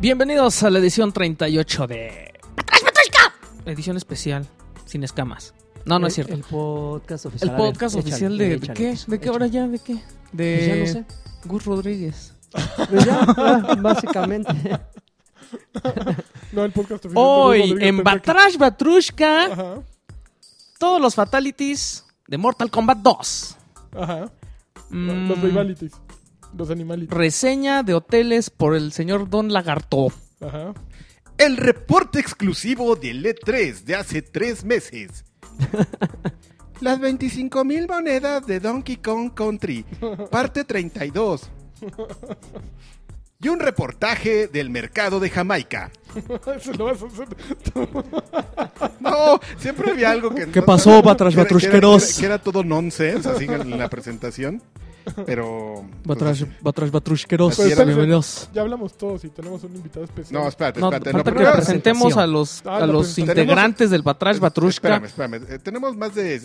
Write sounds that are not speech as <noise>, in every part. Bienvenidos a la edición 38 de. ¡Atrás, Petrushka! Edición especial, sin escamas. No, no es cierto. El El, podcast oficial. A ver, podcast échale, oficial de. échale, ¿Qué? pues, ¿De qué échale. hora ya? ¿De qué? Pues ya De. no sé. Gus Rodríguez. Pues <laughs> ya, ya, <laughs> básicamente. No, el podcast oficial. de Hoy, Rodrigo en Pepe. Batrash Batrushka, Ajá, todos los fatalities de Mortal Kombat 2. ajá. Mm, Los rivalities. Los animalitos. reseña de hoteles por el señor Don Lagarto. Ajá. <laughs> El reporte exclusivo del E3 de hace tres meses. <laughs> Las 25.000 monedas de Donkey Kong Country, parte 32. Y un reportaje del mercado de Jamaica. Eso lo vas a hacer. No, siempre había algo que... ¿Qué no pasó, sabía, Batras que era- que era- Batrusqueros? Que, era- que era todo nonsense, así en la presentación. Pero... pues, Batrash, Batrash Batrushkeros. Así era. Bienvenidos. Ya hablamos todos y tenemos un invitado especial. no, espérate, No, espérate. No, falta que primero- presentemos a los, Ah, a la los presentación. integrantes del Batrash Batrushka. Espérame, espérame. Eh, tenemos más de eh,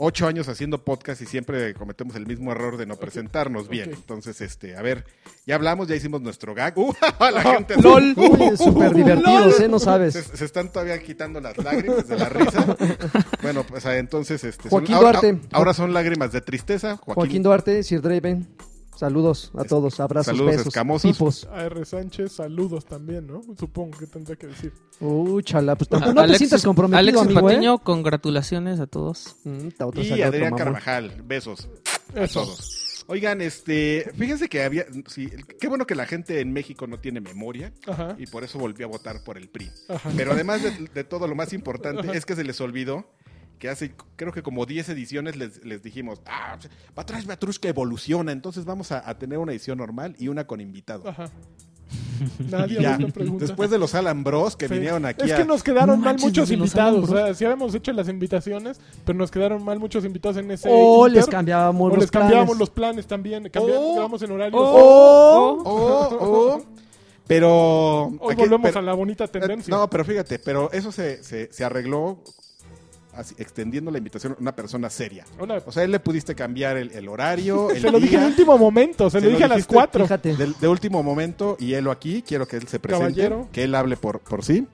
ocho años haciendo podcast y siempre cometemos el mismo error de no presentarnos bien. ok. Entonces, este, a ver, ya hablamos, ya hicimos nuestro gag. <laughs> ¡Uh! la gente se- LOL. Uh, Uy, súper divertidos, Lol. ¿eh? No Se, sabes. se están todavía quitando las lágrimas de la risa. Bueno, pues ah, entonces, este, Joaquín ahora, Duarte. ahora son lágrimas de tristeza. Joaquín, Joaquín Duarte, Sir Draven. Saludos a Es- todos. Abrazos, saludos besos. escamosos. Tipos. AR Sánchez, saludos también, ¿no? Supongo que tendrá que decir. Uy, chala. Pues A- tampoco no Alexis- te sientas comprometido, Alexis amigo, Patiño, congratulaciones a todos. ¿eh? Mm, ta- otro y saca otro Adrián mamón. Carvajal. Besos. a Eso. todos. Oigan, este, fíjense que había, sí, qué bueno que la gente en México no tiene memoria. Ajá. y por eso volví a votar por el PRI. Ajá. Pero además de, de todo, lo más importante es que se les olvidó que hace, creo que como 10 ediciones les, les dijimos, ah, Batrash Batrushka evoluciona, entonces vamos a, a tener una edición normal y una con <laughs> invitado. Ajá. Ah, Nadie Ya, hace esta pregunta. después de los Alan Bros que Sí. vinieron aquí Es a- que nos quedaron No mal manches, muchos de los invitados. Alan O sea, sí habíamos hecho las invitaciones, pero nos quedaron mal muchos invitados en ese. O Oh, les inter. cambiábamos O los les cambiábamos planes. los planes también. Cambiamos, Oh. quedamos en horarios. O- Oh, oh, pero... Hoy aquí- volvemos pero- a la bonita tendencia. No, pero fíjate, pero eso se, se- se arregló así, extendiendo la invitación a una persona seria. Una- O sea, él le pudiste cambiar el, el horario, <laughs> el se lo dije en el día. último momento, se, Se lo lo dije a las dijiste, 4. Fíjate. de, de último momento y él aquí, quiero que él se presente, Caballero. que él hable por, por sí.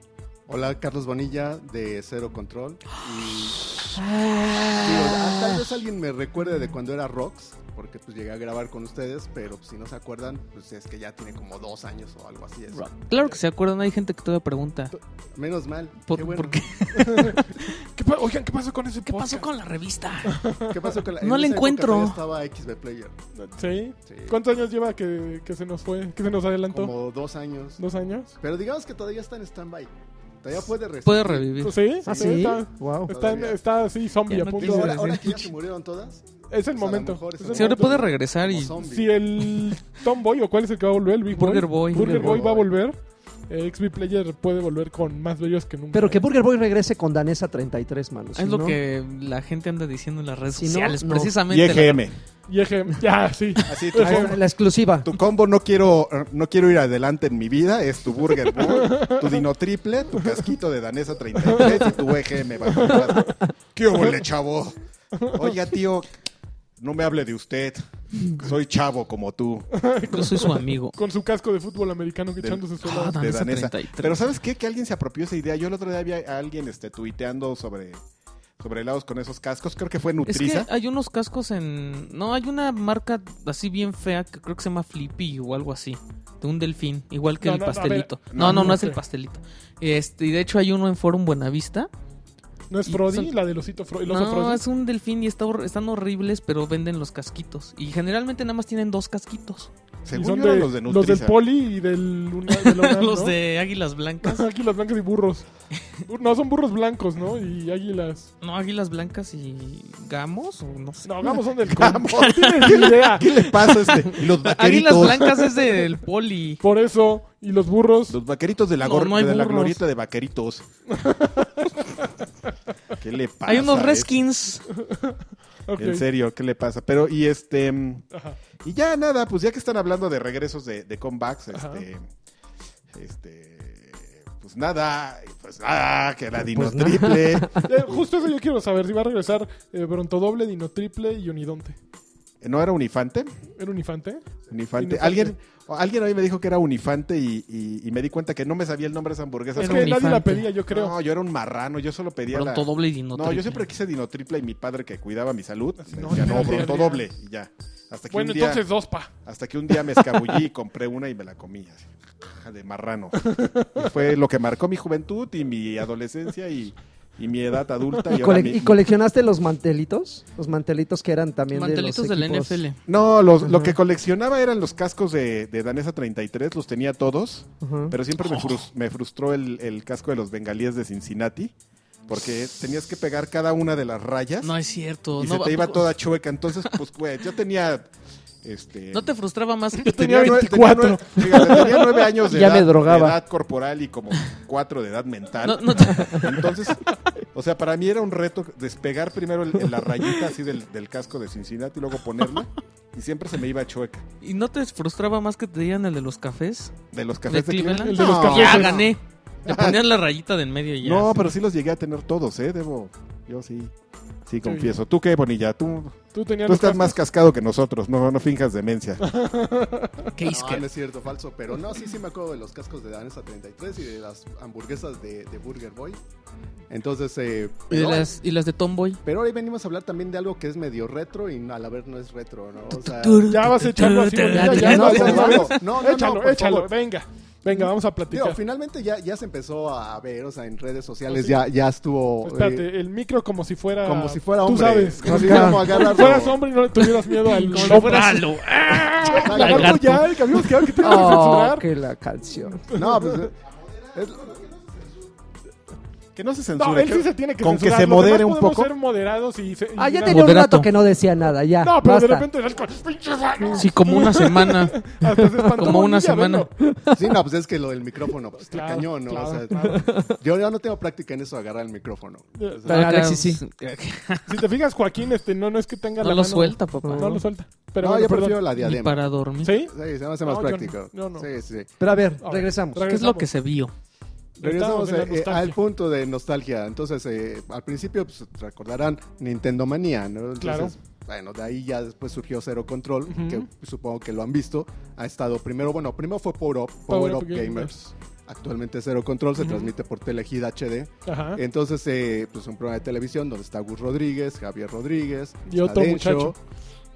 Hola, Carlos Bonilla de Cero Control. Y, digo, ah, tal vez alguien me recuerde de cuando era Rox, porque pues llegué a grabar con ustedes, pero pues, si no se acuerdan, pues es que ya tiene como dos años o algo así. eso. Claro que se acuerdan, hay gente que todavía pregunta. Menos mal. ¿Por, qué, bueno. por qué, ¿Qué pa- Oigan, ¿qué pasó con ese ¿Qué pasó podcast? con la revista? ¿Qué pasó con la, <laughs> No en la esa época encuentro. todavía Estaba XB Player. Sí. Sí, ¿Cuántos años lleva que, que se nos fue? ¿Que se nos adelantó? como dos años. ¿Dos años? Pero digamos que todavía está en stand-by. Todavía puede resistir. Puede revivir. Pues ¿Sí? Ah, sí, sí. Está, Wow. está, en- Todavía. está así, zombie Ya a no punto. Digo, ahora, de- ahora que ya se murieron todas, Es el pues, a lo momento. mejor es es el el Si ahora momento. puede regresar como y zombie. Si el Tomboy o cuál es el que va a volver, el Big Boy. Burger Boy. Burger Boy Burger va a Boy. volver. Eh, XB Player puede volver con más bellos que nunca. Pero que Burger Boy regrese con Danesa 33, mano. Si es lo no- que la gente anda diciendo en las redes Si no, sociales, no. Y precisamente. EGM. Y EGM. Ya, sí. Así, tu, Ah, com- La exclusiva. tu combo no quiero, no quiero ir adelante en mi vida, es tu Burger Bowl, tu Dino Triple, tu casquito de Danesa 33 y tu EGM. bajo el brazo. ¡Qué huele, chavo! Oiga, tío, no me hable de usted. Soy chavo como tú. <laughs> Yo soy su amigo. Con su casco de fútbol americano que Del- echándose su Ah, helado. de Danesa Danesa. 33. Pero ¿sabes qué? Que alguien se apropió esa idea. Yo el otro día había a alguien este, tuiteando sobre, sobre helados con esos cascos. Creo que fue Es Nutriza. que hay unos cascos en... No, hay una marca así bien fea que creo que se llama Flippy o algo así. De un delfín, igual que No, el no, a ver, pastelito. no, no, no, no, no es el sé. pastelito. Este, y de hecho hay uno en Forum Buenavista. ¿No es Y Frodi? son- La del osito Fro- el oso No, Frodi. es un delfín y está hor- están horribles, pero venden los casquitos. Y generalmente nada más tienen dos casquitos. Y Según son yo eran de- los de los Nutriza. del poli y del una- de la <laughs> UNAM, los ¿no? de águilas blancas. Aquí las blancas y burros. Bur- No, son burros blancos, ¿no? Y águilas. No, águilas blancas y gamos, o no sé. No, vamos, <laughs> son del campo. No tienes ni idea. ¿Qué le pasa a este? Y <laughs> los águilas vaqueritos. blancas es del poli. Por eso, y los burros. Los vaqueritos de la, No, gor- no hay de la burros. glorieta de vaqueritos. <laughs> ¿Qué le pasa? Hay unos eh? reskins. Ok. En serio, ¿qué le pasa? Pero, y este. mm, Ajá. Y ya nada, pues ya que están hablando de regresos de, de comebacks, Ajá. este. Este. Pues nada, pues nada, que la Dino Pues nada. Triple. <laughs> Eh, justo eso yo quiero saber. Si va a regresar eh, Brontodoble, Dino Triple y Unidonte. ¿No era un infante? ¿Era un infante? Unifante. Unifante. Alguien, alguien hoy me dijo que era Unifante y, y- y me di cuenta que no me sabía el nombre de esa hamburguesa. Es Era que un nadie la infante. pedía, yo creo. No, yo era un marrano, yo solo pedía la... Pronto doble y No, dinotriple. yo siempre quise dinotriple y mi padre que cuidaba mi salud. Así, me no, decía, no, no, no, pronto no, no. doble y ya. Hasta que, bueno, un día, entonces dos, pa. hasta que un día me escabullí y compré una y me la comí. así, de marrano. Y fue lo que marcó mi juventud y mi adolescencia y, y mi edad adulta. ¿Y, y ahora cole- mi- y coleccionaste los mantelitos? Los mantelitos que eran también Mantelitos de del los equipos. NFL. No, los- lo Ajá. que coleccionaba eran los cascos de, de Danesa 33, los tenía todos, Ajá. pero siempre me, frus- me frustró el, el casco de los bengalíes de Cincinnati, porque tenías que pegar cada una de las rayas No es cierto. y no, se va- te iba toda chueca, entonces pues güey, yo tenía... <laughs> Este, ¿No te frustraba más? tenía nue- 24. tenía nue- fíjate, tenía nueve <laughs> años de, Ya edad, me drogaba. de edad corporal y como cuatro de edad mental. No, no te- Entonces, o sea, para mí era un reto despegar primero el- el- la rayita así del, del casco de Cincinnati y luego ponerla. Y siempre se me iba chueca. ¿Y no te frustraba más que te dieran el de los cafés? ¿De los ¿De cafés de, Cleveland? Cleveland? El de los No. cafés. Ya gané. Le ponían la rayita de en medio y ya. No, pero sí los llegué a tener todos, ¿eh? Debo. Yo sí. Sí, confieso. ¿Tú qué, Bonilla? Tú, Tú tenías tú los estás cascos. más cascado que nosotros. No, no finjas demencia. Qué isca. No, no es cierto, falso. Pero no, sí, sí me acuerdo de los cascos de Danesa 33 y de las hamburguesas de, de Burger Boy. Entonces, eh, ¿Y, de pero, las, ¿Y las de Tomboy? pero ahora venimos a hablar también de algo que es medio retro y a la vez no es retro, ¿no? O sea, Ya vas a echarlo así, Ya, ya, bonita, ya no, vas no, a no, echarlo. no, no, échalo, por échalo, favor. venga. Venga, vamos a platicar. Digo, finalmente ya, ya se empezó a ver, o sea, en redes sociales ya, ya estuvo... eh, Espérate, el micro como si fuera. como si fuera Tú hombre. sabes. Como si fuéramos a Como si agarrarlo. fueras hombre y no le tuvieras miedo <laughs> al. Como hombre. si fueras- Malo. Exacto. Lagarto Lagarto. ya, el que habíamos quedado que te iban a Oh, censurar. que la canción. No, pues... eh, es- Que no se censure. No, él que- sí se tiene que Con que censurar, se los demás modere un podemos poco. ser moderados y. se- y Ah, ya nada. tenía un Moderato. rato que no decía nada, ya. No, pero de basta. repente eres con. pinches manos. Sí, como una semana. <laughs> Hasta se espantó Como una Bonilla, semana. velo. Sí, no, pues es que lo del micrófono, pues está Claro, cañón, ¿no? O claro, sea, claro. Yo ya no tengo práctica en eso de agarrar el micrófono. Pero Alexis sí. Si te fijas, Joaquín, este, no, no es que tenga No la lo mano- suelta, papá. No lo suelta. Pero no, bueno, yo perdón. prefiero la Ni diadema. para dormir. ¿Sí? Sí, se me hace No, yo más no, práctico. yo no. Sí, sí. Pero a ver, A ver, regresamos. regresamos. ¿Qué es lo que se vio? Regresamos en la eh, eh, nostalgia. al punto de nostalgia. Entonces, eh, al principio pues, recordarán Nintendo Manía, ¿no? Entonces, Claro. Bueno, de ahí ya después surgió Zero Control, Ujú. que supongo que lo han visto. Ha estado primero, bueno, primero fue Power Up, Power, Up Gamers. Actualmente Zero Control se Ujú. Ah. transmite por Telehit HD. Ajá. Entonces, eh, pues un programa de televisión donde está Gus Rodríguez, Javier Rodríguez, Y otro Adencho. muchacho.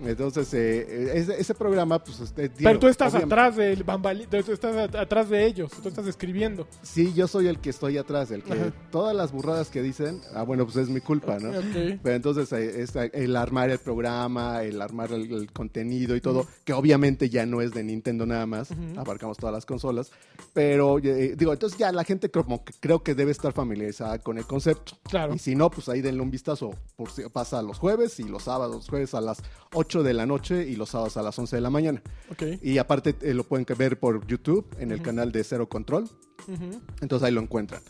Entonces, eh, eh, ese, ese programa, pues. este, Pero digo, tú estás obviamente- atrás del bambali, tú estás at- atrás de ellos, tú estás escribiendo. Sí, yo soy el que estoy atrás, el que. Ajá. Todas las burradas que dicen, ah, bueno, pues es mi culpa, ¿no? Ok. Pero entonces, eh, es el armar el programa, el armar el, el contenido y todo, que obviamente ya no es de Nintendo nada más, Ujú. abarcamos todas las consolas, pero eh, digo, entonces ya la gente como que creo que debe estar familiarizada con el concepto. Claro. Y si no, pues ahí denle un vistazo. Por si- pasa los jueves y los sábados, jueves a las 8 de la noche y los sábados a las 11 de la mañana. Ok. Y aparte eh, lo pueden ver por YouTube en el Ujú. canal de Cero Control. Ujú. Entonces ahí lo encuentran.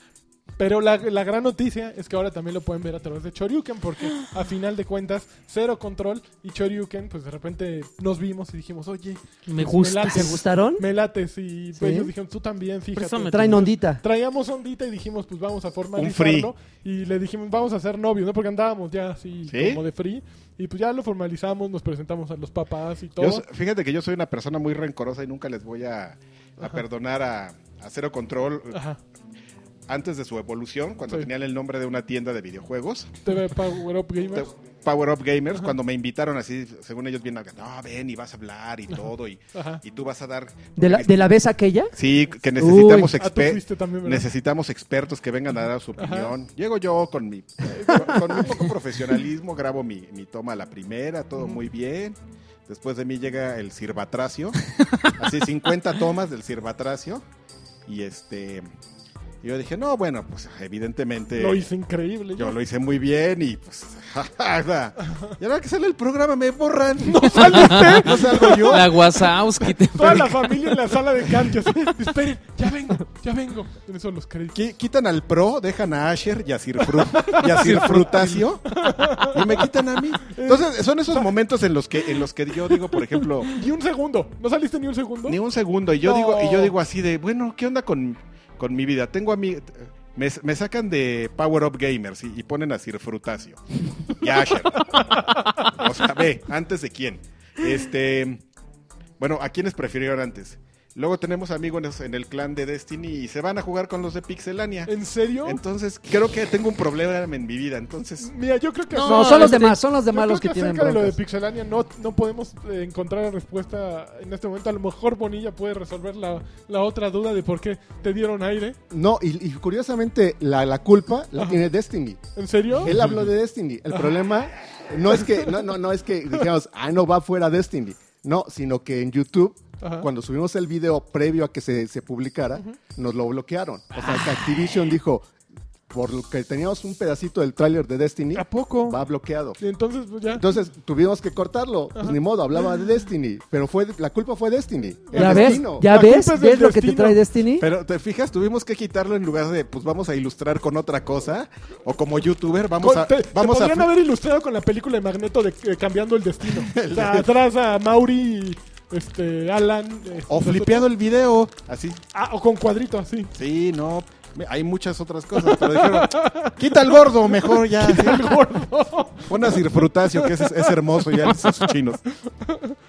Pero la, la gran noticia es que ahora también lo pueden ver a través de Choryuken, porque a final de cuentas, Cero Control y Choryuken, pues de repente nos vimos y dijimos, oye, Me pues, gusta. ¿Te gustaron? Me lates. Y pues, ¿Sí? ellos dijeron, tú también, fíjate. Préstame Traen ondita. Traíamos ondita y dijimos, pues vamos a formalizarlo. Un free. Y le dijimos, vamos a ser novios, ¿no? Porque andábamos ya así ¿Sí? como de free. Y pues ya lo formalizamos, nos presentamos a los papás y todo. Yo so- fíjate que yo soy una persona muy rencorosa y nunca les voy a, a perdonar a, a Cero Control Ajá. antes de su evolución, cuando Sí. tenían el nombre de una tienda de videojuegos. TV Power Up Gamers. Ah, Power Up Gamers, cuando me invitaron así, según ellos bien, no, ven y vas a hablar y todo, y, Ajá. y tú vas a dar... ¿De la, de la vez aquella? Sí, que necesitamos, Uy. Ah, tú exper- fuiste también, ¿verdad? necesitamos expertos que vengan a dar su opinión. Llego yo con mi, con, con mi poco profesionalismo, grabo mi, mi toma a la primera, todo muy bien. Después de mí llega el Sirbatracio, así 50 tomas del Sirbatracio. Y este, yo dije, no, bueno, pues evidentemente... Lo hice increíble. Yo lo hice muy bien y pues. <laughs> jajaja. y ahora que sale el programa me borran. No <laughs> No salgo yo. La Wazowski. te- Toda la familia en la sala de cambios. Esperen, ya vengo, ya vengo. En eso los créditos. Qui- Quitan al pro, dejan a Asher y a Sir, Fru- y a Sir Frutacio y me quitan a mí. Entonces, son esos momentos en los que en los que yo digo, por ejemplo, Ni un segundo. ¿No saliste ni un segundo? ni un segundo y yo No. digo y yo digo así de, bueno, ¿qué onda con, con mi vida? Tengo a mi me, me sacan de Power Up Gamers y, y ponen a Sir Frutacio y a Asher. O sea, ve, antes de quién. Este Bueno, ¿a quiénes prefirieron antes? Luego tenemos amigos en el clan de Destiny y se van a jugar con los de Pixelania. ¿En serio? Entonces, creo que tengo un problema en mi vida. Entonces, Mira, yo creo que No, acerca- no, No, son los este- demás, son los yo demás creo los que tienen acerca de lo de broncas. Pixelania no, no podemos eh, encontrar la respuesta en este momento. A lo mejor Bonilla puede resolver la, la otra duda de por qué te dieron aire. No, y, y curiosamente la, la culpa la Ajá. tiene Destiny. ¿En serio? Él habló de Destiny. El problema no es que no no no es que digamos, ah no va fuera Destiny. No, sino que en YouTube Ajá. cuando subimos el video previo a que se, se publicara, nos lo bloquearon. O sea, que Activision dijo por lo que teníamos un pedacito del tráiler de Destiny, ¿A poco? va bloqueado. Y entonces, pues ya. Entonces tuvimos que cortarlo. Pues ni modo, hablaba de Destiny. Pero fue la culpa fue Destiny. El ¿Ya ves? destino. ¿Ya La ves? culpa es del ¿Ves lo que te destino. trae Destiny? pero te fijas, tuvimos que quitarlo en lugar de, pues vamos a ilustrar con otra cosa. O como youtuber, vamos Con- a. te, te Vamos a podrían haber ilustrado con la película de Magneto de eh, Cambiando el <laughs> Destino. o sea, atrás a Mauri, este, Alan. eh, o flipeado el video. Así. Ah, o con cuadrito, así. Sí, no. me- Hay muchas otras cosas, pero <laughs> dijeron, quita el gordo, mejor ya. sí. <laughs> Pon a Sir Frutasio, que es, es hermoso, ya esos chinos.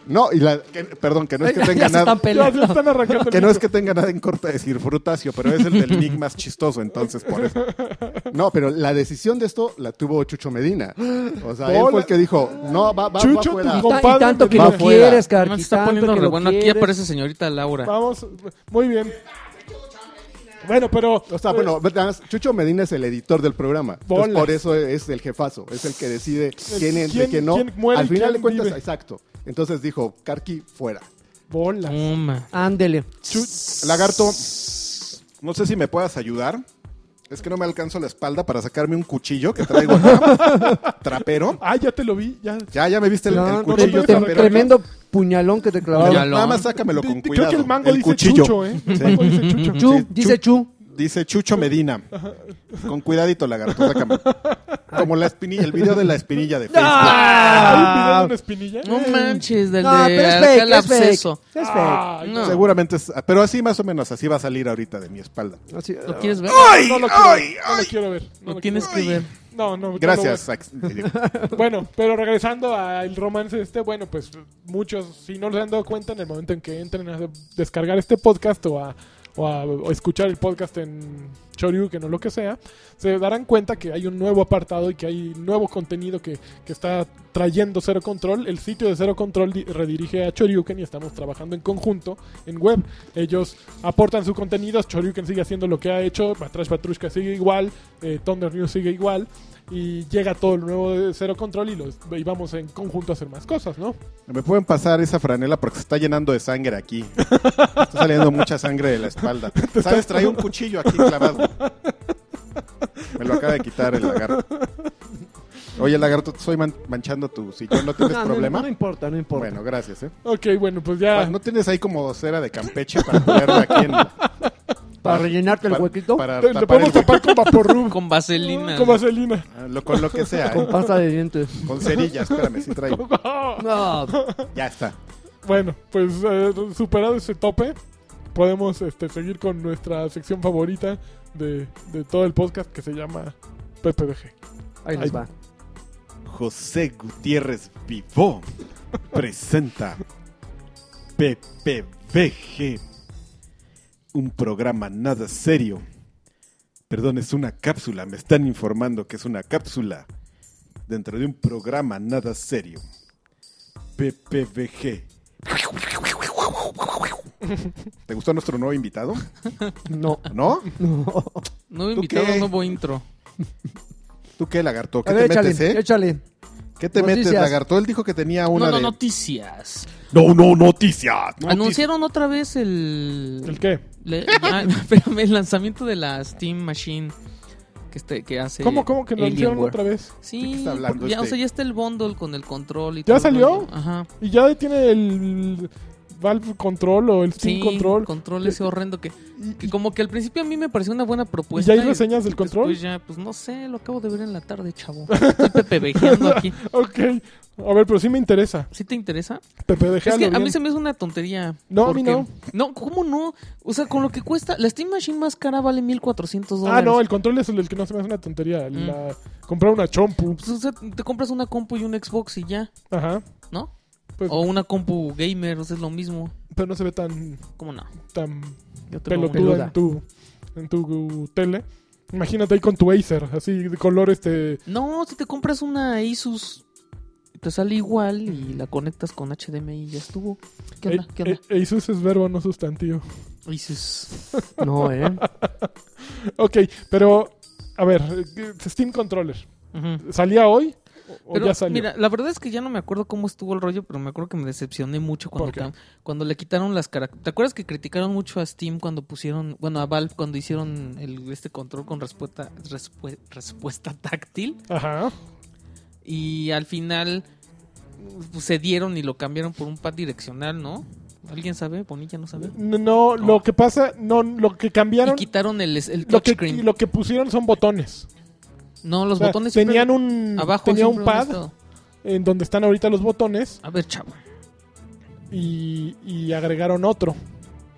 No, y la Que- perdón, que no es que Ya tenga se nada. están Ya se peleando. están arrancando el Que no es micro. que tenga nada en corta de Sir Frutasio, pero es el del nick más chistoso, entonces por eso. No, pero la decisión de esto la tuvo Chucho Medina. O sea, él fue el que dijo, no, va, va, Chucho, va fuera. tu Y ta- compadre y tanto que va lo afuera. quieres, No, Carqui. se está tanto poniendo que re lo bueno. Aquí quieres. aparece señorita Laura. Vamos, muy bien. Bueno, pero. O sea, bueno, nada más, Chucho Medina es el editor del programa. Entonces, Bolas. por eso es el jefazo. Es el que decide quién entra y ¿Quién- quién no. quién muere y Al final de quién cuentas, vive? exacto. Entonces dijo, Karki, fuera. eh, Bola. Toma. Ándele. Lagarto, no sé si me puedas ayudar. Es que no me alcanzo la espalda para sacarme un cuchillo que <laughs> traigo acá. trapero. Ah, ya te lo vi. Ya. Ya, ya me viste el, el No, te- cuchillo te- trapero. tremendo puñalón que te clavaron. Puñal- Nada más sácamelo Di- con di- cuidado. Creo que el mango dice cuchillo. chucho, ¿eh? El Sí. mango dice chucho. Chu, Sí, dice Chu. Dice Chucho Medina. Con cuidadito, lagarto, sácame. Como la espinilla, el video de la espinilla de Facebook. ¿Hay un video de una espinilla? No manches, del No, de pues, pero es acá fake, el es fake. absceso. Es fake. Ah, No. Seguramente es- pero así más o menos, así va a salir ahorita de mi espalda. Así, ¿Lo quieres ver? no lo quiero ver. No lo quiero ver. no Lo lo tienes quiero que ver. ver. No, no. no lo Gracias. voy Sax. Digo, a- <laughs> Bueno, pero regresando al romance este, bueno, pues muchos, si no se han dado cuenta, en el momento en que entren a descargar este podcast o a, o a- o escuchar el podcast en Choryuken o lo que sea, se darán cuenta que hay un nuevo apartado y que hay nuevo contenido que, que está trayendo Cero Control. El sitio de Cero Control di- redirige a Choryuken y estamos trabajando en conjunto en web. Ellos aportan su contenido, Choryuken sigue haciendo lo que ha hecho, Batrash Batrushka sigue igual, eh, Thunder News sigue igual. Y llega todo el nuevo de Cero Control y, los, y vamos en conjunto a hacer más cosas, ¿no? Me pueden pasar esa franela porque se está llenando de sangre aquí. Está saliendo mucha sangre de la espalda. ¿Sabes? Trae un cuchillo aquí clavado. Me lo acaba de quitar el lagarto. Oye, lagarto, te estoy man- manchando tu sillón. ¿No tienes No, no, problema? No, importa, no importa. bueno, gracias, ¿eh? Ok, bueno, pues ya. ¿No tienes ahí como cera de campeche para ponerlo aquí en... para rellenarte el para- huequito, Para, te- tapar lo podemos el hueco. tapar con <laughs> vaporrub. Con vaselina. Con vaselina. Ah, lo- con lo que sea, ¿eh? pasta de dientes. Con cerilla, espérame, si <laughs> traigo. No, Ya está. Bueno, pues eh, superado ese tope, podemos este, seguir con nuestra sección favorita de, de todo el podcast que se llama PPDG. ahí Ay. les va. José Gutiérrez Vivó presenta PPVG, un programa nada serio. Perdón, es una cápsula, me están informando que es una cápsula dentro de un programa nada serio. PPVG. ¿Te gustó nuestro nuevo invitado? No. ¿No? Nuevo ¿Tú invitado, qué? nuevo intro. ¿Tú qué, lagarto? ¿Qué A ver, te échale, metes, eh? échale. ¿Qué te metes, Noticias. lagarto? Él dijo que tenía una no, no, de... noticias. No, no, noticias. noticias. Anunciaron otra vez el... ¿El qué? le- <laughs> ah, espérame, el lanzamiento de la Steam Machine que, este, que hace... ¿Cómo, cómo que lo hicieron Alienware. otra vez? Sí, ¿De qué está hablando ya, o este? sea, ya está el bundle con el control y ¿Ya todo el salió? rollo. Ajá. ¿Y ya tiene el Valve Control o el Steam Sí, Control? control ese horrendo que, que como que al principio a mí me pareció una buena ¿Y propuesta. ya hay reseñas del control? Pues ya, pues no sé, lo acabo de ver en la tarde, chavo. Estoy <laughs> pepevejeando aquí. Ok. A ver, pero sí me interesa. ¿Sí te interesa? PPDG. Es que hazlo a mí bien. se me hace una tontería. No, a mí porque- no. No, ¿cómo no? O sea, con lo que cuesta, la Steam Machine más cara vale 1400 dólares. Ah, no, el control es el que no se me hace una tontería. Mm. La- Comprar una chompu. Pues, o sea, te compras una compu y un Xbox y ya, Ajá. ¿no? Pues- o una compu gamer, o sea, es lo mismo. Pero no se ve tan, ¿Cómo no? tan Yo tengo una. pelotuda en tu, en tu tele. Imagínate ahí con tu Acer, así de color este... No, si te compras una Asus, te sale igual y la conectas con HDMI y ya estuvo. ¿Qué onda? A- ¿Qué onda? A- eh, Asus es verbo, no sustantivo. <laughs> Asus. No, ¿eh? Ok, pero... A ver, eh, Steam Controller. Ujú. ¿Salía hoy? ¿O Pero, ya salió? mira, la verdad es que ya no me acuerdo cómo estuvo el rollo, pero me acuerdo que me decepcioné mucho cuando, ¿Por qué? cam- cuando le quitaron las características. ¿Te acuerdas que criticaron mucho a Steam cuando pusieron, bueno, a Valve cuando hicieron el, este control con respuesta, respue- respuesta táctil? Ajá. Y al final pues, se dieron y lo cambiaron por un pad direccional, ¿no? ¿Alguien sabe? Bonilla no sabe. No, no, lo que pasa... No, lo que Y cambiaron... quitaron el, el Lo que, touchscreen. lo que pusieron son botones. No, los O sea, botones siempre- tenían un, abajo tenía un siempre han pad estado. en donde están ahorita los botones A ver, chavo. y, y agregaron otro.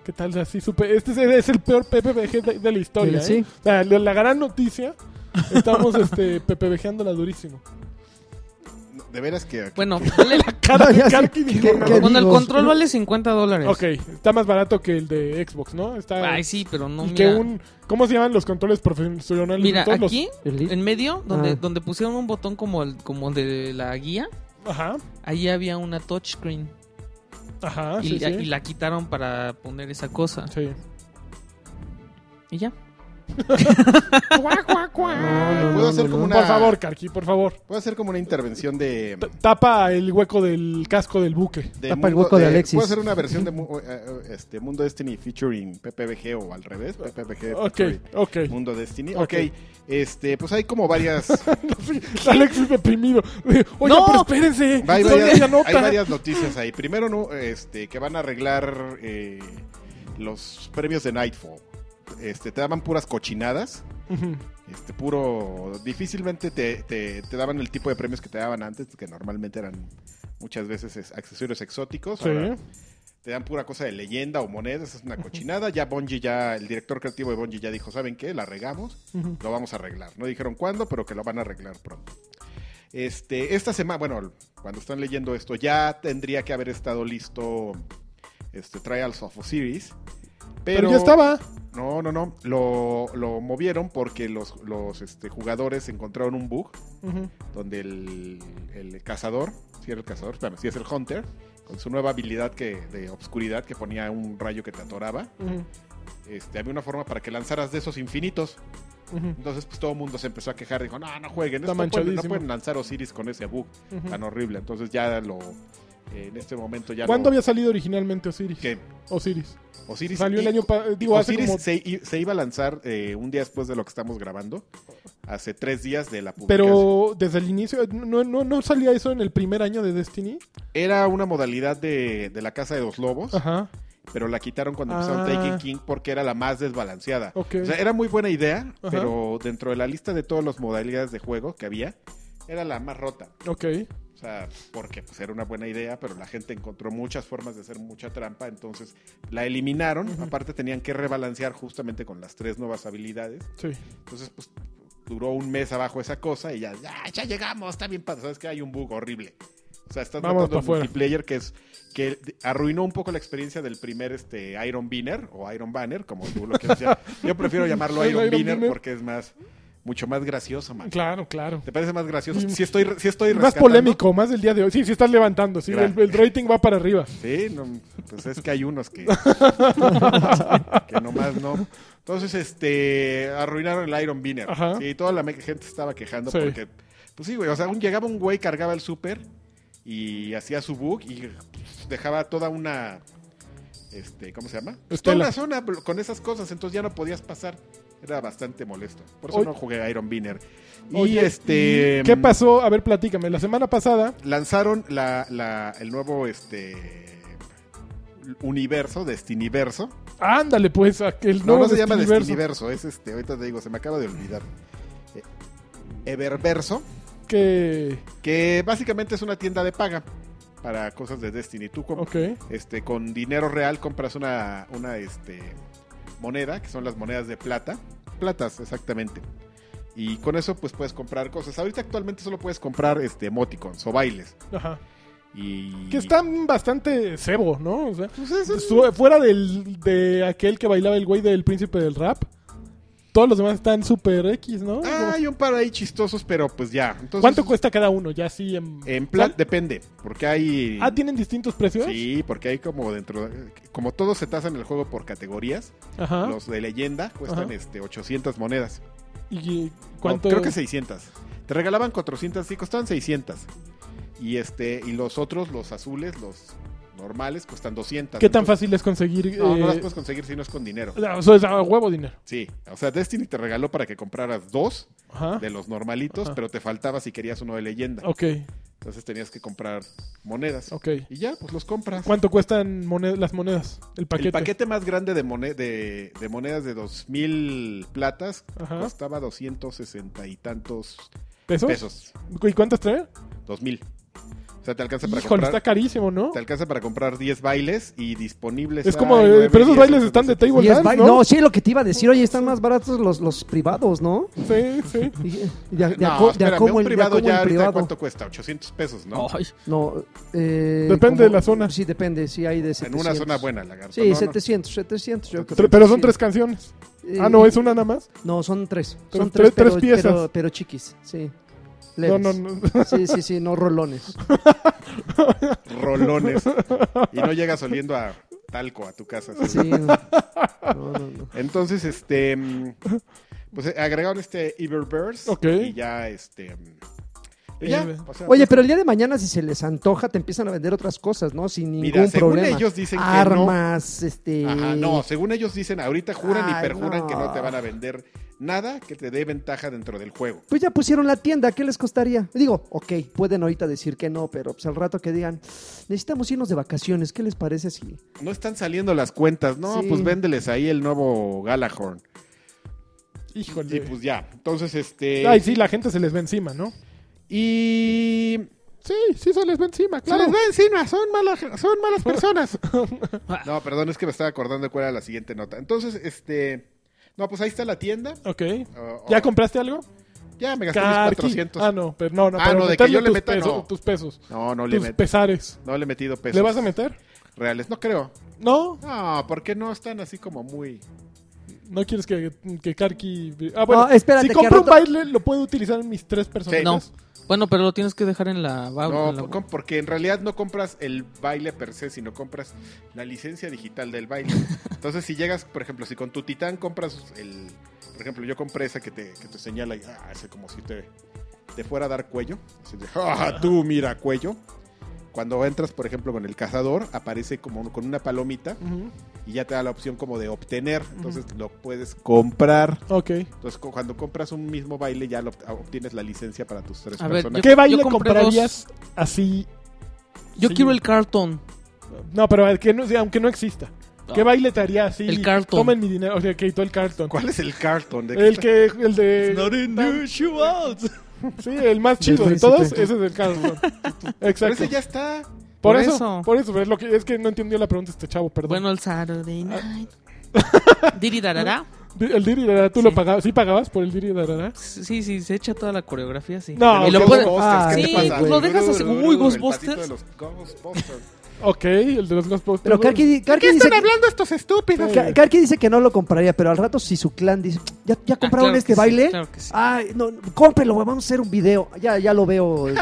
¿Qué tal? Así super, este es, es el peor PPVG de, de la historia. Sí. ¿eh? O sea, la, la gran noticia. <laughs> Estamos este, PPVGándola durísimo. De veras que aquí- <laughs> Bueno, vale la- Cada Ya sé, Karki dijo, ¿qué- "No". qué bueno, el digo? control vale 50 dólares. Ok, está más barato que el de Xbox, ¿no? Está, Ay, sí, pero no y mira. que un, ¿Cómo se llaman los controles profesionales? Mira, Todos los- aquí El- en medio donde Ah. donde pusieron un botón como el como el de la guía, Ajá, ahí había una touchscreen y, ajá, Ah, sí, la- sí. y la quitaron para poner esa cosa. Sí. Y ya. Cuá, cuá, cuá. No, Puedo no, hacer no, como no. una- Por favor, Karki, por favor. Voy a hacer como una intervención de. T- Tapa el hueco del casco del buque. de Tapa el hueco de Alexis. Voy a hacer <laughs> una versión de mu- eh, eh, este, Mundo Destiny featuring PPBG o al revés. PPBG. Ok, featuring ok. Mundo Destiny. Ok. Ok. Este, pues hay como <laughs> varias. <laughs> Alex es deprimido. Oye, No. pero espérense. hay, todavía varias hay nota. hay varias noticias ahí. Primero, no, este, que van a arreglar eh, los premios de Nightfall. Este, te daban puras cochinadas. Ujú. Este, puro. Difícilmente te, te- te daban el tipo de premios que te daban antes, que normalmente eran muchas veces es- accesorios exóticos. Ahora Sí. te dan pura cosa de leyenda o monedas, es una cochinada. Ya Bungie, ya, el director creativo de Bungie ya dijo: ¿Saben qué? La regamos, Ujú. lo vamos a arreglar. No dijeron cuándo, pero que lo van a arreglar pronto. Este, esta semana, bueno, cuando están leyendo esto, ya tendría que haber estado listo este, Trials of Osiris. Pero, ya estaba. No, no, no. Lo, lo movieron porque los, los, este, jugadores encontraron un bug Ujú. donde el, el cazador, si era el cazador, espérame, si es el hunter, con su nueva habilidad que, de obscuridad que ponía un rayo que te atoraba, Ujú. este, había una forma para que lanzaras de esos infinitos. Ujú. Entonces, pues todo el mundo se empezó a quejar, dijo, no, no jueguen, Está esto pueden- no manchadísimo. pueden lanzar Osiris con ese bug Ujú. tan horrible. Entonces ya lo, eh, en este momento Ah, ya ¿Cuándo lo- había salido originalmente Osiris? que Osiris. Osiris Salió el y- año pa- digo, hace Osiris como- se, i- se iba a lanzar eh, un día después de lo que estamos grabando, hace tres días de la publicación. Pero desde el inicio, ¿no, no, ¿no salía eso en el primer año de Destiny? Era una modalidad de, de la Casa de los Lobos, Ajá. pero la quitaron cuando Ah. empezaron Taking King porque era la más desbalanceada. Ok. O sea, era muy buena idea, Ajá. pero dentro de la lista de todas las modalidades de juego que había, era la más rota. Ok. O sea, porque pues, era una buena idea, pero la gente encontró muchas formas de hacer mucha trampa, entonces la eliminaron. Aparte tenían que rebalancear justamente con las tres nuevas habilidades. Sí. Entonces, pues duró un mes abajo esa cosa y ya, "Ah, ya llegamos, está bien padre. Sabes que hay un bug horrible. O sea, estás Vamos matando pa' el afuera. multiplayer que es que arruinó un poco la experiencia del primer este Iron Banner o Iron Banner, como tú lo quieras <laughs> llamar. Yo prefiero llamarlo El Iron, Iron Banner Banner. porque es más mucho más gracioso, man. Claro, claro. ¿Te parece más gracioso? Y- Si estoy si estoy Más rescatando. polémico, más del día de hoy. Sí, sí estás levantando. Sí, el, Claro. el rating va para arriba. Sí, no, pues es que hay unos <laughs> que, que nomás no. Entonces, este, arruinaron el Iron Banner. Ajá. Sí, toda la me- gente estaba quejando Sí. porque, pues sí, güey, o sea, un, llegaba un güey, cargaba el súper y hacía su bug y pues, dejaba toda una, este, ¿cómo se llama? Pues, toda Estela. una zona bl- con esas cosas, entonces ya no podías pasar. Era bastante molesto. Por eso Oye. no jugué a Iron Banner. Y Oye, este... ¿Qué pasó? A ver, platícame. La semana pasada. lanzaron la, la- el nuevo este universo, Destiniverso. Ándale, pues. Aquel No, no, nuevo se llama Destiniverso. Destiniverso, es este, ahorita te digo, se me acaba de olvidar. Eh, Eververso, Que. que básicamente es una tienda de paga para cosas de Destiny. Tú com- Ok. este, con dinero real compras una, una este, moneda, que son las monedas de plata. Platas, exactamente. Y con eso pues puedes comprar cosas. Ahorita actualmente solo puedes comprar este, emoticons o bailes. Ajá. Y... Que están bastante cebo, ¿no? O sea, Pues es- es- su- fuera del, de aquel que bailaba el güey del príncipe del rap, todos los demás están super X, ¿no? Ah, hay un par ahí chistosos, pero pues ya. Entonces, ¿Cuánto cuesta cada uno? Ya sí en... En plan, depende, porque hay... Ah, ¿tienen distintos precios? Sí, porque hay como dentro, como todos se tasan el juego por categorías, Ajá. los de leyenda cuestan Ajá. este 800 monedas. ¿Y No, cuánto? creo que 600. Te regalaban 400, sí, costaban 600. Y este y los otros, los azules, los normales, cuestan 200. ¿Qué tan Entonces, fácil es conseguir? No, no las eh, puedes conseguir si no es con dinero. o sea, es a huevo dinero. Sí, o sea, Destiny te regaló para que compraras dos Ajá. de los Ah. normalitos, Ajá. pero te faltaba si querías uno de leyenda. Ok, Entonces tenías que comprar monedas. ok. Y ya, pues los compras. ¿Cuánto cuestan mone- las monedas? El paquete. El paquete más grande de, mone- de, de monedas de 2000 platas Ajá. costaba 260 y tantos ¿Pesos? pesos. ¿Y cuántas trae? 2000. O sea, te alcanza para Híjole, está comprar carísimo, ¿no? te alcanza para comprar 10 bailes y disponibles Es hay como, eh, nueve, pero esos diez, bailes once, están de doce. table Y es dance, baile- ¿no? No, sí, lo que te iba a decir, oye, están más baratos los, los privados, <laughs> ¿no? Sí, sí. Y- y De, de a co- de No, a espérame, cómo el- un de a privado cómo el ya ahorita privado. cuánto cuesta, 800 pesos, ¿no? Ay, No, eh, Depende de la zona. Sí, depende, sí hay de 700. en una zona buena, lagarto. Sí, no, no. 700, 700 yo creo. Tre- Pero son Sí. tres canciones. Eh, Ah, no, es una nada más. No, son tres. Tres- Son tres, tres- tres pero, piezas. Pero, pero chiquis, sí. No, Leves. no, no. <laughs> Sí, sí, sí, no rolones. <laughs> Rolones. y no llegas oliendo a talco a tu casa. ¿sí? Sí, no. No, no, no. Entonces, este. mm, Pues eh, agregaron este Eververse. Ok. Y ya, este. mm, y ya, Ever- o sea, Oye, pero el día de mañana, si se les antoja, te empiezan a vender otras cosas, ¿no? Sin ningún mira, según problema. ellos dicen que Armas, este. no. Ajá, no, según ellos dicen, ahorita juran y Ay, perjuran que no no. te van a vender nada que te dé ventaja dentro del juego. Pues ya pusieron la tienda, ¿qué les costaría? Digo, ok, pueden ahorita decir que no, pero pues al rato que digan, necesitamos irnos de vacaciones, ¿qué les parece si? No están saliendo las cuentas, no, Sí. pues véndeles ahí el nuevo Galahorn. Híjole. Y pues ya, entonces este... Ay, sí, la gente se les ve encima, ¿no? Y... Sí, sí se les ve encima, claro. Se les va encima, son malas, son <laughs> malas personas. no, perdón, es que me estaba acordando de cuál era la siguiente nota. Entonces, este... No, pues ahí está la tienda. Ok. Ah, ¿Ya ah, compraste algo? ya me gasté mis Carqui. 400. Ah, no, pero no, no. Ah, pero no, de que meterle yo le tus meta, pesos, no. Tus pesos, No, no le, tus met- pesares. no le he metido pesos. ¿Le vas a meter? Reales, no creo. No, No, porque no están así como muy... no quieres que, que Karki... Ah, bueno, No, espérate, si que compro al un rato- baile, lo puedo utilizar en mis tres personajes. no. Bueno, pero lo tienes que dejar en la... Ah, No, en la- com- porque en realidad no compras el baile per se, sino compras la licencia digital del baile. <laughs> Entonces, si llegas, por ejemplo, si con tu titán compras el. Por ejemplo, yo compré esa que te, que te señala y ah, hace como si te, te fuera a dar cuello. Así de, "Ah, tú mira cuello. Cuando entras, por ejemplo, con el cazador, aparece como con una palomita Ujú, y ya te da la opción como de obtener. Entonces, lo puedes comprar. Ok. Entonces, co- cuando compras un mismo baile, ya lo obt- obtienes la licencia para tus tres A ver, personas. Yo- ¿Qué yo baile compré comprarías así? Yo Sí. quiero el cartón. No, pero el que no, sí, aunque no exista. ¿Qué Ah. baile te haría así? El Carlton. Tomen mi dinero. O sea, que todo el cartón. ¿Cuál es el cartón? ¿De qué El que... El de... <laughs> Sí, el más chido de príncipe. todos, ese es el Carlton. Pero Exacto. ese ya está. Por Por eso, eso. por eso, es, lo que, es que no entendió la pregunta este chavo, perdón. Bueno, el Ah. Saturday <laughs> night. Diri darará. Di- el Diri Darara, tú lo Sí. pagabas, ¿sí pagabas por el Diri Darara? Sí, sí, se echa toda la coreografía, sí. No, y lo qué puede- loco. Ghostbusters, Ah, ¿qué te sí, pasa? pues lo dejas así, uy, El Ghostbusters. patito de los Ghostbusters. Ok, el de los Ghostbusters. Pero Karki, Karki dice que, estos estúpidos? Ka- Karki dice que no lo compraría, pero al rato si su clan dice, ya, Ah, ya compraron Ah, claro que este sí, baile. claro que sí. Ay, no, cómprenlo, vamos a hacer un video. Ya, ya lo <laughs> veo, eh,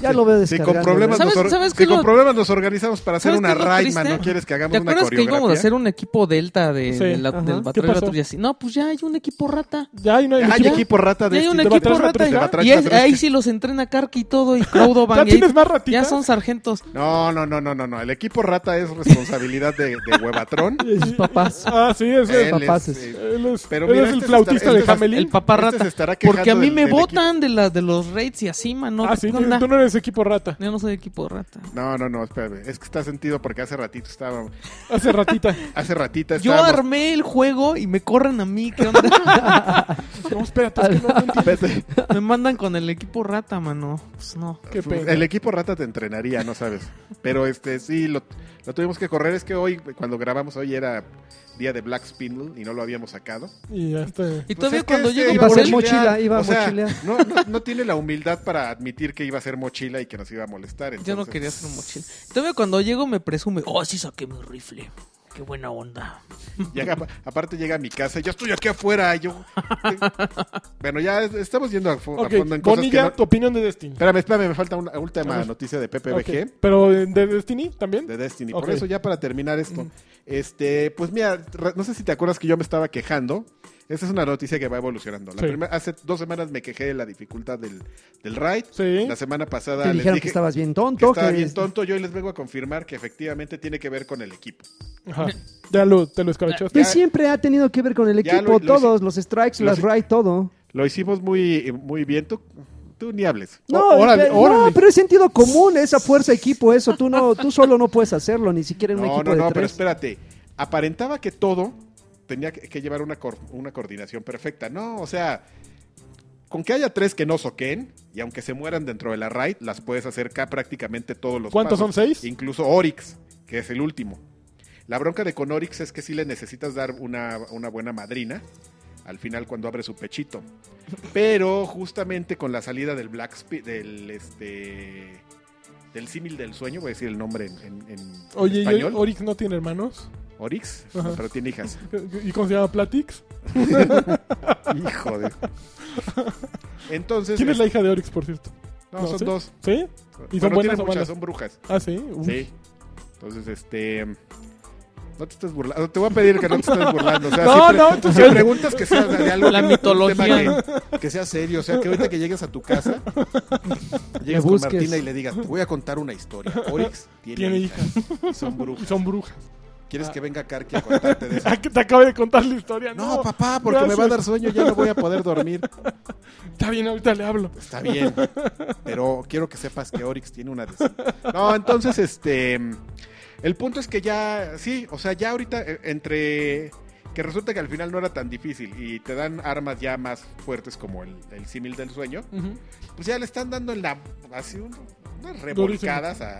ya lo veo Si descargando. con, problemas ¿Sabes- nos or- sabes si qué es con lo- problemas nos organizamos para hacer ¿Sabes una qué es lo Rayman, triste? ¿no quieres que hagamos ¿Te una acuerdas que íbamos a coreografía? hacer un equipo delta de, Sí, de la- ajá. del ¿Qué Battle pasó? Battle y así? No, pues ya hay un equipo rata. Ya, ahí no hay Ah, hay equipo. equipo rata de Ya hay un este. ¿te va a equipo traer rata. matrusca? ¿Te va a traer Y es- matrusca? ahí sí los entrena Karki y <laughs> todo y Crowdoban. ¿Ya y ahí- tienes más ratitas? Ya son sargentos. No, no, no, no, no, no. El equipo rata es responsabilidad de, de Huevatrón. <laughs> Sus <laughs> papás. Ah, sí, es, Él es, papaces. eh, él es, Pero él mira, es el este se flautista está- de este se- Hamelin. El papá Este rata. se estará quejando Porque a mí del- me del votan de, la, de los raids y así, mano. ah, sí, ¿Qué tú, onda? tú no eres equipo rata. Yo no soy de equipo rata. No, no, no, espérame. Es que está sentido porque hace ratito estaba. Hace ratita. Hace ratita Yo estábamos armé el juego y me corren a mí. ¿Qué onda? No, espérate, es que no, no <laughs> entiendo. <laughs> Vete. me mandan con el equipo rata, mano. Pues no. Qué pena. El equipo rata te entrenaría, no sabes. Pero este, sí, lo, lo tuvimos que correr. Es que hoy, cuando grabamos, hoy era día de Black Spindle y no lo habíamos sacado. Y ya está. Y Pues todavía es que cuando este llego iba a por ser él, mochi- mochila, iba a o sea, mochilear. No, no, no tiene la humildad para admitir que iba a ser mochila y que nos iba a molestar. yo no entonces- quería hacer mochila. Y Todavía cuando llego me presume, oh, sí saqué mi rifle. Qué buena onda. Llega- aparte llega a mi casa, y yo estoy aquí afuera, y <laughs> yo... bueno, ya es- estamos yendo a, fo- a Ok, fondo en cosas que Bonilla, no- tu opinión de Destiny. Espérame, espérame, me falta una última Vamos. noticia de PPBG. Ok, Pero eh, de Destiny también. de Destiny. Ok. Por eso, ya para terminar esto, este, pues mira, re- no sé si te acuerdas que yo me estaba quejando. Esta es una noticia que va evolucionando. La Sí. primer- hace dos semanas me quejé de la dificultad del, del raid. Sí. La semana pasada Te les dijeron dije que estabas bien que tonto. estaba que- bien tonto. Yo hoy les vengo a confirmar que efectivamente tiene que ver con el equipo. Ajá. Ya lo, te lo escarachaste. Que Ya- siempre ha tenido que ver con el Ya lo- equipo, lo todos, los strikes, lo las hice- right, todo. Lo hicimos muy, muy bien. Tú, tú ni hables. No, Ó- órale, pero, no, órale. pero es sentido común, esa fuerza equipo, eso. Tú no, tú solo no puedes hacerlo, ni siquiera en un No, equipo no, de no, pero tres. espérate. Aparentaba que todo tenía que, que llevar una, cor- una coordinación perfecta. No, o sea, con que haya tres que no soquen, y aunque se mueran dentro de la raid, las puedes hacer acá prácticamente todos los ¿Cuántos pasos. son, seis? Incluso Oryx, que es el último. La bronca de con Oryx es que sí le necesitas dar una, una buena madrina al final cuando abre su pechito. Pero justamente con la salida del Black Spi- del este del símil del sueño, voy a decir el nombre en, en- en Oye, ¿y español. Orix no tiene hermanos? Orix, Ajá. pero tiene hijas. ¿Y cómo se llama Platix? Hijo de. Entonces. ¿Quién es la hija de Orix, por cierto? No, No, son ¿sí? dos. ¿Sí? ¿Y son Bueno, buenas tiene o muchas, malas? son brujas. Ah, sí. Uf. Sí. Entonces, este. No te estés burlando. Te voy a pedir que no te estés burlando. O <laughs> sea, No, siempre- no, tú si sí. preguntas que sea de algo. La que- mitología. un tema Que, que sea serio. O sea, que ahorita que llegues a tu <laughs> casa, llegues con busques. Martina y le digas: Te voy a contar una historia. Orix tiene, Tiene hijas. y Son Y brujas. son brujas. ¿Quieres que venga Karki a contarte de <laughs> eso? Ah, que te acabo de contar la historia. No, No, papá, porque me va a dar sueño. Ya no voy a poder dormir. Está bien, ahorita le hablo. Está bien, pero quiero que sepas que Orix tiene una de esas. No, entonces, este. El punto es que ya, sí, o sea, ya ahorita, eh, entre. Que resulta que al final no era tan difícil y te dan armas ya más fuertes como el, el símil del sueño, pues ya le están dando en la. Así un- unas revolcadas a,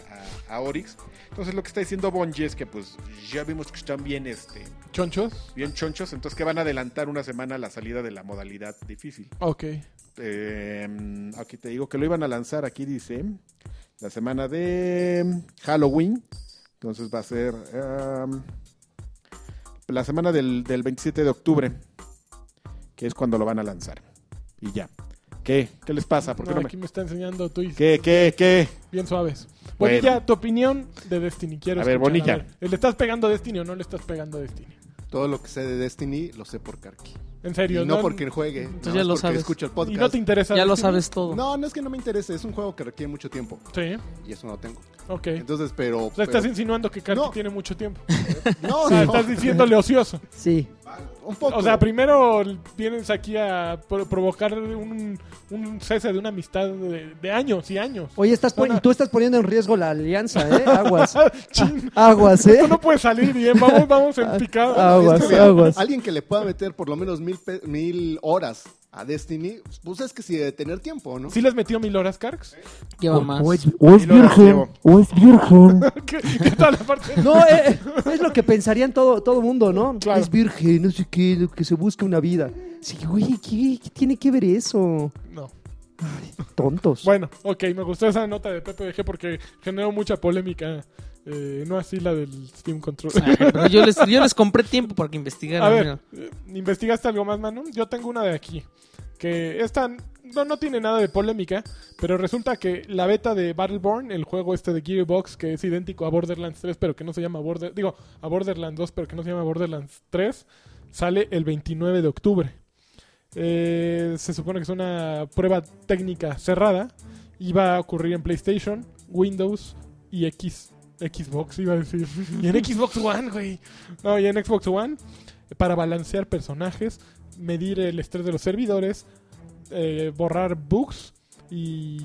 a, a Orix. Entonces lo que está diciendo Bungie es que, pues, ya vimos que están bien, este, ¿Chonchos? bien chonchos, entonces que van a adelantar una semana la salida de la modalidad difícil. Ok. Eh, aquí te digo que lo iban a lanzar, aquí dice, la semana de Halloween. Entonces va a ser um, la semana del, del 27 de octubre, que es cuando lo van a lanzar. Y ya. ¿Qué? ¿Qué les pasa? ¿Por qué No, no me- aquí me está enseñando tweets ¿Qué, qué, qué? bien suaves. Bueno. Bonilla, tu opinión de Destiny. Quiero A ver, escuchar, Bonilla. ¿Le estás pegando a Destiny o no le estás pegando a Destiny? Todo lo que sé de Destiny lo sé por Karki. En Y serio. no porque juegue, nada ya más lo porque sabes. escucho el Y no podcast. te interesa. Ya lo Destiny? sabes todo. No, no es que no me interese, es un juego que requiere mucho tiempo Sí, y eso no tengo. ok. Entonces, pero, o sea, pero- estás insinuando que Karki No. tiene mucho tiempo. no, <laughs> O sea, no, estás diciéndole ocioso. Sí. <laughs> un poco. O sea, primero vienes aquí a pro- provocar un, un cese de una amistad de, de años y años. Ah. Oye, estás pon- Bueno. tú estás poniendo en riesgo la alianza, <laughs> ¿eh? Aguas. Chin, Aguas, ¿eh? Esto no puede salir bien. Vamos, vamos en picado. Ah, Es que, aguas, mira, aguas. Alguien que le pueda meter por lo menos mil, pe- mil horas a Destiny, pues es que sí debe tener tiempo, ¿no? ¿Sí les metió mil horas, Karks? <laughs> Lleva más. <laughs> Y lo llevo. ¿Qué, qué tal la parte? No, eh, eh, es lo que pensarían todo, todo mundo, ¿no? Claro. Es virgen, no sé qué, lo que se busca una vida. Sí, güey, ¿qué, qué tiene que ver eso? No. Tontos. Bueno, ok, me gustó esa nota de PPG porque generó mucha polémica. Eh, no así la del Steam Control. Ay, pero yo les, yo les compré tiempo para que investigaran. A ver, mira. eh, ¿investigaste algo más, Manu? Yo tengo una de aquí. Que esta no, no tiene nada de polémica, pero resulta que la beta de Battleborn, el juego este de Gearbox, que es idéntico a Borderlands 3, pero que no se llama Border, digo, a Borderlands 2, pero que no se llama Borderlands 3, sale el 29 de octubre. Eh, se supone que es una prueba técnica cerrada. Iba a ocurrir en PlayStation, Windows y X. Xbox iba a decir. Y en Xbox One, güey. No, y en Xbox One para balancear personajes, medir el estrés de los servidores, eh, borrar bugs y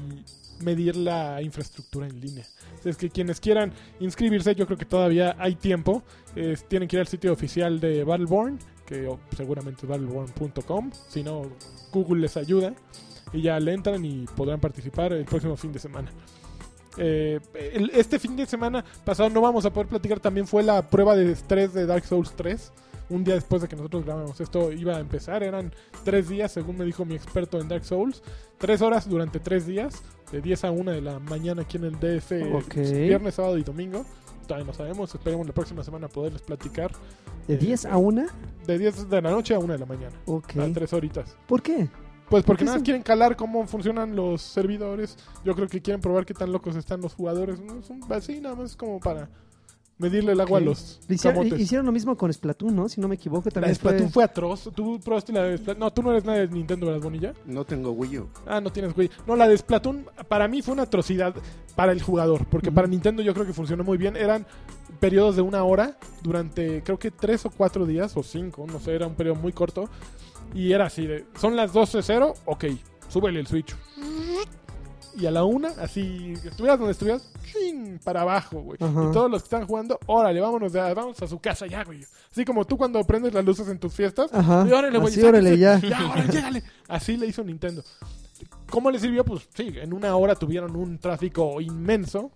medir la infraestructura en línea. Así Es que quienes quieran inscribirse, yo creo que todavía hay tiempo. Eh, tienen que ir al sitio oficial de Battleborn, que o, seguramente es battleborn.com. Si no, Google les ayuda. Y ya le entran y podrán participar el próximo fin de semana. Eh, el- este fin de semana pasado no vamos a poder platicar. También fue la prueba de estrés de Dark Souls 3. Un día después de que nosotros grabamos esto iba a empezar. Eran tres días, según me dijo mi experto en Dark Souls. Tres horas durante tres días. De 10 a 1 de la mañana aquí en el DF. Ok. Viernes, sábado y domingo. Todavía no sabemos. Esperemos la próxima semana poderles platicar. eh, ¿De 10 a 1? De 10 de la noche a 1 de la mañana. Ok. A tres horitas. ¿Por qué? Pues porque ¿Qué nada más son? quieren calar cómo funcionan los servidores. Yo creo que quieren probar qué tan locos están los jugadores. No, es un- así nada más como para medirle el agua Ok. a los Hicieron, eh, camotes. hicieron lo mismo con Splatoon, ¿no? Si no me equivoco, la también de fue... Splatoon fue atroz. ¿Tú probaste la de Splatoon? No, tú no eres nada de Nintendo, ¿verdad, Bonilla? No tengo Wii U. Ah, no tienes güey. No, la de Splatoon para mí fue una atrocidad para el jugador. Porque Ujú. para Nintendo yo creo que funcionó muy bien. Eran periodos de una hora durante creo que tres o cuatro días o cinco. No sé, era un periodo muy corto. Y era así de, son las 12.00, ok, súbele el switch. Y a la una, así, estuvieras donde estuvieras, ¡chin! para abajo, güey. Ajá. Y todos los que están jugando, órale, vámonos, ya, vamos a su casa ya, güey. Así como tú cuando prendes las luces en tus fiestas, Ajá. y órale, güey, Así, órale, ya. sáquense. Ya, órale, llégale. Así le hizo Nintendo. ¿Cómo le sirvió? Pues sí, en una hora tuvieron un tráfico inmenso,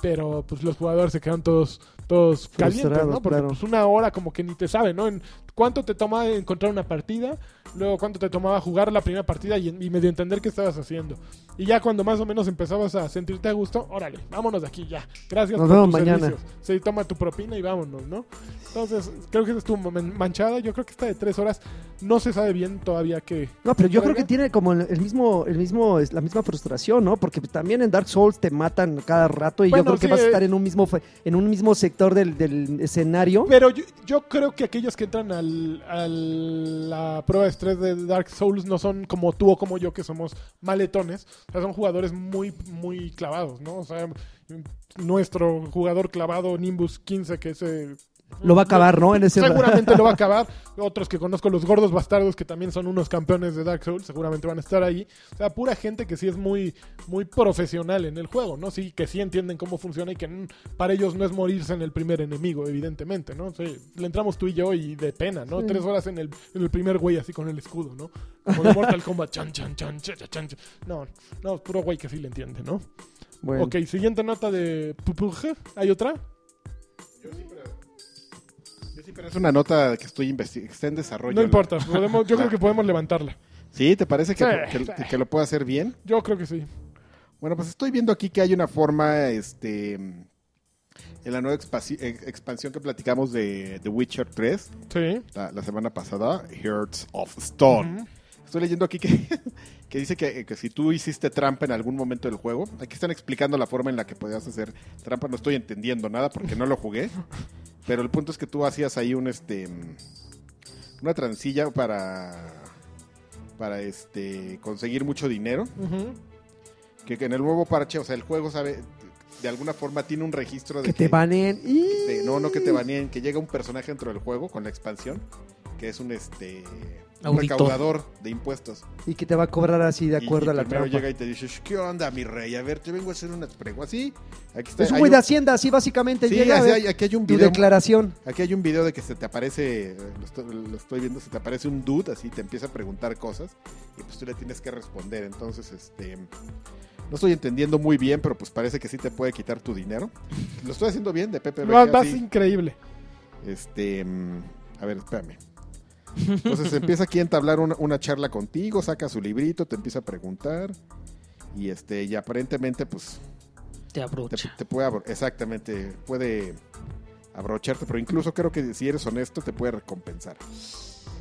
pero pues los jugadores se quedaron todos, todos calientes, Frustrados, ¿no? Porque claro. pues una hora como que ni te sabe, ¿no? En cuánto te toma encontrar una partida, luego cuánto te tomaba jugar la primera partida y, y medio entender qué estabas haciendo. Y ya cuando más o menos empezabas a sentirte a gusto, órale, vámonos de aquí ya. Gracias Nos por vemos tus mañana. servicios. Sí, toma tu propina y vámonos, ¿no? Entonces, creo que esa estuvo man- manchada. Yo creo que esta de tres horas no se sabe bien todavía que... No, pero yo creo ¿Juega? que tiene como el, el mismo, el mismo, es la misma frustración, ¿no? Porque también en Dark Souls te matan cada rato y Bueno, yo creo que sí, vas a eh. estar en un mismo, fe- en un mismo sector del, del escenario. Pero yo, yo creo que aquellos que entran al, a la prueba de estrés de Dark Souls no son como tú o como yo, que somos maletones. O sea, son jugadores muy, muy clavados, ¿no? O sea, nuestro jugador clavado, Nimbus 15, que eh, se... Lo va a acabar, ¿no? En ese Seguramente lo va a acabar. Otros que conozco, los gordos bastardos, que también son unos campeones de Dark Souls, seguramente van a estar ahí. O sea, pura gente que sí es muy, muy profesional en el juego, ¿no? Sí, que sí entienden cómo funciona y que mm, para ellos no es morirse en el primer enemigo, evidentemente, ¿no? Sí, le entramos tú y yo y de pena, ¿no? Tres horas en el, en el primer güey así con el escudo, ¿no? Como de Mortal Kombat, chan, chan, chan, chan, chan, chan. No, no, puro güey que sí le entiende, ¿no? <laughs> Bueno, Ok, siguiente nota de Pupuje. ¿Hay otra? Sí, pero es una nota que estoy investi- que está en desarrollo. No importa, podemos, yo creo que podemos levantarla. ¿Sí? ¿Te parece que, Sí. que- que lo puedo hacer bien? Yo creo que sí. Bueno, pues estoy viendo aquí que hay una forma, este, en la nueva expasi- eh, expansión que platicamos de The Witcher 3, Sí. la, la semana pasada, Hearts of Stone. Ujú. Estoy leyendo aquí que, <laughs> que dice que, que si tú hiciste trampa en algún momento del juego, aquí están explicando la forma en la que podías hacer trampa, no estoy entendiendo nada porque no lo jugué, pero el punto es que tú hacías ahí un este una transilla para para este conseguir mucho dinero, Ujú. que que en el nuevo parche, o sea, el juego sabe de alguna forma tiene un registro de que te baneen. Y... de- no, no que te baneen, que llega un personaje dentro del juego con la expansión, que es un este un Auditor. recaudador de impuestos. Y que te va a cobrar así de Y- acuerdo y a la primero trampa. llega y te dice, "Sh, ¿qué onda, mi rey? A ver, te vengo a hacer unas preguntas. Así, aquí está. Es un hay güey un- de Hacienda, así básicamente Sí, llega a así ver hay- aquí hay un tu video. declaración. Aquí hay un video de que se te aparece, eh, lo estoy, lo estoy viendo, se te aparece un dude, así te empieza a preguntar cosas y pues tú le tienes que responder. Entonces, este, no estoy entendiendo muy bien, pero pues parece que sí te puede quitar tu dinero. Lo estoy haciendo bien de Pepe Vas, Vega, vas sí. increíble. Este. mm, A ver, espérame. Entonces empieza aquí a entablar una, una charla contigo, saca su librito, te empieza a preguntar. Y este, y aparentemente, pues, Te te, abrocha. te puede abro- exactamente, puede abrocharte, pero incluso creo que si eres honesto, te puede recompensar.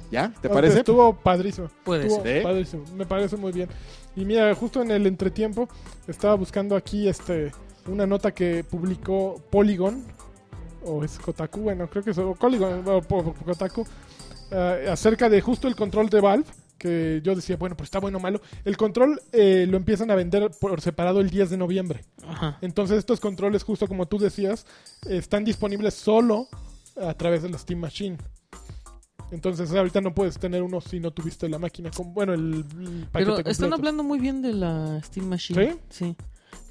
¿Ya? ¿Te Entonces, parece? Estuvo padrísimo. Puede Estuvo ser. ¿Eh? padrísimo. Me parece muy bien. Y mira, justo en el entretiempo estaba buscando aquí este una nota que publicó Polygon o es Kotaku, bueno, creo que es o Polygon o po- Kotaku eh, acerca de justo el control de Valve que yo decía, bueno, pero está bueno o malo. El control eh, lo empiezan a vender por separado el 10 de noviembre. Ajá. Entonces estos controles, justo como tú decías, están disponibles solo a través de la Steam Machine. Entonces ahorita no puedes tener uno si no tuviste la máquina con bueno el, el paquete Pero están completo. hablando muy bien de la Steam Machine. ¿Sí?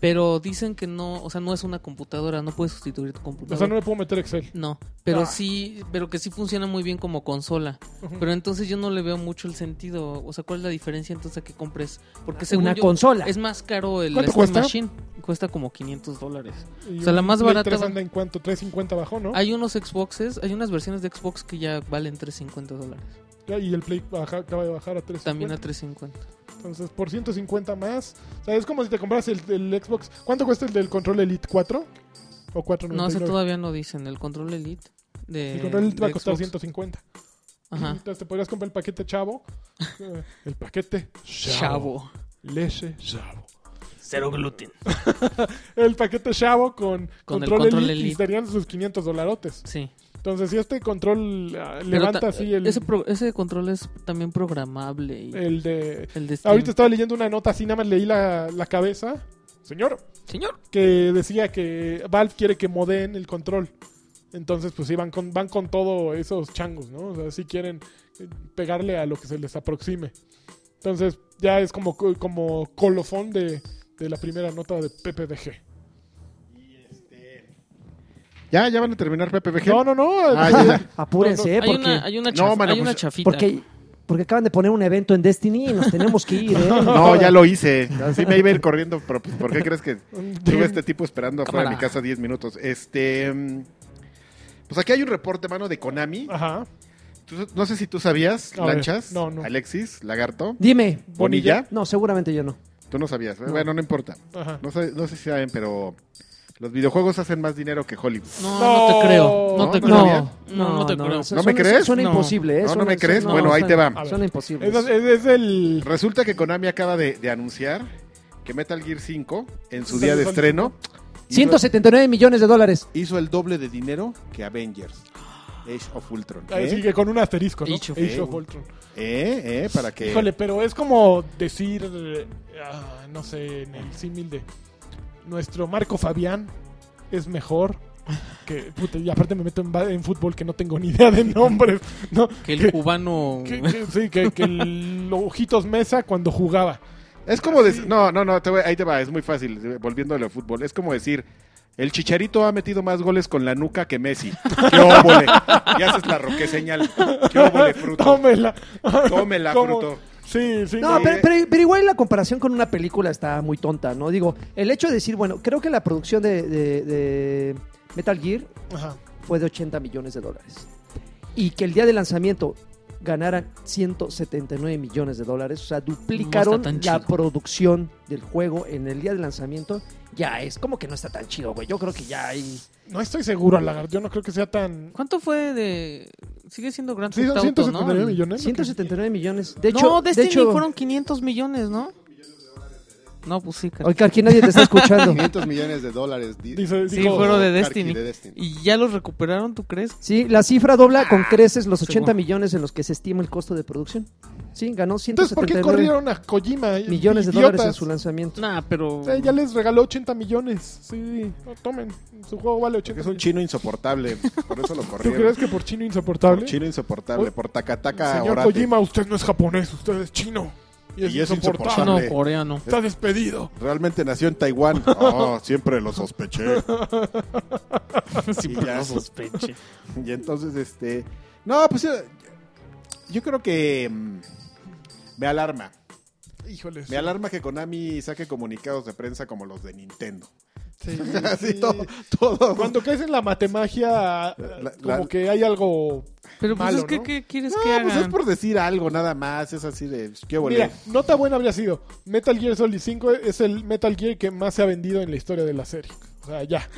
Pero dicen que no, o sea, no es una computadora, no puedes sustituir tu O sea, no computadora. le puedo meter Excel. No, pero Ah. sí, pero que sí funciona muy bien como consola. Ujú. Pero entonces yo no le veo mucho el sentido. O sea, ¿cuál es la diferencia entonces a que compres? Porque según una yo, consola. <laughs> es más caro el ¿Cuánto Steam cuesta? Machine. Cuesta como 500 dólares. <laughs> Y O sea, la un más Play barata 3 va- anda en cuánto? 350 bajó, ¿no? Hay unos Xboxes, hay unas versiones de Xbox que ya valen 350 dólares. Y el Play baja- acaba de bajar a 350. También a 350. Entonces, por 150 más. O sea, es como si te compras el, el Xbox. ¿Cuánto cuesta el del control Elite 4? ¿O 4.99? No, ese todavía no dicen. El control Elite. De, El control Elite va a de costar Xbox. 150. Ajá. Entonces, te podrías comprar el paquete chavo. Eh, el paquete Chavo. Leche chavo. Cero gluten. <laughs> El paquete chavo con, Con el control, control Elite, Elite. y serían sus 500 dolarotes. Sí. Entonces, si este control ah, Pero levanta ta- así el, Ese, pro- ese control es también programable. Y el de... el de Steam. Ahorita estaba leyendo una nota así, nada más leí la, la cabeza. Señor, Señor. que decía que Valve quiere que modeen el control. Entonces, pues sí, van con, van con todo esos changos, ¿no? O sea, sí quieren eh, pegarle a lo que se les aproxime. Entonces, ya es como, co- como colofón de, de la primera nota de PPBG. Ya, ya van a terminar PPBG. No, no, no. <laughs> Ah, ya. Apúrense, ¿eh? Hay porque, una, hay una, No, chaf- mano, hay una pues, chafita. porque, porque acaban de poner un evento en Destiny y nos tenemos que <laughs> ir, ¿eh? <laughs> No, ya lo hice. Así me iba a ir corriendo, pero pues, ¿por qué crees que tuve a este tipo esperando afuera de mi Cámara. casa 10 minutos? Este. mm, Pues aquí hay un reporte, mano, de Konami. Ajá. Tú- no sé si tú sabías, A ver, Lanchas, no, no. Alexis, Lagarto, Dime. Bonilla. No, seguramente yo no. Tú no sabías. ¿eh? Bueno, no importa. Ajá. No sé, no sé si saben, pero los videojuegos hacen más dinero que Hollywood. No, no, te creo. No, No, te no creo. sabía. No, no, te creo. ¿No me suena- crees? Suena No. imposible, ¿eh? ¿No, no Suena- me crees? suena- bueno, ahí te va. suena- A ver. Suena imposible. pues, Es, es- es el... Resulta que Konami acaba de, de anunciar que Metal Gear 5, en su día de Son- estreno, hizo, 179 millones de dólares. hizo el doble de dinero que Avengers. Age of Ultron. ahí ¿Eh? Sigue con un asterisco, ¿no? Age of Age of Ultron. Ultron. ¿Eh? ¿Eh? Para que... Híjole, pero es como decir, eh, ah, no sé, en el símil de nuestro Marco Fabián es mejor <laughs> que puta, y aparte me meto en, ba- en fútbol que no tengo ni idea de nombres, <laughs> ¿no? Que <laughs> el cubano. Que, que- sí, que, que el Ojitos Mesa cuando jugaba. Es como decir... No, no, no, te voy- ahí te va, es muy fácil, volviendo al fútbol. Es como decir, el Chicharito ha metido más goles con la nuca que Messi. ¡Qué óvole! y haces la roque señal. <laughs> ¡Qué óvole, fruto! Tómela. Tómela, ¿Cómo? fruto. Sí, sí. No, Sí. pero, pero- pero igual la comparación con una película está muy tonta, ¿no? Digo, el hecho de decir, bueno, creo que la producción de, de- de Metal Gear Ajá. fue de 80 millones de dólares. Y que el día de lanzamiento ganaran 179 millones de dólares, o sea, duplicaron tan la chido. producción del juego en el día de lanzamiento, ya es como que no está tan chido, güey. Yo creo que ya hay... No estoy seguro, Lagarde. Yo no creo que sea tan... ¿Cuánto fue de.? Sigue siendo Grand Sí, Theft son Auto, 179 ¿no? millones. lo que- 179 millones. De hecho, no, Destiny de hecho, fueron 500 millones, ¿no? No, pues sí, cara. Oye, aquí nadie te está <laughs> escuchando. 500 millones de dólares. di- Dice, Sí, dijo- fueron de Karki Destiny. de Destiny. ¿Y ya los recuperaron, tú crees? Sí, la cifra dobla Ah, con creces los 80 seguro. millones en los que se estima el costo de producción. Sí, ganó Entonces, ¿por qué 179 corrieron a Kojima? millones de dólares en Idiotas. su lanzamiento. Nah, pero. O sea, Eh, ya les regaló 80 millones. Sí, no, tomen. Su juego vale 80 Porque es un millones. chino insoportable. Por eso lo ¿Tú crees corrieron. que por chino insoportable? Por chino insoportable. Por tacataca Señor orate. Kojima, usted no es japonés, usted es chino. Y es, Y es insoportable. Chino insoportable. coreano. Está despedido. Realmente nació en Taiwán. Oh, siempre lo sospeché. <laughs> Siempre ya. lo sospeché. <laughs> Y entonces, este. No, pues. eh, Yo creo que. mm, me alarma. Híjoles. Me alarma que Konami saque comunicados de prensa como los de Nintendo. Sí, sí, <laughs> Así sí. todo. todo. Cuando caes en la matemagia, La- como la- que hay algo. Pero pues Malo, es que, ¿no? ¿qué quieres No, que hagan? pues es por decir algo nada más. Es así de. ¿Qué volé? Mira, nota buena habría sido. Metal Gear Solid 5 es el Metal Gear que más se ha vendido en la historia de la serie. O sea, ya.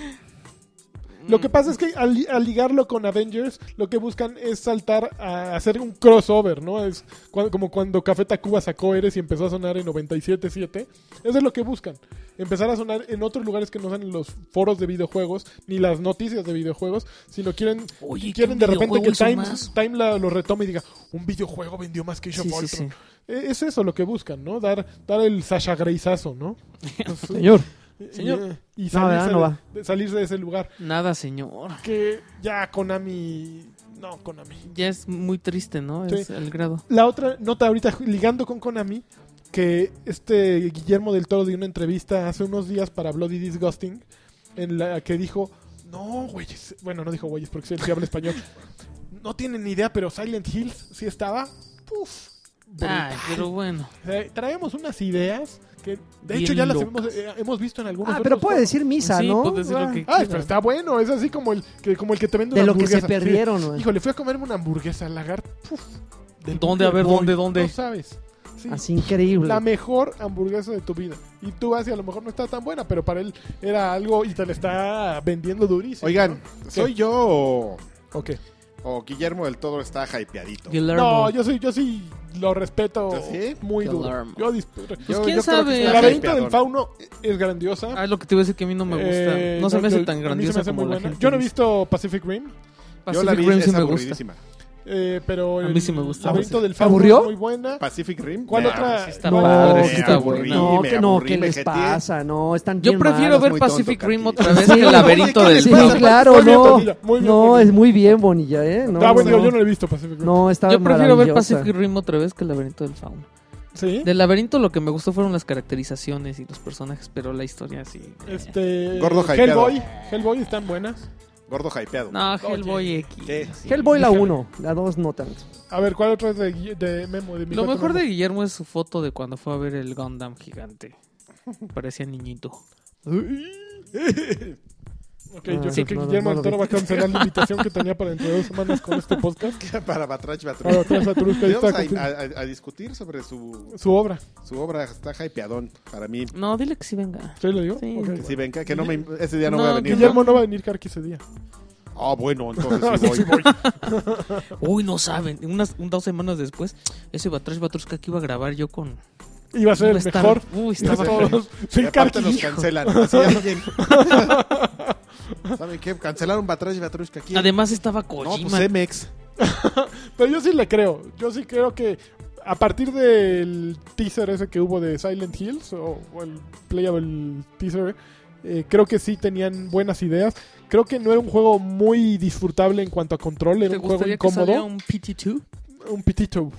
Lo que pasa es que al, al ligarlo con Avengers, lo que buscan es saltar a hacer un crossover, ¿no? Es cua- como cuando Café Tacuba sacó Eres y empezó a sonar en 97.7. Eso es lo que buscan. Empezar a sonar en otros lugares que no sean los foros de videojuegos, ni las noticias de videojuegos, sino quieren, Oye, que quieren un de repente que videojuego hizo Time, más. Time la- lo retome y diga, un videojuego vendió más que Age of Sí, sí, Ultron". sí. Eh, Es eso lo que buscan, ¿no? Dar, dar el Sasha Greysazo, <laughs> ¿no? Señor. Señor. Y, y No, ¿verdad? salirse No de- va. de- salirse de ese lugar Nada, señor. que ya Konami. No, Konami. Ya es muy triste, ¿no? Sí. Es el grado. La otra nota ahorita ligando con Konami que este Guillermo del Toro dio una entrevista hace unos días para Bloody Disgusting en la que dijo, no, güeyes, bueno, no dijo güeyes porque él sí habla español. <laughs> No tienen ni idea, pero Silent Hills sí estaba. Puf. Ay, pero bueno. Eh, Traemos unas ideas que de Bien hecho ya las locas. hemos, eh, hemos visto en algunos Ah, pero otros puede juegos. decir misa, Sí, ¿no? pues, puedes decir lo Ah, que Ay, quieras. pero está bueno, es así como el que como el que te vende una De lo que se hamburguesa. Sí. perdieron, güey. Híjole, fui a comerme una hamburguesa, lagar. puf, del ¿Dónde? A ver, Burger ¿dónde, Boy. dónde? No sabes. Sí. Así increíble. La mejor hamburguesa de tu vida. Y tú vas y a lo mejor no está tan buena, pero para él era algo y te la está vendiendo durísimo. Oigan, ¿Qué? ¿soy yo o, Ok. o Guillermo del Todo está hypeadito? Guillermo. No, yo sí, yo sí lo respeto ¿Sí? muy ¿Ah, Qué duro. alarma. Yo disp- Pues quién creo que sabe. está El laberinto hypeador. del fauno es grandiosa. Ah, es lo que te iba a decir que a mí no me gusta. Eh, no se me hace yo- a tan mí grandiosa se me hace como muy la buena. gente. Yo no he dice. visto Pacific Rim, Yo Pacific la vi, Rim sí me es gusta. aburridísima. eh, pero A el mí sí me gusta. laberinto del ¿Te fauno aburrió? es muy buena. Pacific Rim. ¿Cuál nah, otra? sí está- Está No, padre, sí sí me está aburrí. buena. No, me que no, aburrí, ¿qué me les jeteé. pasa? No, están bien Yo prefiero malas. ver muy Pacific tonto, Rim Katy. otra vez que el laberinto Oye, ¿qué del les Sí, fauno. pasa? claro, Muy bien, no. Bonilla, muy bien, no, Bonilla. es muy bien, Bonilla, ¿eh? No, Está bueno, no, yo no lo he visto Pacific Rim. No, está Yo prefiero ver maravillosa. Pacific Rim otra vez que el laberinto del fauno. ¿Sí? Del laberinto lo que me gustó fueron las caracterizaciones y los personajes, pero la historia sí. eh. Este, Gordo hypeado. Hellboy, Hellboy están buenas. Gordo hypeado. No, Hellboy X. ¿Qué? sí. Hellboy la 1, la 2 no tanto. A ver, ¿cuál otro es de, Gui- de Memo? De mi Lo gato mejor Memo? de Guillermo es su foto de cuando fue a ver el Gundam gigante. Parecía niñito. <laughs> Ok, Ah, yo sí, creo que no, no, Guillermo no lo del Toro vi. va a <laughs> cancelar la invitación que tenía para dentro de dos semanas con este podcast. <laughs> Para Batrach Batrach. Ahora traes a Turusca y Vamos está a, con a- a- a discutir sobre su, su obra. su obra. Está hypeadón para mí. No, dile que sí venga. ¿Sí lo digo? Sí. Ok. Que si ven que, que no me, ese día no, No, voy a venir. Guillermo no va a venir Carqui ese día. Ah, bueno, entonces sí voy. Uy, no saben. Unas un, dos semanas después, ese Batrash Batrushka que iba a grabar yo con. Iba a ser el Iba a estar- mejor. Uy, de estaba. <laughs> todos. Y Sí, aparte Karki. nos cancelan. Así ya está bien. <laughs> ¿Saben qué? Cancelaron Batrach Batrach aquí. Además estaba no, Kojima. eh, pues MX. Pero yo sí le creo. Yo sí creo que a partir del teaser ese que hubo de Silent Hills o, o el playable teaser, eh, creo que sí tenían buenas ideas. Creo que no era un juego muy disfrutable en cuanto a control, era ¿Te un juego gustaría que saliera incómodo. Un... un PT2? pitito.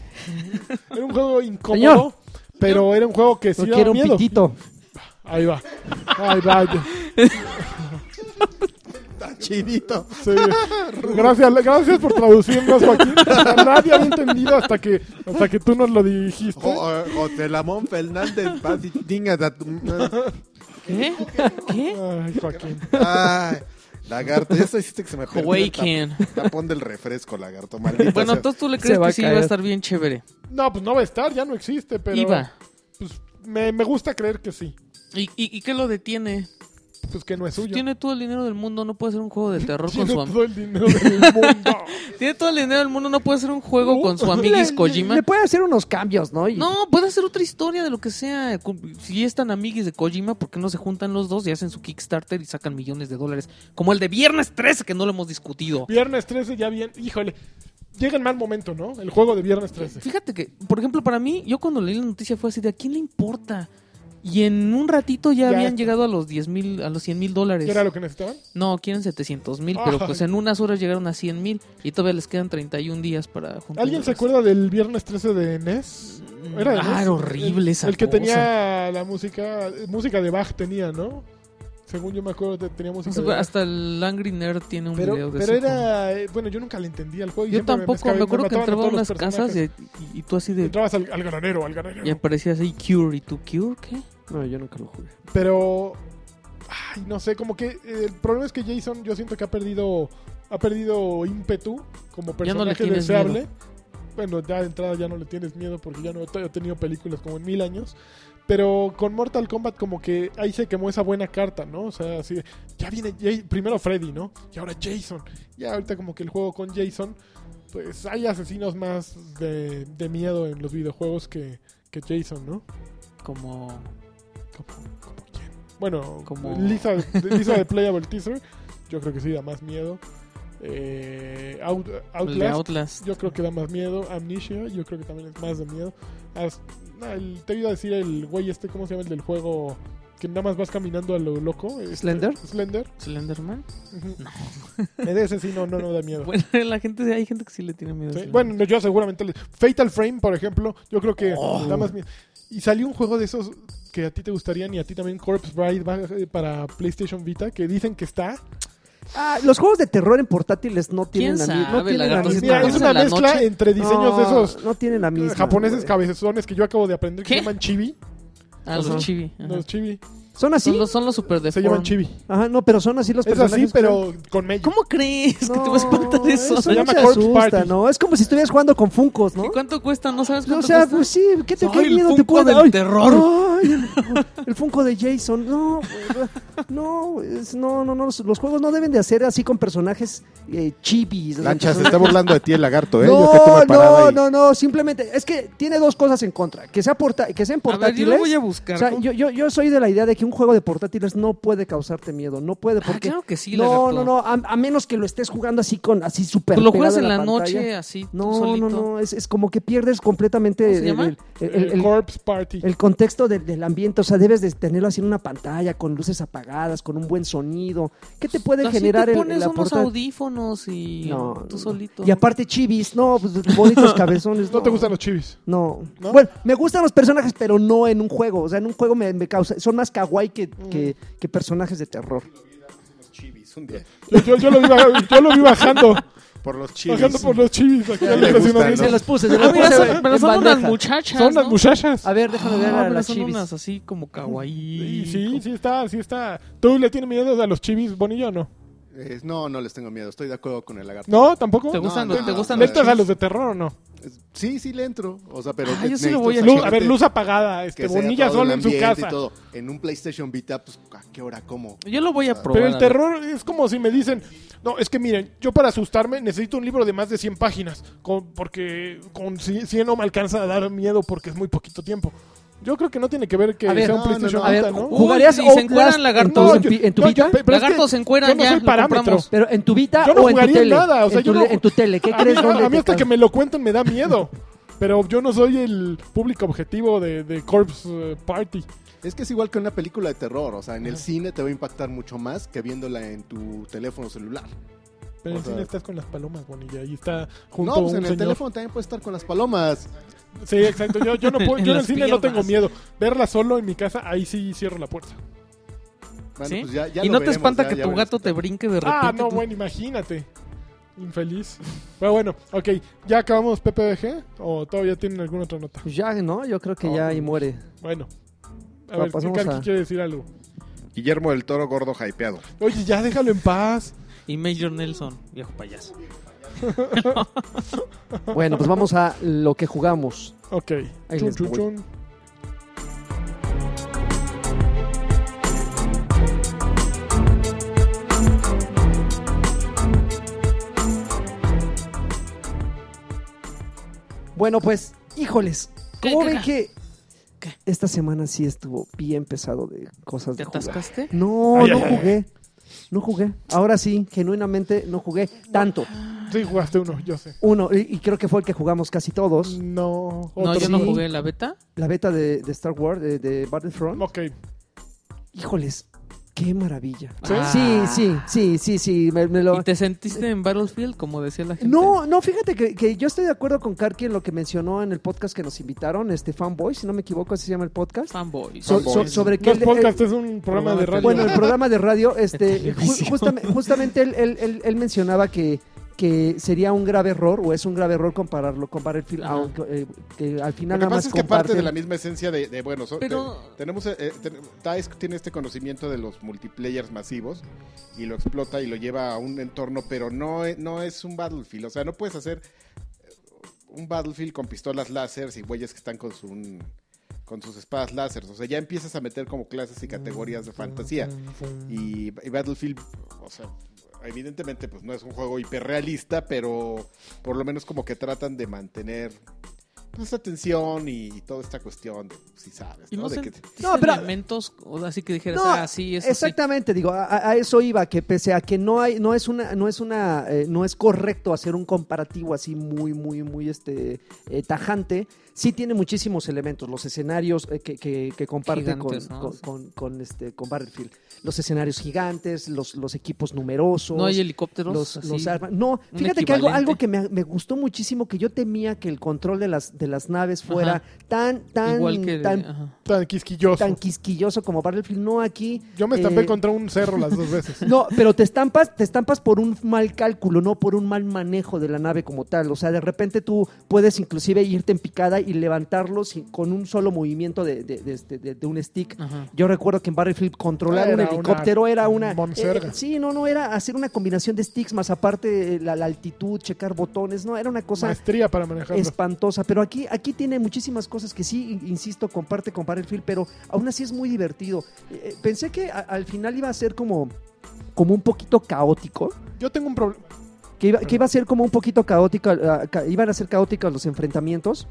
era un juego incómodo, Señor. pero era un juego que sí No daba quiero un miedo. pitito. Ahí va. Ahí va. Está chidito. Sí. Gracias, gracias por traducirnos, Joaquín. Nadie había entendido hasta que, hasta que tú nos lo dijiste. O, o- o te Lamón Fernández. vas y chingas a tu- ¿Eh? ¿Qué? <laughs> ¿Qué? Ay, Joaquín. Ay, lagarto. Ya se hiciste que se me perdió el tap- Awaken. tapón del refresco, lagarto. Maldito. Bueno, sea. entonces tú le Se crees va que a sí iba a caer. estar bien chévere. No, pues no va a estar, ya no existe, pero. Iba. Pues me, me gusta creer que sí. ¿Y, y, y qué lo detiene? Pues que no es suyo. Tiene todo el dinero del mundo, no puede hacer un juego de <laughs> terror con Tiene su amigo. todo el dinero del mundo. <laughs> Tiene todo el dinero del mundo, no puede hacer un juego con su amiguis Le- Kojima. Le puede hacer unos cambios, ¿no? Y- No, puede hacer otra historia de lo que sea. Con- Si es tan amiguis de Kojima, ¿por qué no se juntan los dos y hacen su Kickstarter y sacan millones de dólares? Como el de Viernes 13, que no lo hemos discutido. Viernes 13 ya bien. Híjole. Llega en mal momento, ¿no? El juego de Viernes 13. Fíjate que, por ejemplo, para mí, yo cuando leí la noticia fue así de, ¿a quién le importa? Y en un ratito ya, Ya habían está. llegado a los 10 mil, a los 100 mil ¿Qué dólares. era lo que necesitaban? No, quieren 700 mil, pero pues Ay. en unas horas llegaron a 100 mil y todavía les quedan 31 días para juntar. ¿Alguien el se resto. acuerda del Viernes 13 de E NES? Era de Ah, NES. era horrible El- esa El que cosa. tenía la música. Música de Bach tenía, ¿no? Según yo me acuerdo, te- tenía No música sé, de Bach. hasta el Angry Nerd tiene un video Pero, de pero ese juego. era. eh, bueno, yo nunca le entendía el juego. y Yo siempre tampoco, mezclaba- me acuerdo que mataban a entraba a todos los unas casas y, personajes. y- y tú así de... Entrabas al, al granero, al granero. Y aparecía así Cure y tú Cure, ¿qué? No, yo nunca lo jugué. Pero. Ay, no sé, como que. eh, el problema es que Jason, yo siento que ha perdido. Ha perdido ímpetu como Ya no le personaje tienes deseable. Bueno, ya de entrada ya no le tienes miedo porque ya no te- ha tenido películas como en mil años. Pero con Mortal Kombat, como que ahí se quemó esa buena carta, ¿no? O sea, así. de, Ya viene. Jay- primero Freddy, ¿no? Y ahora Jason. Y ahorita, como que el juego con Jason. Pues hay asesinos más de, de miedo en los videojuegos que, que Jason, ¿no? Como... Como, como quién. Bueno, Como- Lisa, Lisa de Playable Teaser, yo creo que sí da más miedo. Eh, Out- el de Outlast, Outlast. yo creo que da más miedo. Amnesia, yo creo que también es más de miedo. As- ah, el- te iba a decir el güey este, ¿cómo se llama? El del juego que nada más vas caminando a lo loco. este, ¿Slender? Slender. ¿Slenderman? No. De ese sí, no, no, no <laughs> da miedo. Bueno, la gente, hay gente que sí le tiene miedo. a Sí, Slenderman. Bueno, no, yo seguramente. le- Fatal Frame, por ejemplo, yo creo que da más miedo. Y salió un juego de esos que a ti te gustarían y a ti también, Corpse Bride va- eh, para PlayStation Vita, que dicen que está. Ah, los juegos de terror en portátiles no ¿Quién tienen la, mi- Ah, no sabe, tienen la lagartos? misma. Mira, es ¿Vamos una en la mezcla noche? entre diseños de No, esos eh, No tienen la misma. japoneses güey. cabezones que yo acabo de aprender que ¿Qué? se llaman chibi. Ah, los Ajá. chibi. ajá. Los chibi. Son así. Son los, son los super de Se llaman form. chibi. Ajá, no, pero son así los Es así, personajes. pero con medio. ¿Cómo crees que te No, vas a espantar de eso? no llama se Corpse asusta, Party. ¿no? Es como si estuvieras jugando con Funcos, ¿no? ¿Y cuánto cuesta? ¿No sabes O cuánto sea, cuesta? pues sí, ¿qué te Soy qué el miedo te Funko puede del Ay, terror. ay, el, el Funko de Jason. No, güey, no, es- no, no, no, los, los juegos no deben de hacer así con personajes eh, chibis. Lancha, se está burlando de ti el lagarto, ¿eh? Yo que No, tengo parada no, ahí. no, no, simplemente es que tiene dos cosas en contra, que sea porta, que a ver, sean yo pues, portátiles. lo voy a buscar. O sea, ¿Cómo? yo, yo, yo soy de la idea de que un juego de portátiles no puede causarte miedo, no puede Ah, porque claro que sí, no, lagarto. no, no, a, a menos que lo estés jugando así con así súper Tú lo pegado juegas en la, pantalla. noche, así, tú No, no, solito. no, es, es como que pierdes completamente ¿Cómo se el- llama? el- el- El, el- Corpse Party. el contexto del, del ambiente, o sea, debes de tenerlo así en una pantalla, con luces apagadas, con un buen sonido. ¿Qué te puede Así generar te el- pones la unos portada? audífonos y No, tú no. solito. Y aparte chivis, no, pues <laughs> bonitos cabezones. ¿No te gustan los chivis? No. ¿No? Bueno, me gustan los personajes, pero no en un juego. O sea, en un juego me, me causa. Son más kawaii que, Mm. que, que personajes de terror. Chivis, un día. Yo, yo- yo lo, vi, baj- yo lo vi bajando. Por los chivis. Bajando por los chivis. Aquí Ya en le la gustan, ciudad. ¿no? Se los puse, Ah, mira, son- pero son unas muchachas. Son las ¿no? muchachas. A ver, déjame ver Ah, a pero las son chivis. unas así como kawaii. Sí, sí, sí está, sí está. ¿Tú le tienes miedo a los chivis, Bonillo, o no? Eh, no, no les tengo miedo. Estoy de acuerdo con el lagarto. ¿No? ¿Tampoco? ¿Te gustan, no, los- te no, gustan ¿Le los entras a chivis? los de terror o no? Es- Sí, sí le entro. O sea, pero... Ah, ne- yo sí lo necesito voy a Luz- saber a ver, que- luz apagada. que Este, sea Bonilla todo solo el en su ambiente y casa. todo. En un PlayStation Vita, pues, ¿a qué hora? ¿Cómo? Yo lo voy a probar. Pero el a ver. terror es como si me dicen, no, es que miren, yo para asustarme necesito un libro de más de 100 páginas, con- porque con 100 no me alcanza a dar miedo porque es muy poquito tiempo. Yo creo que no tiene que ver que A ver, sea no, un PlayStation no, A ver, Vita, ¿no? Uy, ¿jugarías si se Outlast encueran en tu, lagartos. en, pi- en tu No, vida? yo- pe- pero es que Lagartos se encueran, yo no ya, soy lo parámetro. compramos. pero en tu vida Yo no o en tu jugaría tele. nada. O sea, en, tu, yo no- en tu tele, ¿qué A crees? mí, dónde a mí te hasta cabe? que me lo cuenten me da miedo. Pero yo no soy el público objetivo de, de Corpse eh, Party. Es que es igual que una película de terror. O sea, en el cine te va a impactar mucho más que viéndola en tu teléfono celular. Pero O en sea- cine estás con las palomas, Bonilla, y está junto no, a un pues en el señor. teléfono también puedes estar con las palomas. Sí, exacto. Yo, <laughs> yo no puedo- En yo en el las cine no piernas. tengo miedo. Verla solo en mi casa, ahí sí cierro la puerta. Bueno, ¿Sí? pues ya- ya y lo no te veremos, espanta ya- que ya tu veremos gato qué te tal. brinque de repente. Ah, no, tú- bueno, imagínate. Infeliz. Pero bueno, ok. ¿Ya acabamos PPBG? ¿O todavía tienen alguna otra nota? Pues ya, ¿no? Yo creo que ya ahí <laughs> muere. Bueno. A Bueno, ver, pasamos Karki a- quiere decir algo. Guillermo del Toro gordo hypeado. Oye, ya déjalo en paz. Y Major Nelson, viejo payaso. Bueno, pues vamos a lo que jugamos. Ok. Ahí Chun, les chun, voy. chun. Bueno, pues, híjoles, ¿Qué, ¿cómo qué, ven qué? que ¿Qué? esta semana sí estuvo bien pesado de cosas ¿Te de jugar? atascaste? No, Ay, no ay, ay. jugué. No jugué. Ahora sí, genuinamente no jugué tanto. Sí, jugaste uno, yo sé. Uno, y, y creo que fue el que jugamos casi todos. No, No, otro yo no sí. jugué la beta. La beta de, de Star Wars, de, de Battlefront. Ok. Híjoles, qué maravilla. ¿Sí? Sí, sí, sí, sí, sí. me- me lo- ¿Y te sentiste en Battlefield, como decía la gente? No, no, fíjate que, que yo estoy de acuerdo con Karki en lo que mencionó en el podcast que nos invitaron, este Fanboy, si no me equivoco, así se llama el podcast. Fanboys. So- so- Fanboys. sobre No que es él- podcast, es un programa de radio. Bueno, el este programa de <laughs> radio, De este, ju- televisión. justamente, justamente él, él- él- él mencionaba que, que sería un grave error, o es un grave error compararlo con Battlefield, Ajá. aunque, eh, que al Lo final que nada pasa más es que parte de comparten. la misma esencia de, de, bueno, so- Pero- te- tenemos, eh, eh, ten- Dice tiene este conocimiento de los multiplayers masivos y lo explota y lo lleva a un entorno, pero no, e- no es un Battlefield, o sea, no puedes hacer eh, un Battlefield con pistolas láseres y güeyes que están con su un- con sus espadas láseres, o sea, ya empiezas a meter como clases y categorías de fantasía y, y Battlefield, o sea, evidentemente pues no es un juego hiperrealista, pero por lo menos como que tratan de mantener pues, esa tensión y, y toda esta cuestión de si sabes, ¿Y ¿no? no De sen- que te- sentiste No, pero- elementos o así que dijeras, No, ah, sí, eso sí"? Exactamente, digo, a- a, a eso iba, que pese a que no hay, no es una, no es una, eh, no es correcto hacer un comparativo así muy, muy, muy este eh, tajante, sí tiene muchísimos elementos, los escenarios eh, que, que, que comparte con, Gigantes, ¿no? con, con- con, este con Battlefield, los escenarios gigantes, los, los equipos numerosos, No hay helicópteros. los, así. los armas. No, Un fíjate que algo, equivalente. algo que me, me gustó muchísimo, que yo temía que el control de las, de las naves fuera Ajá. tan, tan, Igual que... ah. tan, ajá. Tan quisquilloso. tan quisquilloso como Battlefield. No aquí. Yo me estampé eh, contra un cerro las dos <laughs> veces. No, pero te estampas, te estampas por un mal cálculo, no por un mal manejo de la nave como tal. O sea, de repente tú puedes inclusive irte en picada y levantarlo sin- con un solo movimiento de, de- de este- de- de un stick. Ajá. Yo recuerdo que en Battlefield controlar Era un una helicóptero era una... monserga. eh, sí, no, no, era hacer una combinación de sticks más aparte eh, la, la altitud, checar botones, no, era una cosa Maestría para manejarlo. espantosa. Pero aquí, aquí tiene muchísimas cosas que sí, in- insisto, comparte con Battlefield, pero aún así es muy divertido. Eh, eh, Pensé que a- al final iba a ser como, como un poquito caótico. Yo tengo un problema. Que iba, que iba a ser como un poquito caótico, ah, ca- iban a ser caóticos los enfrentamientos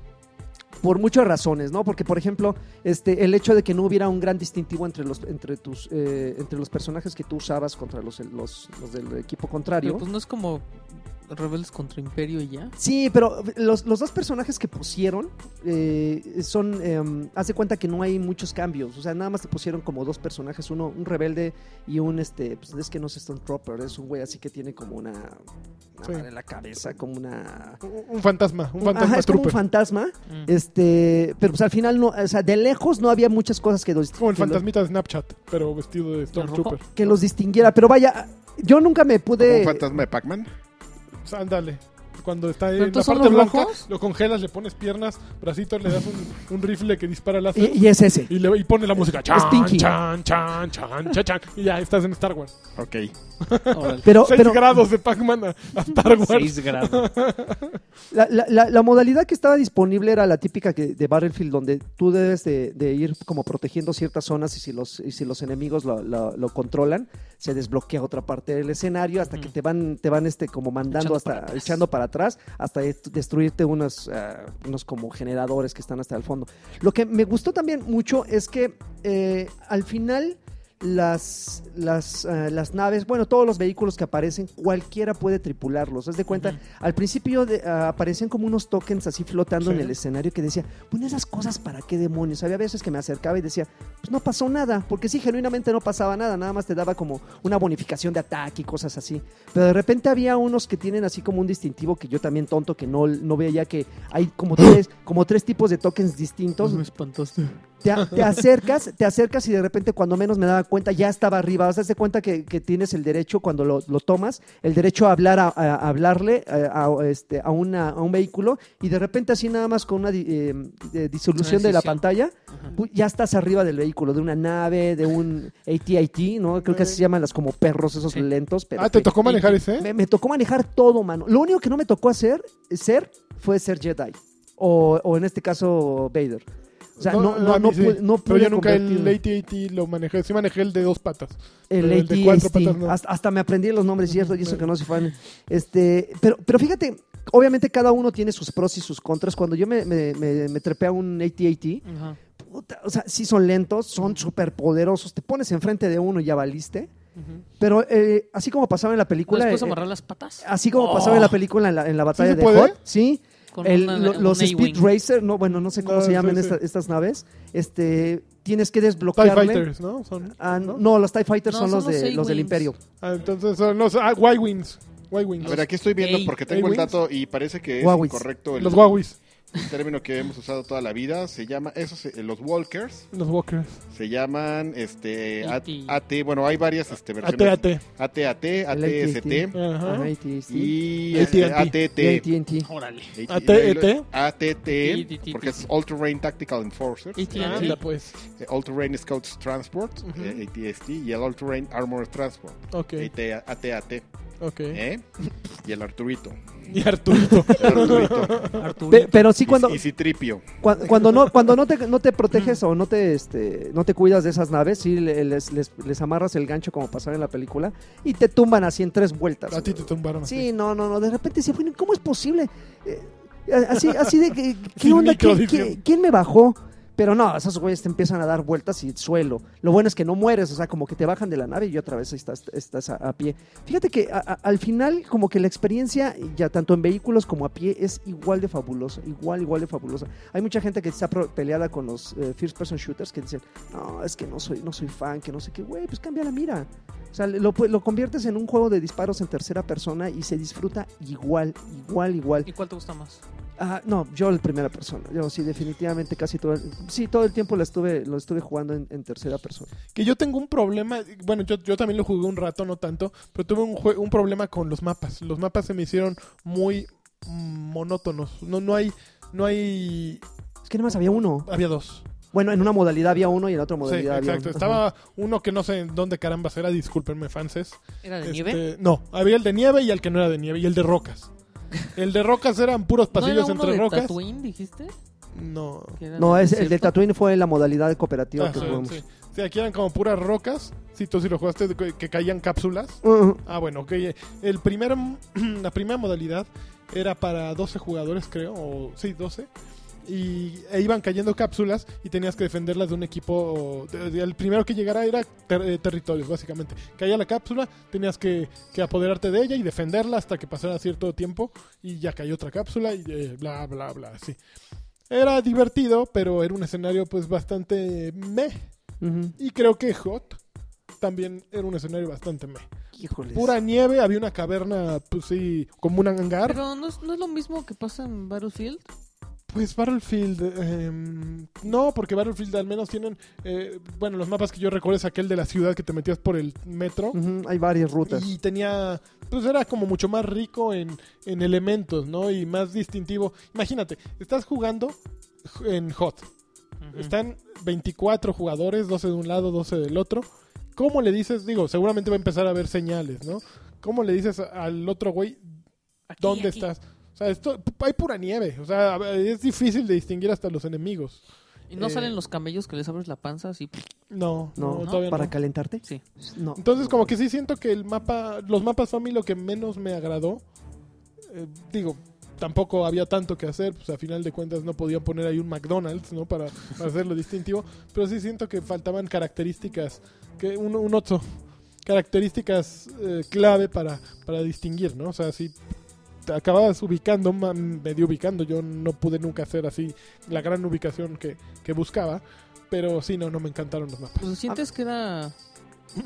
por muchas razones, ¿no? Porque, por ejemplo, este, el hecho de que no hubiera un gran distintivo entre los, entre tus, eh, entre los personajes que tú usabas contra los, los, los del equipo contrario. Pero pues no es como Rebeldes contra Imperio y ya. Sí, pero los, los dos personajes que pusieron eh, son. eh, haz de cuenta que no hay muchos cambios. O sea, nada más te pusieron como dos personajes: uno, un rebelde y un este. Pues es que no es Stone Trooper, es un güey así que tiene como una. Una Sí. madre en la cabeza, como una. Un un fantasma. Un fantasma Ajá, Ah, es como un trooper. fantasma. Mm. Este. Pero pues al final no. O sea, de lejos no había muchas cosas que los, Como el que los- fantasmita de Snapchat, pero vestido de Stormtrooper. que los distinguiera. Pero vaya, yo nunca me Como un pude. fantasma de Pac-Man. Pues, ándale. Cuando está ¿Pero en la entonces son parte los blanca, blancos? lo congelas, le pones piernas, bracitos, le das un, un rifle que dispara láser Y, y Eh, es ese. y, le, y pone la música. Chan, Pinky. chan, chan, chan, chan, chan. Y ya estás en Star Wars. Ok. Órale. Pero, Seis pero, grados de Pac-Man a, a Star Wars. Seis grados. La, la- la- la modalidad que estaba disponible era la típica que, de Battlefield, donde tú debes de, de ir como protegiendo ciertas zonas y si los, y si los enemigos lo, lo- lo controlan, se desbloquea otra parte del escenario hasta que Ujú. te van, te van este, como mandando Echando para hasta atrás. echando para atrás, hasta dest- destruirte unos, ah, unos como generadores que están hasta el fondo. Lo que me gustó también mucho es que eh, al final las, las, eh, las naves, bueno, todos los vehículos que aparecen, cualquiera puede tripularlos. Haz de cuenta, Ujú. al principio de- ah, aparecían como unos tokens así flotando Sí. en el escenario que decía, bueno, esas cosas para qué demonios. Había veces que me acercaba y decía, pues no pasó nada, porque sí, genuinamente no pasaba nada, nada más te daba como una bonificación de ataque y cosas así. Pero de repente había unos que tienen así como un distintivo que yo también tonto que no, no veía que hay como tres, como tres tipos de tokens distintos. me espantaste. Te, a- te acercas, te acercas y de repente cuando menos me daba cuenta ya estaba arriba. O sea, haz de cuenta que, que tienes el derecho cuando lo, lo tomas, el derecho a hablar, a, a- a hablarle eh, a, este, a, una- a un vehículo y de repente así nada más con una di- eh, eh, Ah, disolución de la Transición. pantalla, Ajá. pu- ya estás arriba del vehículo, de una nave, de un AT-AT, ¿no? Creo que así se llaman las como perros esos Sí. lentos. Pero Ah, ¿te tocó manejar ese? me, me tocó manejar todo, mano. Lo único que no me tocó hacer ser fue ser Jedi. O, o en este caso, Vader. O sea, no, no, a mí no sí. pude, no Pero pude yo nunca el convertirme. AT-AT lo manejé. Sí manejé el de dos patas. El el de AT-AT. cuatro patas, no. hasta, hasta me aprendí los nombres, ¿cierto? Y eso que no soy <laughs> fan. Este, pero, pero fíjate, obviamente cada uno tiene sus pros y sus contras. Cuando yo me, me, me- me trepé a un AT-AT, Ajá. puta, o sea, sí son lentos, son súper poderosos. Te pones enfrente de uno y ya valiste. Ujú. Pero eh, así como pasaba en la ¿No película... les puedes eh, amarrar las patas? Así como Oh. pasaba en la película en la, en la batalla se de puede? Hot, ¿sí? Con El- una- lo- un los A-Wing. Speed Racer, no, bueno, no sé cómo No, se llaman sí, esta- sí. estas naves. Este, tienes que TIE desbloquearle. Fighters, ¿no? Son, Ah, ¿no? no, los TIE Fighters No, son, son los, de, los los del A-Wings. Imperio. Ah, entonces son los ah, Y-Wings. A Y-Wings. ver, aquí estoy viendo Ey, porque tengo el ey, dato y parece que es Huawis. correcto el, Los Huawis. el término que hemos usado toda la vida. Se llama, esos, eh, los walkers, Los Walkers. se llaman este, A- AT. AT, bueno, hay varias este, versiones. AT-AT. AT-AT, ATST Ajá. Oh, Ajá, AT-AT. y AT. este, ATT. AT&T. Órale. ATET. ATT, E, porque es All Terrain Tactical Enforcer. AT&T. Anda, pues. eh, All Terrain Scouts Transport, Ujú. eh, ATST, y el All Terrain Armor Transport, Ok, AT- ATAT. ok. ¿eh? Y el Arturito. Y <laughs> Arturito. El Arturito. Arturo. Pe- pero sí cuando, Y, y Citripio. cua- cuando no cuando no te, no <laughs> te proteges o no te este no te cuidas de esas naves, sí le- les, les- les amarras el gancho como pasaba en la película y te tumban así en tres vueltas. A ti te tumbaron. Sí, no, no, no. De repente decía, bueno, ¿cómo es posible? Eh, así, así de que, ¿qué Sin onda? ¿Qui- qui- microdicción. ¿Quién, me bajó? Pero no, esos güeyes te empiezan a dar vueltas y suelo. Lo bueno es que no mueres, o sea, como que te bajan de la nave y otra vez estás, estás a, a pie. Fíjate que a- a- al final, como que la experiencia, ya tanto en vehículos como a pie, es igual de fabulosa. Igual, igual de fabulosa. Hay mucha gente que está pro- peleada con los eh, first person shooters que dicen, no, es que no soy, no soy fan, que no sé qué, güey, pues cambia la mira. O sea, lo, pu- lo conviertes en un juego de disparos en tercera persona y se disfruta igual, igual, igual. ¿Y cuál te gusta más? Ah, no, yo en primera persona. Yo sí, definitivamente casi todo el, sí, todo el tiempo la estuve, lo estuve jugando en, en tercera persona. Que yo tengo un problema, bueno, yo, yo también lo jugué un rato, no tanto, pero tuve un, jue- un problema con los mapas. Los mapas se me hicieron muy mm, monótonos. No, no hay, no hay, Es que nada más había uno. había dos. Bueno, en una modalidad había uno y en otra Sí, modalidad había exacto. uno. Estaba uno que no sé en dónde carambas era, discúlpenme, fanses. ¿Era de Este, nieve? No, había el de nieve y el que no era de nieve, y el <laughs> de rocas. El de rocas eran puros ¿No era pasillos uno entre de rocas. Tatooine, dijiste? No. Que era No, del es, el de desierto. Tatooine fue la modalidad cooperativa Ah, que sí, jugamos. sí. Sí, aquí eran como puras rocas. Si tú sí lo jugaste, que, que caían cápsulas. Uh, Ah, bueno, ok. El primer, <clears throat> la primera modalidad era para 12 jugadores, creo. O, sí, 12. Y e iban cayendo cápsulas y tenías que defenderlas de un equipo. de- de- el primero que llegara era ter- eh, territorios, básicamente. Caía la cápsula, tenías que, que apoderarte de ella y defenderla hasta que pasara cierto tiempo. Y ya cayó otra cápsula y eh, bla, bla, bla, así. Era divertido, pero era un escenario pues bastante meh. ujú. Y creo que Hot también era un escenario bastante meh Híjoles. pura nieve, había una caverna, pues sí, como un hangar. Pero no es, no es lo mismo que pasa en Battlefield. pues Battlefield, em, no, porque Battlefield al menos tienen, eh, bueno, los mapas que yo recuerdo es aquel de la ciudad que te metías por el metro. Ujú, Hay varias rutas. Y tenía, pues era como mucho más rico en, en elementos, ¿no? Y más distintivo. Imagínate, estás jugando en Hot. Están 24 jugadores, 12 de un lado, 12 del otro. ¿Cómo le dices? Digo, seguramente va a empezar a haber señales, ¿no? ¿Cómo le dices a- al otro güey Aquí, dónde aquí. estás? O sea, esto, hay pura nieve. O sea, a ver, es difícil de distinguir hasta los enemigos. ¿Y no Eh, salen los camellos que les abres la panza así? No, no, No, todavía ¿Para no. calentarte? Sí. No. Entonces, como que sí siento que el mapa, los mapas son a mí lo que menos me agradó. Eh, digo, tampoco había tanto que hacer, pues a final de cuentas no podían poner ahí un McDonald's, ¿no? Para, para hacerlo distintivo. Pero sí siento que faltaban características, que un, un otro, características eh, clave para, para distinguir, ¿no? O sea, si te acababas ubicando, ma- medio ubicando, yo no pude nunca hacer así la gran ubicación que, que buscaba. Pero sí, no, no me encantaron los mapas. Pues sientes que era...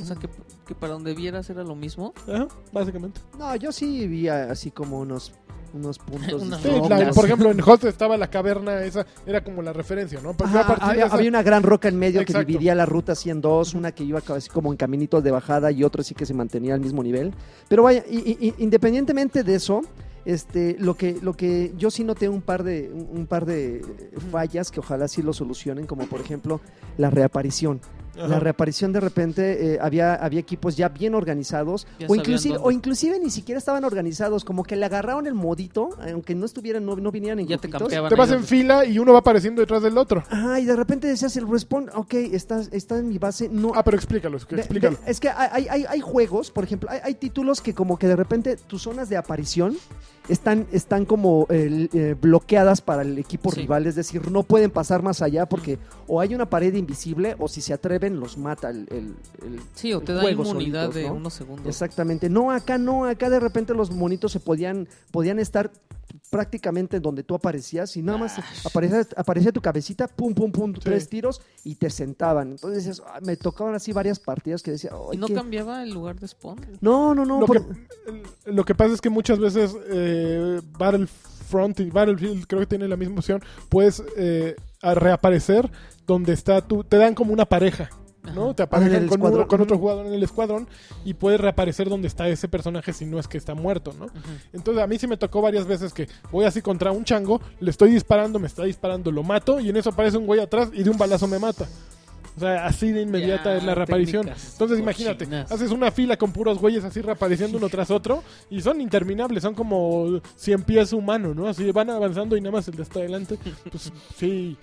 O sea, que, que para donde vieras era lo mismo. Ajá, básicamente. No, yo sí vi a- así como unos, unos puntos. Unas Sí, No, la- rocas. por ejemplo, en Hot estaba la caverna, esa era como la referencia, ¿no? Pero yo a Ajá, partir de había, esa- había una gran roca en medio Exacto. que dividía la ruta así en dos, una que iba así como en caminitos de bajada y otra sí que se mantenía al mismo nivel. Pero vaya, i- i- i- independientemente de eso, este, lo que, lo que yo sí noté un par de, un, un par de eh, fallas que ojalá sí lo solucionen, como por ejemplo la reaparición. Ajá. La reaparición de repente eh, había, había equipos ya bien organizados Ya o sabían inclusive, dónde. o inclusive ni siquiera estaban organizados, como que le agarraron el modito, aunque no estuvieran, no, no vinieran en Ya te grupitos. campeaban. Te vas ahí en donde- fila y uno va apareciendo detrás del otro. Ajá, y de repente decías el respawn, ok, está, está en mi base, no... Ah, pero explícalo, es de- que de- explícalo. es que hay, hay- hay juegos, por ejemplo, hay, hay títulos que como que de repente tus zonas de aparición están, están como eh, eh, bloqueadas para el equipo Sí. rival, es decir, no pueden pasar más allá porque o hay una pared invisible o si se atreven los mata el- el- el Sí, o te el da juego inmunidad solitos, de ¿no? unos segundos. Exactamente. No, acá no, acá de repente los monitos se podían, podían estar prácticamente en donde tú aparecías y nada más aparecía, aparecía tu cabecita, pum, pum, pum, tres tiros y te sentaban. Entonces decías, "Ah", me tocaban así varias partidas que decía, ¿Y "Ay, no qué-". cambiaba el lugar de spawn? no, no, no, lo, por- que, lo que pasa es que muchas veces eh, Battlefront y Battlefield creo que tienen la misma opción. Puedes eh, a reaparecer donde está tú. Te dan como una pareja. ¿no? Ajá. Te Ah, en aparejan el con, uno- escuadrón. con otro jugador en el escuadrón y puedes reaparecer donde está ese personaje si no es que está muerto, ¿no? Pues, Entonces a mí sí me tocó varias veces que voy así contra un chango, le estoy disparando, me está disparando, lo mato y en eso aparece un güey atrás y de un balazo me mata. O sea, así de inmediata Ya, es la reaparición. técnicas Entonces imagínate, cochinas. haces una fila con puros güeyes así reapareciendo uno tras otro y son interminables, son como 100 pies humano, ¿no? Así van avanzando y nada más el de hasta adelante. Pues <laughs> sí,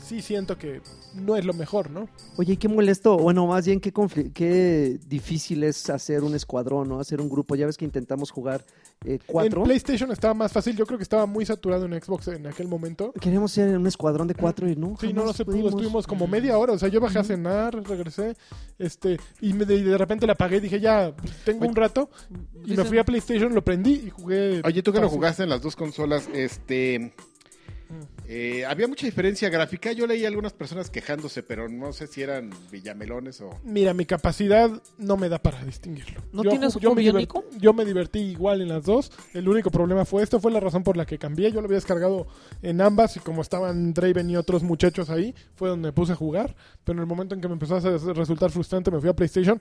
sí siento que no es lo mejor, ¿no? oye, qué molesto, bueno, más bien qué, confli- qué difícil es hacer un escuadrón, ¿no? Hacer un grupo, ya ves que intentamos jugar eh, cuatro. En PlayStation estaba más fácil, yo creo que estaba muy saturado en Xbox en aquel momento. Queríamos ser un escuadrón de cuatro y no. Sí, no, jamás no se pudo. pudimos. Estuvimos Mm. como media hora. O sea, yo bajé a cenar, regresé. este Y me- de, de repente la apagué. Dije, ya, tengo un rato. Y me Dicen- fui a PlayStation, lo prendí y jugué. Oye, tú que lo fácil. jugaste en las dos consolas, este. Eh, había mucha diferencia gráfica. Yo leí a algunas personas quejándose, pero no sé si eran villamelones o. Mira, mi capacidad no me da para distinguirlo. ¿No tienes ju- ojo me divert- biónico? yo me divertí igual en las dos. El único problema fue esto, fue la razón por la que cambié. Yo lo había descargado en ambas y como estaban Draven y otros muchachos ahí, fue donde me puse a jugar. Pero en el momento en que me empezó a hacer- resultar frustrante, me fui a PlayStation.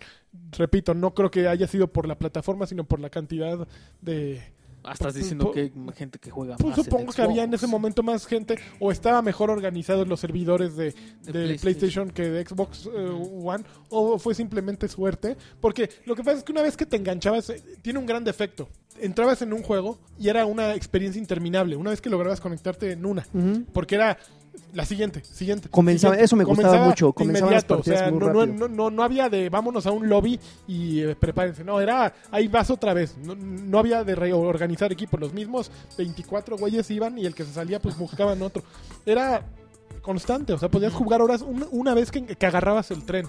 Repito, no creo que haya sido por la plataforma, sino por la cantidad de, Ah, estás Pues, diciendo po- que hay gente que juega pues más. en supongo que había en ese Xbox. momento más gente o estaba mejor organizados los servidores de, De del PlayStation. PlayStation. que de Xbox eh, One o fue simplemente suerte. Porque lo que pasa es que una vez que te enganchabas, eh, tiene un gran defecto. Entrabas en un juego y era una experiencia interminable. Una vez que lograbas conectarte en una. Ujú. Porque era la siguiente, siguiente. Comenzaba- siguiente. eso me gustaba mucho, de comenzaban las inmediato, partidas muy no, no- rápido. no- no- no había de vámonos a un lobby y eh, prepárense. No, era ahí vas otra vez. No, no había de reorganizar equipos. Los mismos 24 güeyes iban y el que se salía pues buscaban otro. Era constante, o sea, podías jugar horas un- una vez que, que agarrabas el tren.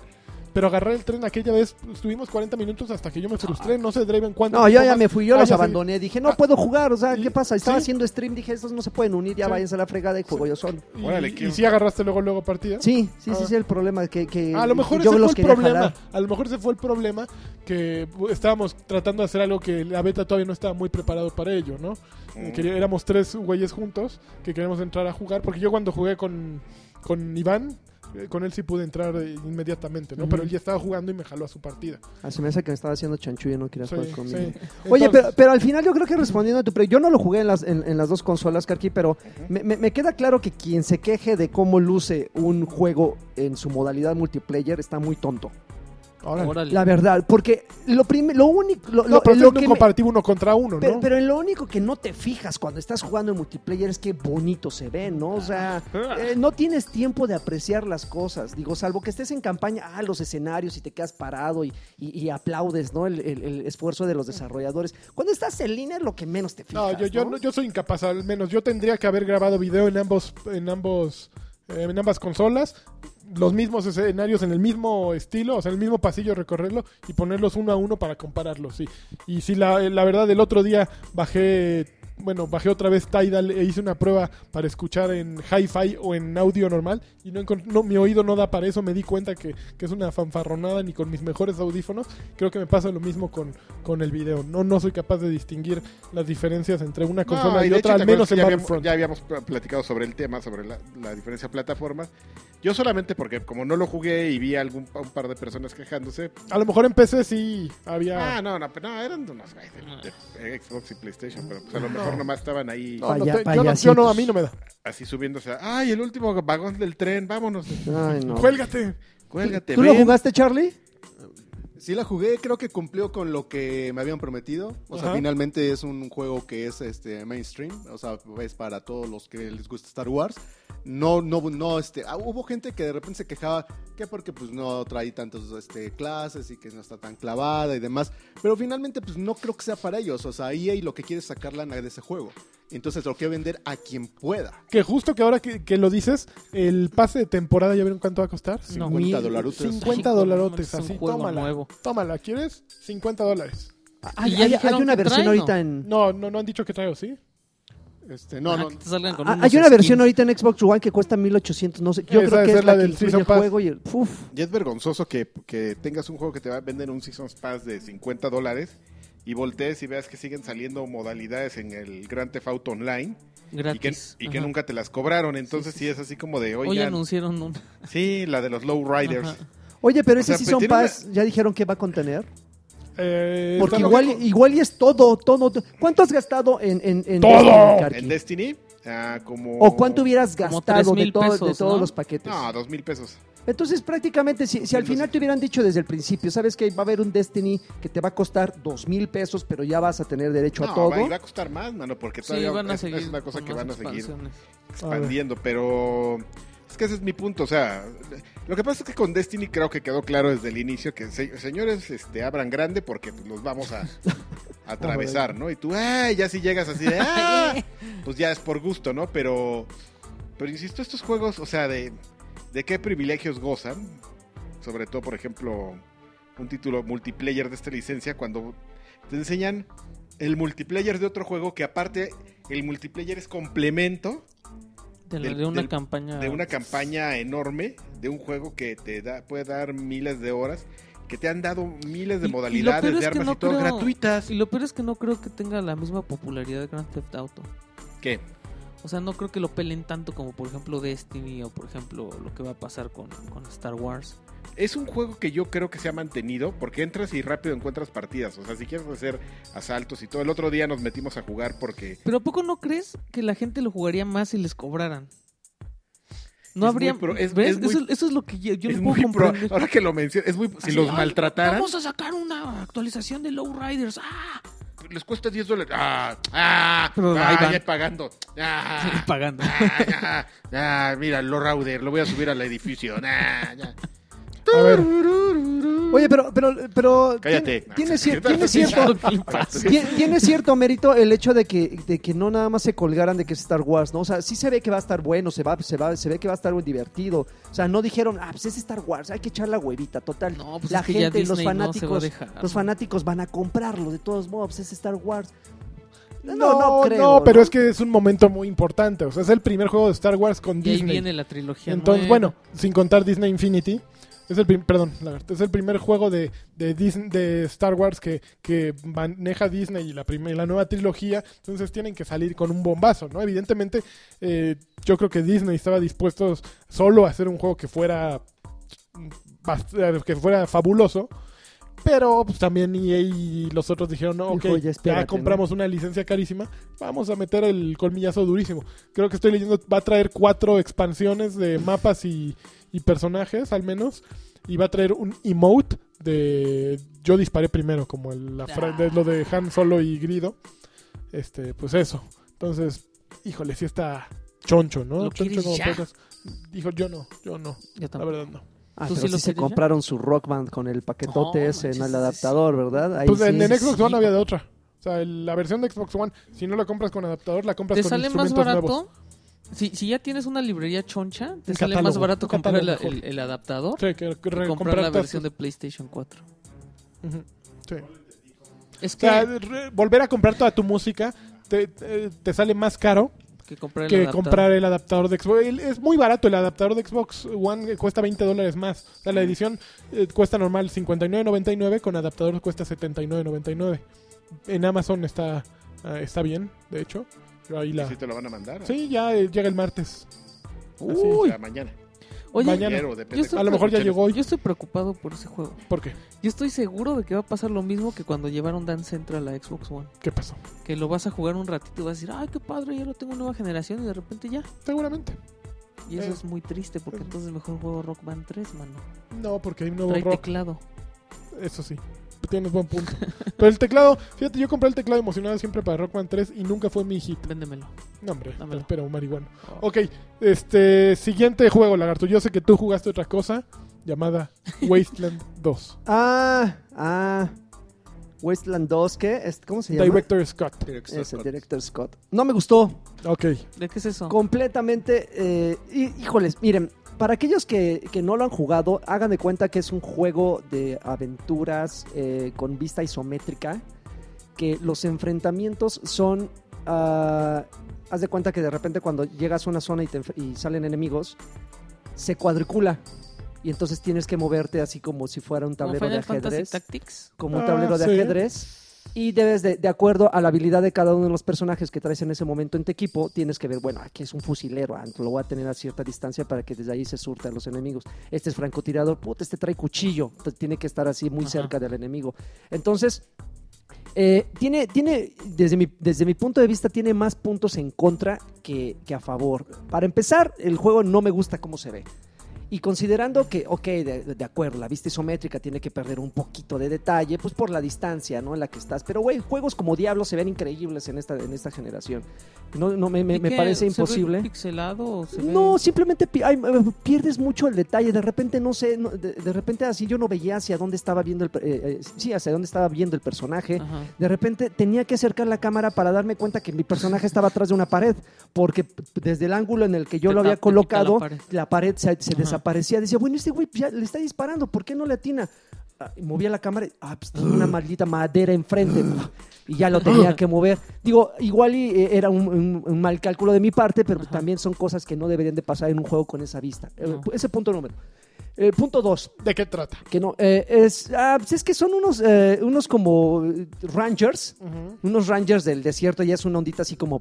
Pero agarrar el tren aquella vez, estuvimos 40 minutos hasta que yo me frustré, no sé, Draven, cuánto. Ah. No, yo tiempo ya más Ah, me fui, yo los hayas- abandoné. Dije, no puedo jugar, o sea, y- ¿qué pasa? Estaba sí. haciendo stream, dije, estos no se pueden unir, ya Sí. váyanse a la fregada y juego yo solo. Y, Órale, y qué- sí agarraste luego, luego partida. Sí, sí, sí, Ah. sí, el problema que, que A lo mejor yo ese los fue el quería problema. jalar. A lo mejor ese fue el problema que pues, estábamos tratando de hacer algo que la beta todavía no estaba muy preparado para ello, ¿no? Eh, quería- éramos tres güeyes juntos que queríamos entrar a jugar, porque yo cuando jugué con, con Iván, eh, con él sí pude entrar eh, inmediatamente, ¿no? Ujú. Pero él ya estaba jugando y me jaló a su partida. Ah, se me hace que me estaba haciendo chanchullo y no quería Sí, jugar sí. conmigo. Oye, pero, Entonces, pero al final yo creo que respondiendo a tu pregunta, yo no lo jugué en las, en, en las dos consolas, Karki, pero me, me- me queda claro que quien se queje de cómo luce un juego en su modalidad multiplayer está muy tonto. órale. Órale. La verdad, porque lo, prim- lo único... Lo, No, lo- pero lo haciendo que un me- comparativo uno contra uno, Pero, ¿no? pero en lo único que no te fijas cuando estás jugando en multiplayer es que bonito se ve, ¿no? O sea, Ah. eh, no tienes tiempo de apreciar las cosas. Digo, salvo que estés en campaña, ah, los escenarios y te quedas parado y, y- y aplaudes, ¿no? El, el- el esfuerzo de los desarrolladores. Cuando estás en línea es lo que menos te fijas. No, yo, yo, ¿no? no- yo soy incapaz, al menos yo tendría que haber grabado video en ambos, en ambos, eh, en ambas consolas, los mismos escenarios en el mismo estilo, o sea, en el mismo pasillo recorrerlo y ponerlos uno a uno para compararlos, sí. Y sí, la, eh, la verdad, el otro día bajé, bueno, bajé otra vez Tidal e hice una prueba para escuchar en hi-fi o en audio normal y no, encon- no mi oído no da para eso, me di cuenta que, que es una fanfarronada ni con mis mejores audífonos. Creo que me pasa lo mismo con, con el video. No, no soy capaz de distinguir las diferencias entre una No, consola y y de hecho, otra, al ¿te acuerdas menos que en ya habíamos, Battlefront. ya habíamos pl- platicado sobre el tema, sobre la, la diferencia de plataformas. Yo solamente porque como no lo jugué y vi a algún pa- un par de personas quejándose. pues, A lo mejor en PC sí había... Ah, no, no, pero no, eran unos güeyes de, de Xbox y PlayStation, pero pues a lo mejor nomás estaban ahí no, no Paya- te- yo, no, yo no, a mí no me da. así subiéndose. Ay, el último vagón del tren, vámonos. Ay, no. Cuélgate. Cuélgate. ¿Tú lo ven. jugaste, Charlie? Sí la jugué, creo que cumplió con lo que me habían prometido. O sea, Ajá. finalmente es un juego que es este mainstream, o sea, es para todos los que les gusta Star Wars. No, no, no, este, ah, hubo gente que de repente se quejaba que porque pues no trae tantos este, clases y que no está tan clavada y demás. Pero finalmente pues no creo que sea para ellos. O sea, EA lo que quiere es sacar lana de ese juego. Entonces lo quiere vender a quien pueda. Que justo que ahora que, que lo dices, el pase de temporada, ¿ya vieron cuánto va a costar? No. 50 dolarutos. 50 Ay, dolarotes, es un así, juego tómala. nuevo. Tómala, ¿quieres? 50 dólares. Hay, ya hay- hay dijeron una que versión traen, ahorita ¿no? en... No, no, no han dicho que traigo, ¿sí? Este, no, Ah, no, que te salgan con Ah, unos Hay una skins. versión ahorita en Xbox One que cuesta 1800, no sé. Yo Esa creo debe que ser es la, la que del incluye Season el Pass. juego y el... Uf. Y es vergonzoso que, que tengas un juego que te va a vender un Seasons Pass de 50 dólares y voltees y veas que siguen saliendo modalidades en el Grand Theft Auto Online y que, Gratis. y que Ajá. nunca te las cobraron. Entonces sí, es así como de, Hoy oigan, anunciaron una. sí, la de los Lowriders. Ajá. Oye, pero O ese sea, Season tiene Pass, ¿ya dijeron qué va a contener? Eh, Porque está- igual, igual y es todo, todo, todo. ¿Cuánto has gastado en, en, en ¡Todo! Destiny, Karki? En Destiny, ah, como... Oh, ¿O cuánto hubieras Como gastado 3,000 de, todo- de pesos, todos ¿no? los paquetes? No, dos mil pesos. Entonces, prácticamente, si, si al final te hubieran dicho desde el principio, sabes que va a haber un Destiny que te va a costar dos mil pesos, pero ya vas a tener derecho a No, todo. va, y va a costar más, mano, porque Sí, todavía van a es, seguir. es una cosa con que más van a seguir expansiones. expandiendo, pero es que ese es mi punto, o sea, lo que pasa es que con Destiny creo que quedó claro desde el inicio que se- señores, este, abran grande porque pues, los vamos a, a atravesar, ¿no? Y tú, ay, ya si llegas así de, "Ah", pues ya es por gusto, ¿no? Pero, pero insisto, estos juegos, o sea, de, de qué privilegios gozan, sobre todo, por ejemplo, un título multiplayer de esta licencia, cuando te enseñan el multiplayer de otro juego que aparte el multiplayer es complemento De, la- del- de una del- campaña. de una campaña enorme, de un juego que te da, puede dar miles de horas, que te han dado miles de Y- y lo peor modalidades es de que armas no y todo creo- gratuitas. Y lo peor es que no creo que tenga la misma popularidad de Grand Theft Auto. ¿Qué? O sea, no creo que lo pelen tanto como por ejemplo Destiny o por ejemplo lo que va a pasar con, con Star Wars. Es un juego que yo creo que se ha mantenido porque entras y rápido encuentras partidas. O sea, si quieres hacer asaltos y todo. El otro día nos metimos a jugar porque Pero ¿a poco no crees que la gente lo jugaría más si les cobraran? No Es habría... muy pro- es- ¿ves? es muy- eso, eso es lo que yo, yo es no puedo muy pro- comprender. Ahora que lo mencionas, es muy. Si Así, los "Ay, maltrataran, Vamos a sacar una actualización de Lowriders. ¡Ah! les cuesta 10 dólares. ¡Ah! ¡Ah! Pero ah, ahí van. ya pagando! <laughs> ¡Ah! Pagando. ah, ah, ah, mira, lo Rauder, lo voy a subir al edificio. Ah, ya. A ver, Oye, pero, pero, pero Cállate. tiene- <laughs> tiene, cier- tiene cierto, ¿Qué le pasa? Tie- Tiene cierto mérito el hecho de que, de que no nada más se colgaran de que es Star Wars, ¿no? O sea, sí se ve que va a estar bueno, se va, se va, se ve que va a estar muy divertido. O sea, no dijeron, ah, pues es Star Wars, hay que echar la huevita, total. No, pues la es que ya gente, los Disney no se va a fanáticos, dejar. los fanáticos van a comprarlo, de todos modos, pues es Star Wars. No, no, no, creo. no, pero es que es un momento muy importante. O sea, es el primer juego de Star Wars con Y ahí Disney. viene la trilogía. Entonces, nueva. bueno, sin contar Disney Infinity. Es el, prim- perdón, Lagarto, es el primer juego de, de, Disney- de Star Wars que, que maneja Disney y la, prim- la nueva trilogía. Entonces tienen que salir con un bombazo, ¿no? Evidentemente, eh, yo creo que Disney estaba dispuesto solo a hacer un juego que fuera, bast- eh, que fuera fabuloso. Pero pues, también EA y los otros dijeron, no, ok, Dijo, "Ya ya, espérate, compramos una licencia carísima, vamos a meter el colmillazo durísimo. Creo que estoy leyendo, va a traer cuatro expansiones de mapas y, y personajes, al menos. Y va a traer un emote de yo disparé primero, como el- la fra- Ah. de- lo de Han Solo y Grido. Este, pues eso. Entonces, híjole, sí está choncho, ¿no? ¿Lo choncho quieres ya? pocas. Dijo, yo no, yo no, Yo la tampoco. verdad no. Ah, ¿Tú pero sí sí lo se quieres ya? compraron su Rock Band con el paquetote No, ese, no manches, el sí, adaptador, ¿verdad? Ahí Pues sí, en, en sí, Xbox sí. One había de otra. O sea, el- la versión de Xbox One, si no la compras con adaptador, la compras te con sale más instrumentos nuevos. barato. Si, si ya tienes una librería choncha, te Un sale catálogo, más barato un comprar el, catálogo mejor. el- el adaptador Sí, que, que que re- comprar la comprar versión de PlayStation 4. tasas. Ujú, sí. Es O que, sea, re- volver a comprar toda tu música te, te- te sale más caro que comprar el que adaptador. comprar el adaptador de Xbox. El- es muy barato el adaptador de Xbox One, eh, cuesta 20 dólares más. O sea, la edición eh, cuesta normal 59.99, con adaptador cuesta 79.99. En Amazon está, ah, está bien, de hecho. Pero ahí la... ¿Sí te lo van a mandar? Sí, ya eh, llega el martes. Así, Uy. o sea, mañana. Oye, Mañana. Pero depende Yo estoy- A lo mejor ya llegó hoy. yo estoy preocupado por ese juego. ¿Por qué? Yo estoy seguro de que va a pasar lo mismo que cuando llevaron Dance Central a Xbox One. ¿Qué pasó? Que lo vas a jugar un ratito y vas a decir, ay, qué padre, ya lo tengo nueva generación y de repente ya. Seguramente. Y eso Eh. es muy triste porque entonces mejor juego Rock Band 3, mano. No, porque hay un nuevo Trae rock. teclado. Eso sí. Tienes buen punto. Pero el teclado, fíjate, yo compré el teclado emocionado siempre para Rockman 3 y nunca fue mi hit. Véndemelo. No, hombre, Dámelo. pero marihuana. Oh. Ok, este siguiente juego, Lagarto. Yo sé que tú jugaste otra cosa <laughs> llamada Wasteland 2. Ah, ah. Wasteland 2, ¿qué? Es- ¿Cómo se llama? Director Scott. Ese, Director Scott. No me gustó. Ok. ¿De qué es eso? Completamente. eh, hí- híjoles, miren, para aquellos que, que no lo han jugado, hagan de cuenta que es un juego de aventuras eh, con vista isométrica, que los enfrentamientos son... ah, haz de cuenta que de repente cuando llegas a una zona y, te enf- y salen enemigos, se cuadricula. Y entonces tienes que moverte así como si fuera un ¿Como tablero Final de Fantasy ajedrez Tactics? como un Ah, tablero de sí. ajedrez. Y debes, de, de acuerdo a la habilidad de cada uno de los personajes que traes en ese momento en tu equipo, tienes que ver, bueno, aquí es un fusilero, ah, lo voy a tener a cierta distancia para que desde ahí se surta a los enemigos. Este es francotirador, puta, este trae cuchillo, t- tiene que estar así muy Ajá. cerca del enemigo. Entonces, eh, tiene, tiene desde, mi, desde mi punto de vista, tiene más puntos en contra que, que a favor. Para empezar, el juego no me gusta cómo se ve. Y considerando que, ok, de, de acuerdo, la vista isométrica tiene que perder un poquito de detalle, pues por la distancia, ¿no? En la que estás. Pero, güey, juegos como Diablo se ven increíbles en esta, en esta generación. No, no me, me- ¿Y me qué? parece ¿Se ve imposible. pixelado o se ve- No, simplemente pi- ay, eh, pierdes mucho el detalle. De repente, no sé, no- de, de repente así yo no veía hacia dónde estaba viendo el, per- eh, eh, sí, hacia dónde estaba viendo el personaje. Ajá. De repente tenía que acercar la cámara para darme cuenta que mi personaje estaba atrás de una pared, porque p- desde el ángulo en el que yo Te lo ta- te había pica colocado, la la pared. pared, se, se Ajá. desaparecía. Decía, bueno, este güey ya le está disparando, ¿por qué no le atina? ah, movía la cámara y ah, pues, tenía una maldita madera enfrente puf, y ya lo tenía que mover. Digo, igual y, eh, era un, un- un mal cálculo de mi parte, pero pues, también son cosas que no deberían de pasar en un juego con esa vista. Eh, No. Ese punto número. Eh, punto dos, ¿De qué trata? que no, eh, es, ah, pues, es que son unos, eh, unos como eh, rangers, unos rangers del desierto, ya es una ondita así como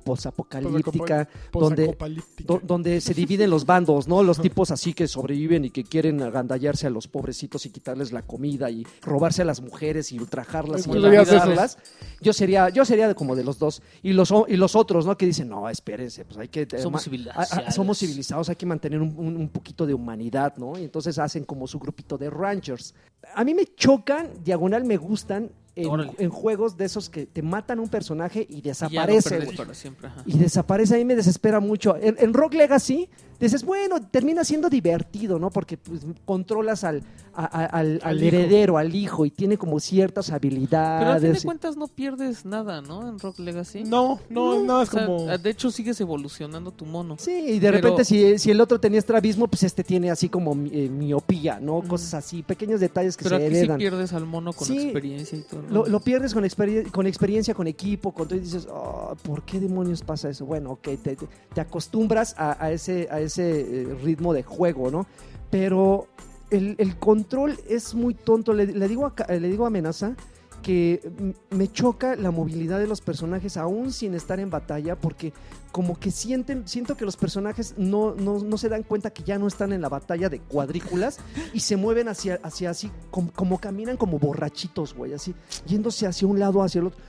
posapocalíptica, donde, Posacopalíptica. do- donde se dividen los bandos, ¿no? Los tipos así que sobreviven y que quieren agandallarse a los pobrecitos y quitarles la comida y robarse a las mujeres y ultrajarlas y Tú serías esos. violarlas. Yo sería, yo sería de como de los dos. Y los, o- y los otros, ¿no? Que dicen, no, espérense, pues hay que... eh, Somos ma- civilizados. a- a- somos civilizados, hay que mantener un, un- un poquito de humanidad, ¿no? Y entonces hacen como su grupito de ranchers. A mí me chocan, diagonal me gustan, en, Órale. en juegos de esos que te matan un personaje y Y ya lo desaparece, perdés güey para siempre, ajá. y desaparece. A mí me desespera mucho. En, en Rock Legacy dices, bueno, termina siendo divertido, ¿no? Porque pues, controlas al, a- a- al, al Al hijo. heredero, al hijo, y tiene como ciertas Pero al fin de habilidades. cuentas no pierdes nada, ¿no? En Rock Legacy. No, no, no, O es sea, como... de hecho sigues evolucionando tu mono. Sí, y de Pero- repente si, si el otro tenía estrabismo, pues este tiene así como mi- eh, miopía, ¿no? Cosas así, pequeños detalles que Pero se aquí sí heredan. pierdes al mono con Sí. experiencia y todo. ¿no? lo, lo pierdes con, experie- con experiencia, con equipo, con todo, y dices, "Oh, ¿por qué demonios pasa eso? Bueno, ok, te, te- te acostumbras a, a ese, a ese eh, ritmo de juego, ¿no? Pero el, el control es muy tonto. Le, le digo a, Ca- le digo a Amenaza que mm, me choca la movilidad de los personajes aún sin estar en batalla porque como que sienten, siento que los personajes no, no, no se dan cuenta que ya no están en la batalla de cuadrículas y se mueven hacia, hacia así, como, como caminan como borrachitos, güey, así, yéndose hacia un lado, hacia el otro.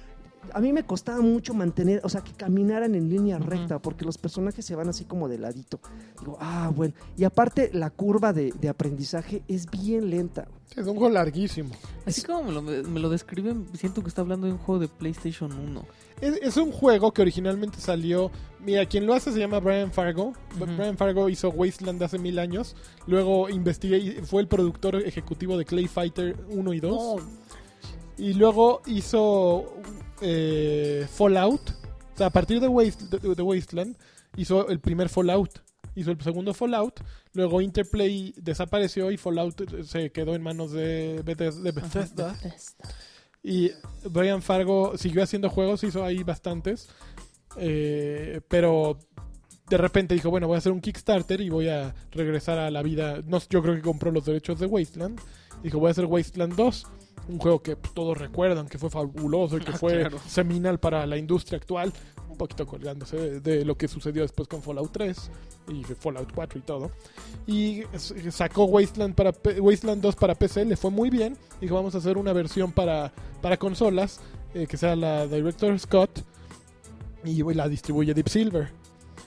A mí me costaba mucho mantener, o sea, que caminaran en línea Ujú. recta, porque los personajes se van así como de ladito. Digo, ah, bueno. Y aparte, la curva de, de aprendizaje es bien lenta. Es un juego larguísimo. Así como me lo, me lo describen, siento que está hablando de un juego de PlayStation 1. Es, es un juego que originalmente salió. Mira, quien lo hace se llama Brian Fargo. B- Ujú. Brian Fargo hizo Wasteland hace mil años. Luego investigué y fue el productor ejecutivo de Clay Fighter 1 y 2. Oh, Y luego hizo eh, Fallout. O sea, a partir de, Waste- de- de Wasteland hizo el primer Fallout. Hizo el segundo Fallout. Luego Interplay desapareció y Fallout eh, se quedó en manos de Bethes- de Bethesda. Y Brian Fargo siguió haciendo juegos, hizo ahí bastantes. eh, pero de repente dijo, bueno, voy a hacer un Kickstarter y voy a regresar a la vida. No, yo creo que compró los derechos de Wasteland. Dijo, voy a hacer Wasteland 2. Un juego que pues, todos recuerdan, que fue fabuloso y que <laughs> Ah, fue claro. seminal para la industria actual. Un poquito colgándose de, de lo que sucedió después con Fallout 3 y Fallout 4 y todo. Y s- sacó Wasteland, para, P- Wasteland 2 para PC, le fue muy bien. Dijo, vamos a hacer una versión para, para consolas, eh, que sea la Director Scott, y güey, la distribuye Deep Silver.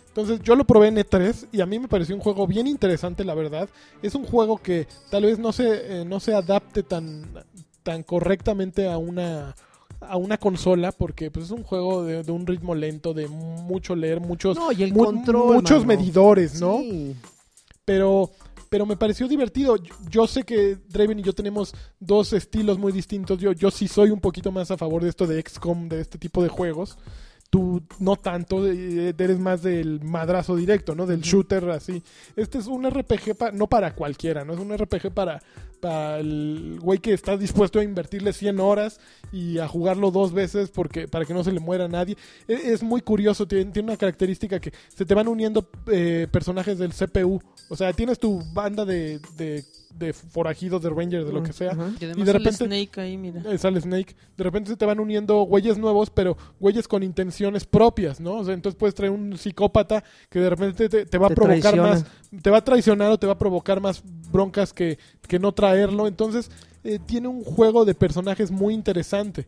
Entonces yo lo probé en E3 y a mí me pareció un juego bien interesante, la verdad. Es un juego que tal vez no se, eh, no se adapte tan, tan correctamente a una, a una consola, porque pues, es un juego de, de un ritmo lento, de mucho leer, muchos, No, y el mu- control. muchos mano. medidores, ¿no? Sí. pero pero me pareció divertido. Yo, yo sé que Draven y yo tenemos dos estilos muy distintos. Yo, yo sí soy un poquito más a favor de esto de XCOM, de este tipo de juegos. Tú no tanto, eh, eres más del madrazo directo, ¿no? Del shooter así. Este es un RPG pa- no para cualquiera, ¿no? Es un RPG para, para el güey que está dispuesto a invertirle 100 horas y a jugarlo dos veces porque para que no se le muera a nadie. E- Es, muy curioso, tiene, tiene una característica que se te van uniendo eh, personajes del CPU. O sea, tienes tu banda de, de, de forajidos, de rangers, de lo que sea. Ajá. Y además Y de sale repente- Snake ahí, mira. Eh, sale Snake. De repente se te van uniendo güeyes nuevos, pero güeyes con intenciones propias, ¿no? O sea, entonces puedes traer un psicópata que de repente te, te va a Te provocar traiciona. más, te va a traicionar o te va a provocar más broncas que, que no traerlo. Entonces, eh, tiene un juego de personajes muy interesante.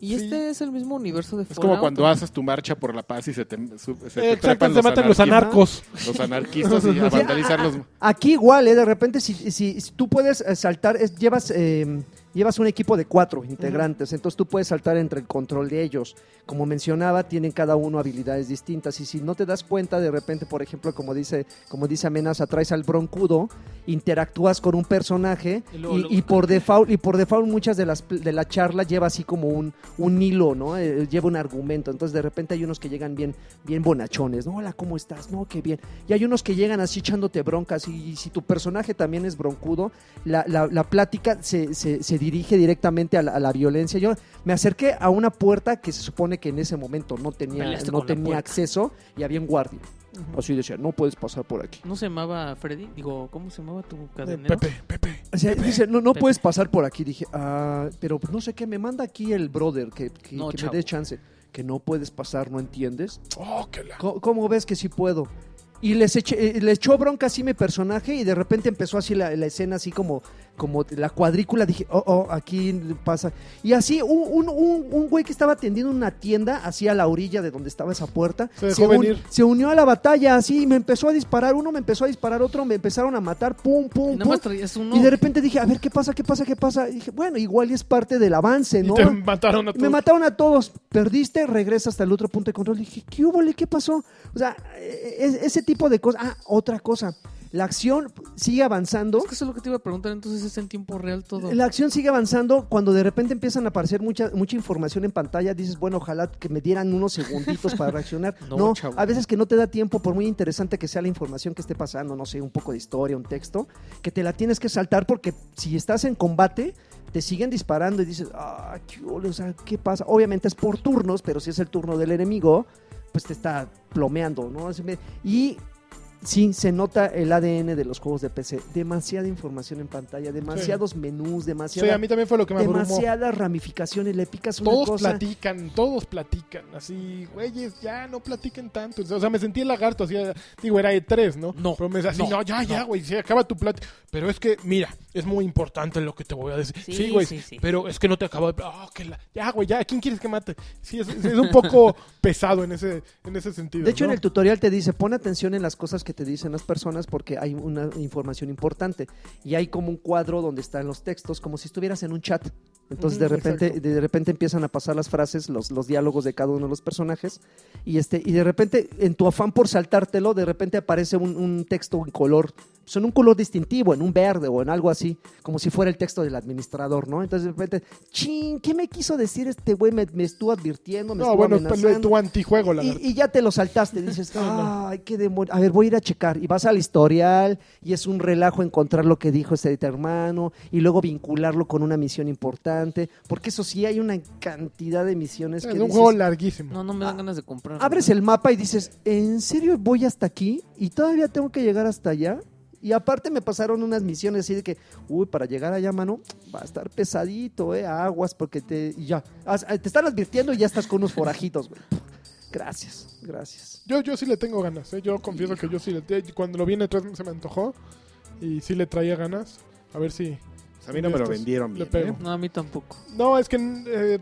Y sí. este es el mismo universo de Es Fallout. como cuando haces tu marcha por la paz y se te, su- se te Eh, Exacto, trepan se matan los anarquistas- anarcos. <laughs> Los anarquistas y a vandalizar los... Aquí igual, ¿eh? De repente, si, si- si tú puedes eh, saltar, es- llevas, eh, llevas un equipo de cuatro integrantes, entonces tú puedes saltar entre el control de ellos. Como mencionaba, tienen cada uno habilidades distintas y si no te das cuenta, de repente, por ejemplo, como dice, como dice Amenaza, traes al broncudo, interactúas con un personaje Y y, luego, luego- y por default y por default muchas de las pl- de la charla lleva así como un, un hilo, ¿no? Eh, lleva un argumento. Entonces de repente hay unos que llegan bien bien bonachones, ¿no? Hola, ¿cómo estás? No, qué bien. Y hay unos que llegan así echándote broncas y, y si tu personaje también es broncudo, la, la- la plática se, se- se dirige directamente a la, a la violencia. Yo me acerqué a una puerta que se supone que en ese momento no tenía, Peleaste no con la tenía puerta. acceso y había un guardia. Así decía, no puedes pasar por aquí. ¿No se llamaba Freddy? Digo, ¿cómo se llamaba tu cadenero? Eh, Pepe, Pepe. O sea, dice, no, no Pepe. puedes pasar por aquí. Dije, ah, pero no sé qué, me manda aquí el brother que, que- No, que me chavo. dé chance. Que no puedes pasar, ¿no entiendes? Oh, que la. Co- ¿Cómo, ves que sí puedo? Y les eché- eh, le echó bronca así mi personaje y de repente empezó así la, la escena, así como, como la cuadrícula. Dije, oh, oh, aquí pasa. Y así un, un- un- un güey que estaba atendiendo una tienda, así a la orilla de donde estaba esa puerta, Se dejó venir. se unió a la batalla así y me empezó a disparar. Uno me empezó a disparar, otro me empezaron a matar, pum, pum, Nada pum. más traías uno. Y de repente dije, a ver, ¿qué pasa? ¿Qué pasa? ¿Qué pasa? Y dije, bueno, igual y es parte del avance, ¿no? Y te mataron a Me todos. mataron a todos, perdiste, regresa hasta el otro punto de control. Dije, ¿qué hubo? le? ¿Qué pasó? O sea, e- e- ese tipo de cosas. Ah, otra cosa. La acción sigue avanando. Es que eso es lo que te iba a preguntar, entonces es en tiempo real todo. La acción sigue avanzando cuando de repente empiezan a aparecer mucha, mucha información en pantalla. Dices, bueno, ojalá que me dieran unos segunditos para reaccionar. No, <laughs> No, chavo. a veces que no te da tiempo, por muy interesante que sea la información que esté pasando, no sé, un poco de historia, un texto, que te la tienes que saltar porque si estás en combate, te siguen disparando y dices, ah, qué, ole, o sea, ¿qué pasa? Obviamente es por turnos, pero si es el turno del enemigo, pues te está plomeando, ¿no? Así me- Y sí, se nota el ADN de los juegos de PC. Demasiada información en pantalla, demasiados menús, Sí, demasiada, a mí también fue lo que me abrumó. demasiadas ramificaciones, le picas una Todos cosa. platican, todos platican. Así, güeyes, ya no platiquen tanto. O sea, me sentí el lagarto. Así, digo, era E3, ¿no? No, Pero me decía así, no, no, ya, ya, no. güey, se acaba tu plática. Pero es que, mira, es muy importante lo que te voy a decir. Sí, Sí, güey. sí, sí. Pero es que no te acabo de. Ah, que la- Ya, güey, ya, ¿a quién quieres que mate? Sí, es, es un <laughs> poco pesado en ese, en ese sentido. De hecho, ¿no? en el tutorial te dice, pon atención en las cosas que te dicen las personas porque hay una información importante. Y hay como un cuadro donde están los textos, como si estuvieras en un chat. Entonces, de Ujú, repente, de repente empiezan a pasar las frases, los, los diálogos de cada uno de los personajes. Y, este, y de repente, en tu afán por saltártelo, de repente aparece un, un texto en color, pues, en un color distintivo, en un verde o en algo así, como si fuera el texto del administrador, ¿no? Entonces, de repente, ching, ¿qué me quiso decir este güey? Me, me estuvo advirtiendo, me No, estuvo bueno, amenazando. tu antijuego, la Y, y ya te lo saltaste, dices, <laughs> Ah, ay, qué demonio. A ver, voy a ir a checar. Y vas al historial y es un relajo encontrar lo que dijo este hermano y luego vincularlo con una misión importante. Porque eso sí, hay una cantidad de misiones Es que un dices, juego larguísimo. No, no me dan ganas de comprar. abres el mapa y dices, ¿en serio voy hasta aquí? ¿Y todavía tengo que llegar hasta allá? Y aparte me pasaron unas misiones así de que, uy, para llegar allá, mano, va a estar pesadito, eh, aguas, porque te... Y ya, As- te están advirtiendo y ya estás con unos forajitos, güey. Gracias, gracias. Yo, yo sí le tengo ganas, ¿eh? yo confieso que yo sí le cuando lo vi en el 3 se me antojó y sí le traía ganas. A ver si A mí no me lo vendieron le bien. pego. ¿eh? No, a mí tampoco. No, es que eh,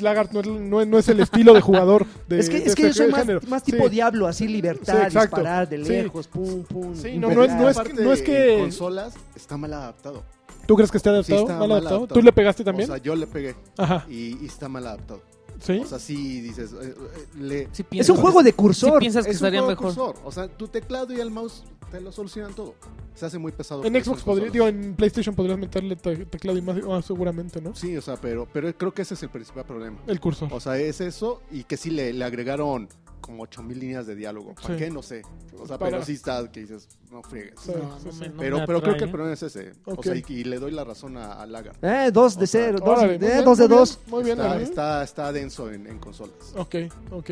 Lagart no, es- no es- no es el estilo de jugador de es que, de es que yo ese soy más, género. más tipo Sí. diablo, así libertad, Sí, exacto. disparar de Sí. lejos, pum, pum. Sí, no, no es- no es- Aparte, no es que- en consolas está mal adaptado. ¿Tú crees que esté adaptado? Sí, está ¿Mal mal adaptado? adaptado. ¿Tú le pegaste también? O sea, yo le pegué Ajá. y, y está mal adaptado. ¿Sí? O sea, sí dices, eh, eh, le... Sí Es piensas- un juego de sí cursor. piensas que es un estaría juego mejor. cursor. O sea, tu teclado y el mouse te lo solucionan todo. Se hace muy pesado. en por eso Xbox podría, consolas. digo, en PlayStation podrías meterle te- teclado y más ah, seguramente, ¿no? Sí, o sea, pero, pero creo que ese es el principal problema. El cursor. O sea, es eso y que sí le, le agregaron como 8000 líneas de diálogo. Sí. ¿Para qué? No sé. O sea, Para- pero sí está que dices, no friegues. Sí, No, sí, no sí. me- no pero me pero creo atrae, que el ¿eh? problema es ese. Ok. O sea, y, y le doy la razón a, a Lagar. Eh, dos de O sea, cero, dos, Órale, eh, muy bien, dos de muy bien, dos. Muy bien, Está, Lagarde. Oh. está, está denso en, en consolas. Ok, ok.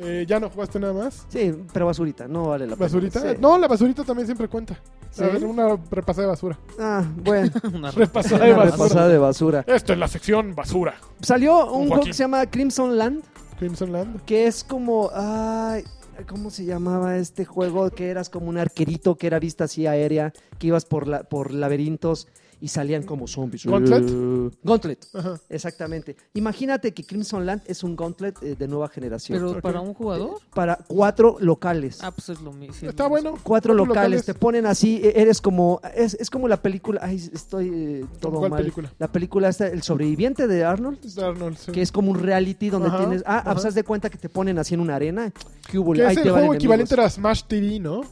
Eh, ¿Ya no jugaste nada más? Sí, pero basurita, no vale la pena. ¿Basurita? Sí. No, la basurita también siempre cuenta. ¿Sí? A ver, una repasada de basura. Ah, <laughs> bueno, ¿eh? Una Repasada de una basura. repasada de basura. Esto es la sección basura. Salió un Joaquín. juego que se llama Crimson Land, Crimson Land. que es como... Ay, ¿Cómo se llamaba este juego? Que eras como un arquerito, que era vista así aérea, que ibas por, la, por laberintos y salían como zombies. ¿Gauntlet? Eh, Gauntlet, Ajá. exactamente. Imagínate que Crimson Land es un Gauntlet eh, de nueva generación. Pero Ok. para un jugador. para cuatro locales. Ah, pues es lo mismo. sí, es Está lo bueno. mismo. Cuatro locales, locales. te ponen así, e- eres como, es, es como la película, ay, estoy eh, todo ¿Cuál mal. película? La película está, El sobreviviente de Arnold, Es de Arnold, sí. que es como un reality donde Ajá, tienes, ah, ajá. pues, haz de cuenta que te ponen así en una arena, ¿qué hubo? Que Ahí es te el van juego enemigos. equivalente a Smash TV, ¿no? Eh,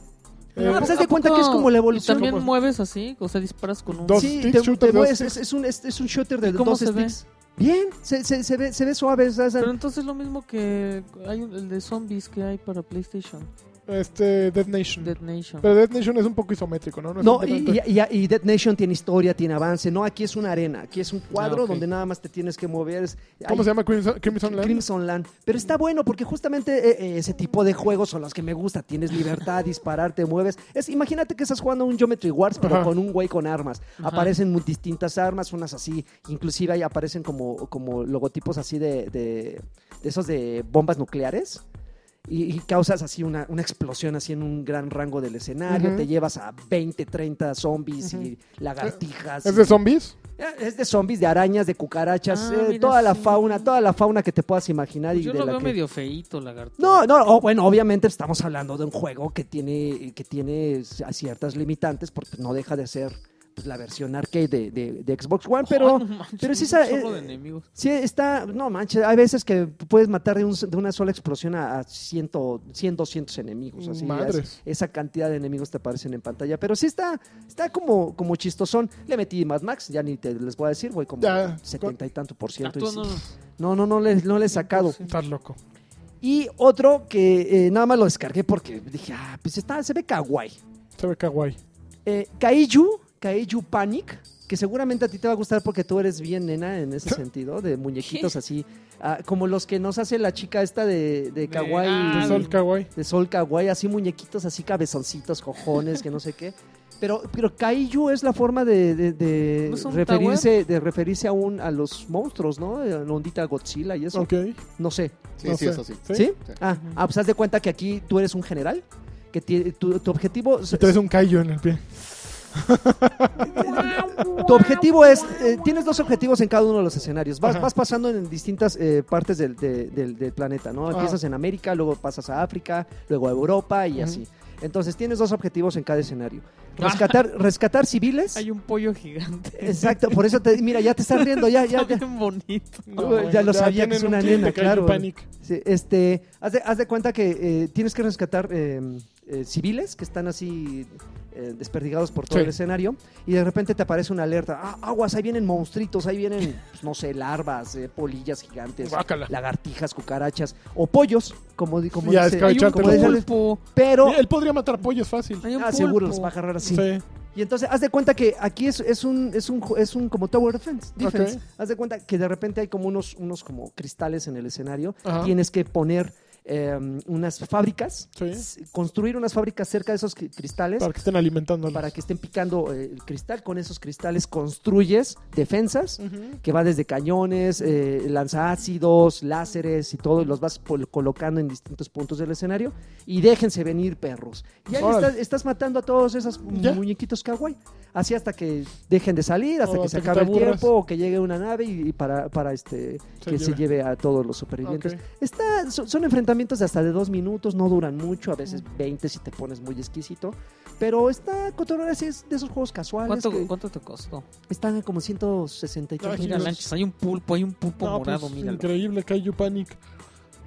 Ah, pues, haz ¿A de cuenta que es poco como la Y evolución. también Como- mueves así, o sea, disparas con un. Dos. Sí, sticks, te- shooter te de mueves, dos es, es un, es, es un shooter de ¿Y cómo dos se ve? sticks. Bien, se, se, se ve, se ve suave. o sea, Pero entonces es lo mismo que hay un- el de zombies que hay para PlayStation. Este, Dead Nation. Dead Nation. Pero Dead Nation es un poco isométrico, ¿no? es No, un y, tanto- y- y- y Dead Nation tiene historia, tiene avance. No, aquí es una arena, aquí es un cuadro Ah, ok. donde nada más te tienes que mover. Es- ¿Cómo hay- se llama? Crimson, Crimson Land. Crimson Land. Pero está bueno porque justamente eh, eh, ese tipo de juegos son los que me gusta. Tienes libertad, disparar, te mueves. Es, imagínate que estás jugando un Geometry Wars, pero Ajá. con un güey con armas. Ajá. Aparecen mu- distintas armas, unas así. Inclusive ahí aparecen como, como logotipos así de, de- de esos de bombas nucleares. Y, y causas así una, una explosión así en un gran rango del escenario. Ujú. Te llevas a 20, 30 zombies y lagartijas. ¿Es y- de zombies? eh, Es de zombies, de arañas, de cucarachas, Ah, eh, mira, toda la sí. Pues fauna, toda la fauna que te puedas imaginar. y yo de lo la veo que- medio feíto, lagarto. No, no, o- bueno, obviamente estamos hablando de un juego que tiene, que tiene a ciertas limitantes porque no deja de ser pues, la versión arcade de, de- de Xbox One, pero... Ay, no manches, pero sí un sa- chorro eh, de enemigos. Sí, está, no manches, hay veces que puedes matar de, un- de una sola explosión a, a 100, 100, 200 enemigos, así, Madres. es- esa cantidad de enemigos te aparecen en pantalla, pero sí está, está como, como chistosón, le metí Mad Max, ya ni te les voy a decir, voy como Ya, 70 y tanto por Ah, ciento, y tú sí. no, no. no, pues no, no, le, no le he sacado, Estás loco. y otro que eh, nada más lo descargué porque dije, ah, pues está, se ve kawaii, Se ve kawaii. eh, Kaiju, Kaiju Panic, que seguramente a ti te va a gustar porque tú eres bien nena en ese sentido, de muñequitos así, ah, como los que nos hace la chica esta de, de Kawaii, ah, Es el kawaii. de Sol Kawaii, así muñequitos, así cabezoncitos, cojones, que no sé qué. Pero, pero Kaiju es la forma de, de- de ¿No es un referirse, de referirse aún a los monstruos, ¿no? A La ondita Godzilla y eso. Ok. No sé. Sí, No sí, sé. eso sí. ¿Sí? ¿Sí? Ah, ah, pues haz de cuenta que aquí tú eres un general, que ti- tu, tu objetivo... Y traes un callo en el pie. <laughs> Tu objetivo es, eh, tienes dos objetivos en cada uno de los escenarios. Vas, Ajá. vas pasando en distintas eh, partes del, de- del- del planeta, ¿no? Empiezas en América, luego pasas a África, luego a Europa y Ujú. así. Entonces tienes dos objetivos en cada escenario. Rescatar, rescatar civiles. Ah. Hay un pollo <laughs> gigante. Exacto, por eso te, mira, ya te estás riendo, ya, <laughs> ya, Está ya. bien bonito. Ya lo sabía que tienen es una un clip nena, de Kaiju claro. Panic. Sí, este, haz de, haz de cuenta que eh, tienes que rescatar eh, eh, civiles que están así eh, desperdigados por todo Sí. el escenario y de repente te aparece una alerta. Ah, aguas, ahí vienen monstruitos, ahí vienen, <laughs> pues, no sé, larvas, eh, polillas gigantes, Guácala. lagartijas, cucarachas o pollos, como, di- como Ya, dice. es que- Hay un Cachate, lo- pulpo. Pero, Él podría matar pollos fácil. Hay un ah, seguro los pulpo. va a agarrar así. Sí. Y entonces haz de cuenta que aquí es, es un es un ju- es un como tower defense, defense. Ok. Haz de cuenta que de repente hay como unos unos como cristales en el escenario. Ajá. Tienes que poner eh, unas fábricas, Sí. s- construir unas fábricas cerca de esos cri- cristales Para que estén alimentándolos. para que estén picando eh, el cristal. Con esos cristales construyes defensas Ujú. que va desde cañones, eh, lanzaácidos, láseres y todo, y los vas pol- colocando en distintos puntos del escenario. Y déjense venir perros. Y ahí Órale. estás, estás matando a todos esos mu- Ya. muñequitos kawaii. Así hasta que dejen de salir, hasta O que se hasta que te acabe el aburras. tiempo o que llegue una nave y, y para, para este Se que se lleve. lleve a todos los Ok. supervivientes. Está, son, son enfrentamientos de hasta de dos minutos, no duran mucho, a veces Mm. 20 si te pones muy exquisito. Pero está Cotorreo así es de esos juegos casuales. ¿Cuánto, que ¿Cuánto te costó? están como 160 y Ay, tantos Mira, Dios. Lanchas, hay un pulpo, hay un pulpo No, pues, morado, mira. increíble Kaiju Panic.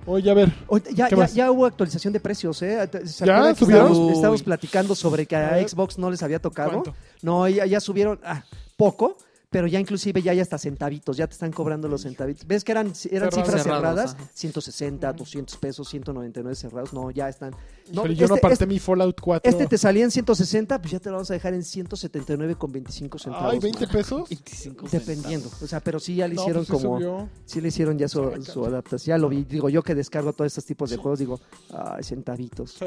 Oye, a ver. Ahorita- Ya, ¿Qué ya, más? ya hubo actualización de precios, ¿eh? ¿Se ¿Ya acuerdan que subieron? Estábamos, Uy. estábamos platicando sobre que A a ver. Xbox no les había tocado. ¿Cuánto? No, ya, ya subieron ah, poco, pero ya inclusive ya hay hasta centavitos, ya te están cobrando los centavitos. ¿Ves que eran, eran Cerrados. cifras Cerrados, cerradas? ajá. 160, 200 pesos, 199 cerrados. No, ya están. No, Híjole, yo no este- aparté este- mi Fallout 4. este te salía en 160, pues ya te lo vamos a dejar en 179 con 25 centavos. Ay, 20 pesos. 25 Dependiendo. O sea, pero sí ya le No, hicieron pues sí como... subió. Sí le hicieron ya Sí, me su, encanta. su adaptación. Ya lo vi. Digo, yo que descargo todos estos tipos de juegos, digo, ay, centavitos. Sí.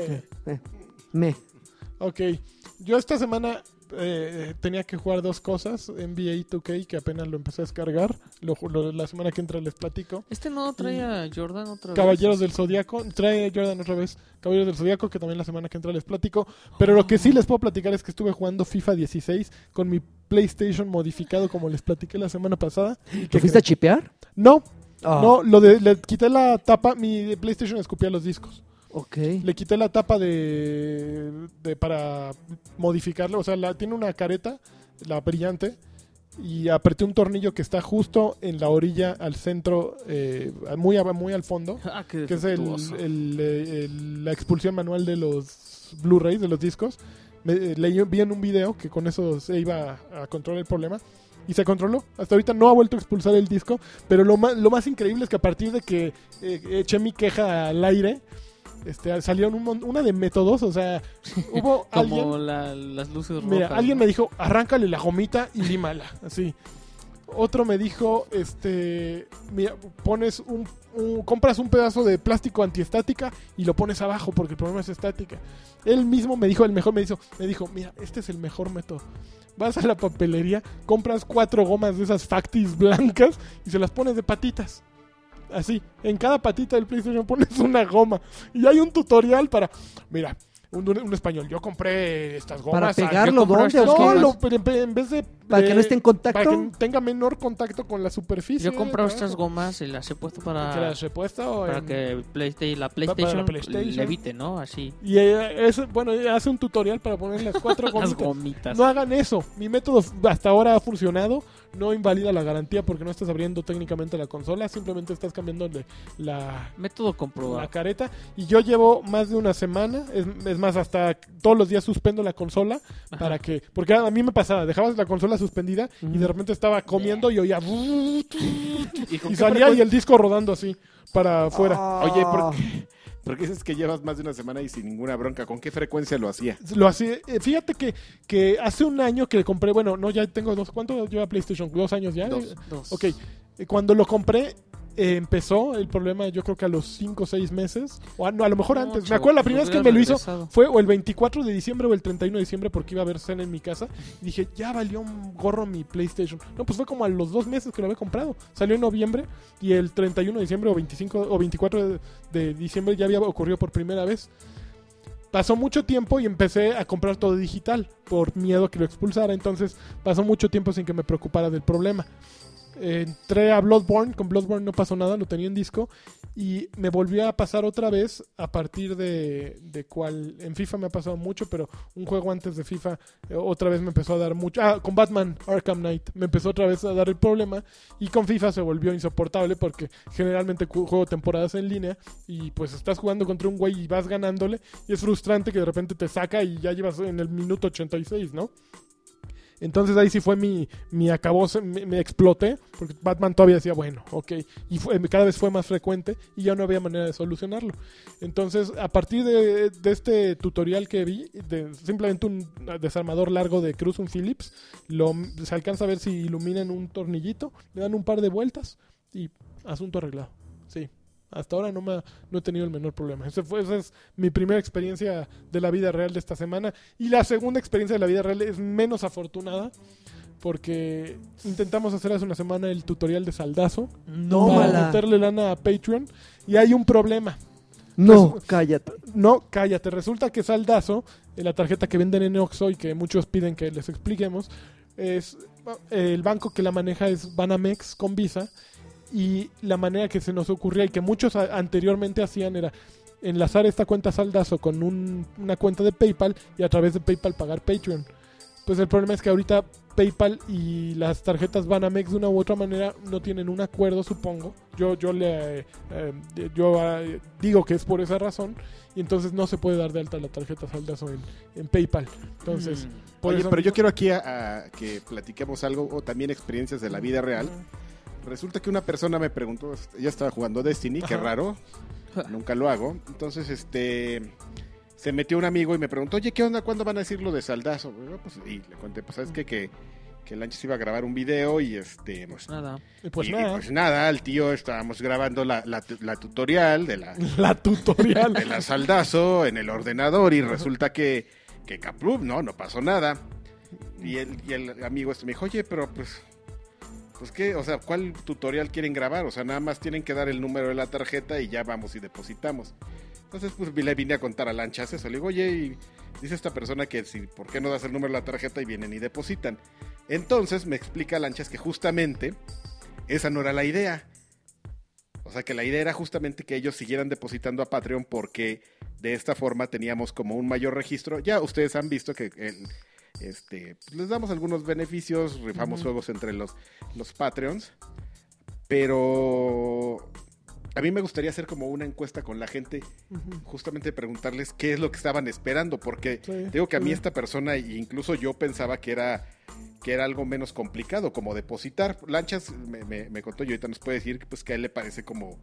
Me. Ok. Yo esta semana eh, tenía que jugar dos cosas. NBA 2K, que apenas lo empecé a descargar. Lo ju- lo- la semana que entra les platico. Este no trae a Jordan otra vez. Caballeros del Zodíaco. Trae Jordan otra vez. Caballeros del Zodíaco, que también la semana que entra les platico. Pero lo que sí les puedo platicar es que estuve jugando FIFA 16 con mi PlayStation modificado, como les platiqué la semana pasada. ¿Y ¿Te qué fuiste a creen? chipear? No, Ah, no, lo de, le quité la tapa. Mi PlayStation escupía los discos. Ok. Le quité la tapa de, de- para modificarlo, o sea, la, tiene una careta, la brillante, y apreté un tornillo que está justo en la orilla, al centro, eh, muy, a- muy al fondo, Ah, qué que es el, defectuoso. el, eh, el- la expulsión manual de los Blu-rays, de los discos. Me- eh, leí, vi en un video que con eso se iba a, a controlar el problema. Y se controló. Hasta ahorita no ha vuelto a expulsar el disco. Pero lo más, lo más increíble es que a partir de que eh, eché mi queja al aire, este, salieron un mon- una de métodos, <laughs> o sea, hubo Como alguien, la- las luces rojas. mira, alguien ¿no? me dijo, arráncale la gomita y límala, así. Otro me dijo, este, mira, pones un, un- compras un pedazo de plástico antiestática y lo pones abajo porque el problema es estática. Él mismo me dijo, el mejor me dijo, me dijo, mira, este es el mejor método. Vas a la papelería, compras cuatro gomas de esas factis blancas y se las pones de patitas. Así, en cada patita del PlayStation <laughs> pones una goma. Y hay un tutorial para. Mira, un, un español, yo compré estas gomas. ¿Para ah, yo pegarlo compré dónde? estas o qué? no, gomas. lo- pero en, en vez de. ¿Para que no de- esté en contacto? Para que tenga menor contacto con la superficie. Yo he comprado ¿no? estas gomas y las he puesto Que para, las he puesto para en- que el Playsta- la para la PlayStation, PlayStation. levite, ¿no? Así. Y eh, es, bueno, hace un tutorial para poner las cuatro <laughs> Las gomitas. gomitas. No hagan eso. Mi método f- hasta ahora ha funcionado. No invalida la garantía porque no estás abriendo técnicamente la consola. Simplemente estás cambiando de la, Método la comprobado. careta. Y yo llevo más de una semana. Es, es más, hasta todos los días suspendo la consola para que. Porque a mí me pasaba, dejabas la consola suspendida y de repente estaba comiendo y oía. ¿Y Y con qué salía frecu- y el disco rodando así para afuera. Ah. Oye, ¿por qué? ¿por qué dices que llevas más de una semana y sin ninguna bronca? ¿Con qué frecuencia lo hacía? Lo hacía, eh, fíjate que, que hace un año que le compré, bueno, no, ya tengo dos, ¿cuánto lleva PlayStation? ¿Dos años ya? Dos. Dos. Ok, eh, cuando lo compré eh, empezó el problema yo creo que a los 5 o 6 meses, o a, no, a lo mejor No, antes, me chavo, acuerdo la te primera vez que me hubieran lo hizo regresado. fue o el 24 de diciembre o el 31 de diciembre porque iba a haber cena en mi casa y dije, ya valió un gorro mi PlayStation. No, pues fue como a los dos meses que lo había comprado, salió en noviembre y el 31 de diciembre o 25 o 24 de, de diciembre ya había ocurrido por primera vez. Pasó mucho tiempo y empecé a comprar todo digital por miedo a que lo expulsara. Entonces pasó mucho tiempo sin que me preocupara del problema. Entré a Bloodborne, con Bloodborne no pasó nada, lo tenía en disco. Y me volvió a pasar otra vez a partir de, de cual. En FIFA me ha pasado mucho, pero un juego antes de FIFA eh, otra vez me empezó a dar mucho. Ah, con Batman Arkham Knight me empezó otra vez a dar el problema. Y con FIFA se volvió insoportable porque generalmente cu- juego temporadas en línea y pues estás jugando contra un güey y vas ganándole. Y es frustrante que de repente te saca y ya llevas en el minuto 86, ¿no? Entonces ahí sí fue mi, mi acabose, me, me exploté, porque Batman todavía decía, bueno, ok, y fue- cada vez fue más frecuente y ya no había manera de solucionarlo. Entonces, a partir de, de este tutorial que vi, de simplemente un desarmador largo de Cruz, un Phillips, lo, se alcanza a ver si iluminan un tornillito, le dan un par de vueltas y asunto arreglado. Sí, hasta ahora no, me ha- no he tenido el menor problema. Ese fue, esa es mi primera experiencia de la vida real de esta semana. Y la segunda experiencia de la vida real es menos afortunada. Porque intentamos hacer hace una semana el tutorial de saldazo. No, para mala. meterle lana a Patreon. Y hay un problema. No, cállate. No, cállate. Resulta que Saldazo, eh, la tarjeta que venden en Oxxo y que muchos piden que les expliquemos, es eh, el banco que la maneja es Banamex con Visa y la manera que se nos ocurría y que muchos a- anteriormente hacían era enlazar esta cuenta Saldazo con un- una cuenta de PayPal y a través de PayPal pagar Patreon. Pues el problema es que ahorita PayPal y las tarjetas Banamex de una u otra manera no tienen un acuerdo, supongo. Yo yo le eh, eh, yo eh, digo que es por esa razón y entonces no se puede dar de alta la tarjeta Saldazo en, en PayPal. Entonces, Mm. por Oye, eso pero yo mismo- quiero aquí a, a que platiquemos algo o también experiencias de la vida real. Resulta que una persona me preguntó, ella estaba jugando Destiny, qué Ajá. <laughs> raro, nunca lo hago. Entonces, este, se metió un amigo y me preguntó, oye, ¿qué onda? ¿Cuándo van a decir lo de Saldazo? Bueno, pues, y le conté, pues, ¿sabes qué? Que, que el ancho se iba a grabar un video y este, pues, Nada. Y pues y- y nada. pues nada, el tío estábamos grabando la, la tu- la tutorial de la, <laughs> La tutorial. de la saldazo en el ordenador y resulta que, que Caprup, no, no pasó nada. Y el, y el amigo este me dijo, oye, pero pues, pues qué, o sea, ¿cuál tutorial quieren grabar? O sea, nada más tienen que dar el número de la tarjeta y ya vamos y depositamos. Entonces, pues le vine a contar a Lanchas eso. Le digo, oye, y dice esta persona que si, ¿por qué no das el número de la tarjeta y vienen y depositan? Entonces me explica Lanchas que justamente esa no era la idea. O sea que la idea era justamente que ellos siguieran depositando a Patreon porque de esta forma teníamos como un mayor registro. Ya ustedes han visto que el- este, pues, les damos algunos beneficios, rifamos juegos entre los, los Patreons. Pero a mí me gustaría hacer como una encuesta con la gente, justamente preguntarles qué es lo que estaban esperando, porque Sí, digo que a mí sí. esta persona, e incluso yo pensaba que era que era algo menos complicado, como depositar. Lanchas me, me- me contó y ahorita nos puede decir pues, que a él le parece como,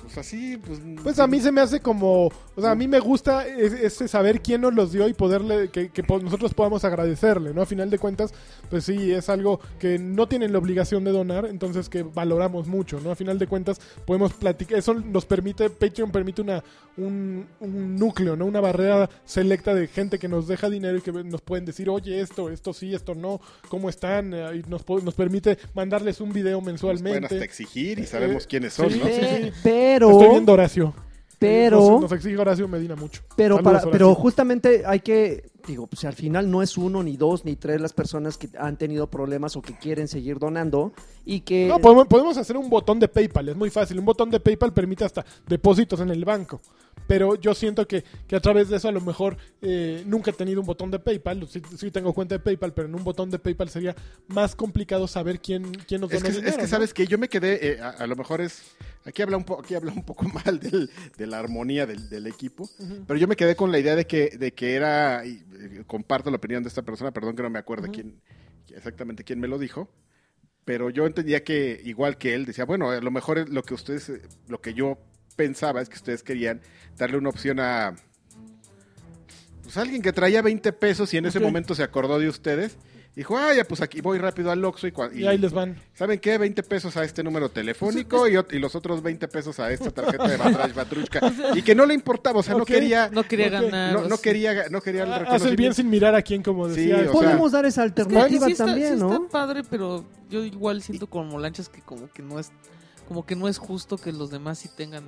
Pues así, pues. Pues a mí se me hace como, o sea, a mí me gusta es- ese saber quién nos los dio y poderle, que, que po- nosotros podamos agradecerle, ¿no? A final de cuentas, pues sí, es algo que no tienen la obligación de donar, entonces que valoramos mucho, ¿no? A final de cuentas podemos platicar, eso nos permite, Patreon permite una, un, un núcleo, ¿no? Una barrera selecta de gente que nos deja dinero y que nos pueden decir, oye, esto, esto sí, esto no, ¿cómo están? Eh, Y nos, po- nos permite mandarles un video nos pueden hasta mensualmente. exigir y sabemos Eh, quiénes son, sí, ¿no? sí, sí. Pe- Estoy Pero, viendo Horacio. pero, Nos, nos exige Horacio Medina mucho. pero, Saludos, para, Horacio. pero justamente hay que, digo, pues al final no es uno, ni dos, ni tres las personas que han tenido problemas o que quieren seguir donando y que... No, pues, podemos, podemos hacer un botón de PayPal, es muy fácil. Un botón de PayPal permite hasta depósitos en el banco. Pero yo siento que, que a través de eso a lo mejor eh, nunca he tenido un botón de PayPal. Sí, sí tengo cuenta de PayPal, pero en un botón de PayPal sería más complicado saber quién, quién nos Es dona que, dinero, es que ¿no? sabes que yo me quedé, eh, a, a lo mejor es, aquí habla un, po- aquí habla un poco <laughs> mal del- de la armonía del, del equipo, pero yo me quedé con la idea de que, de que era, y, eh, comparto la opinión de esta persona, perdón que no me acuerdo quién, exactamente quién me lo dijo, pero yo entendía que igual que él decía, bueno, a lo mejor es lo que ustedes, eh, lo que yo pensaba es que ustedes querían darle una opción a... Pues alguien que traía 20 pesos y en ese Ok. momento se acordó de ustedes. Dijo, ah, ya pues aquí voy rápido al Oxxo y, cua- Y ahí les van. ¿Saben qué? 20 pesos a este <laughs> número telefónico y, ot- y los otros 20 pesos a esta tarjeta de Batrash Batrushka. Y que no le importaba, o sea, no Ok. quería. No quería Ok. ganar. No, no o sea, quería, no quería el Ah, Hace el reconocimiento. bien sin mirar a quién, como Sí, decía. Pues, o sea, podemos dar esa es que alternativa sí está- también, sí ¿no? está padre, pero yo igual siento como lanchas que como que no es como que no es justo que los demás sí tengan,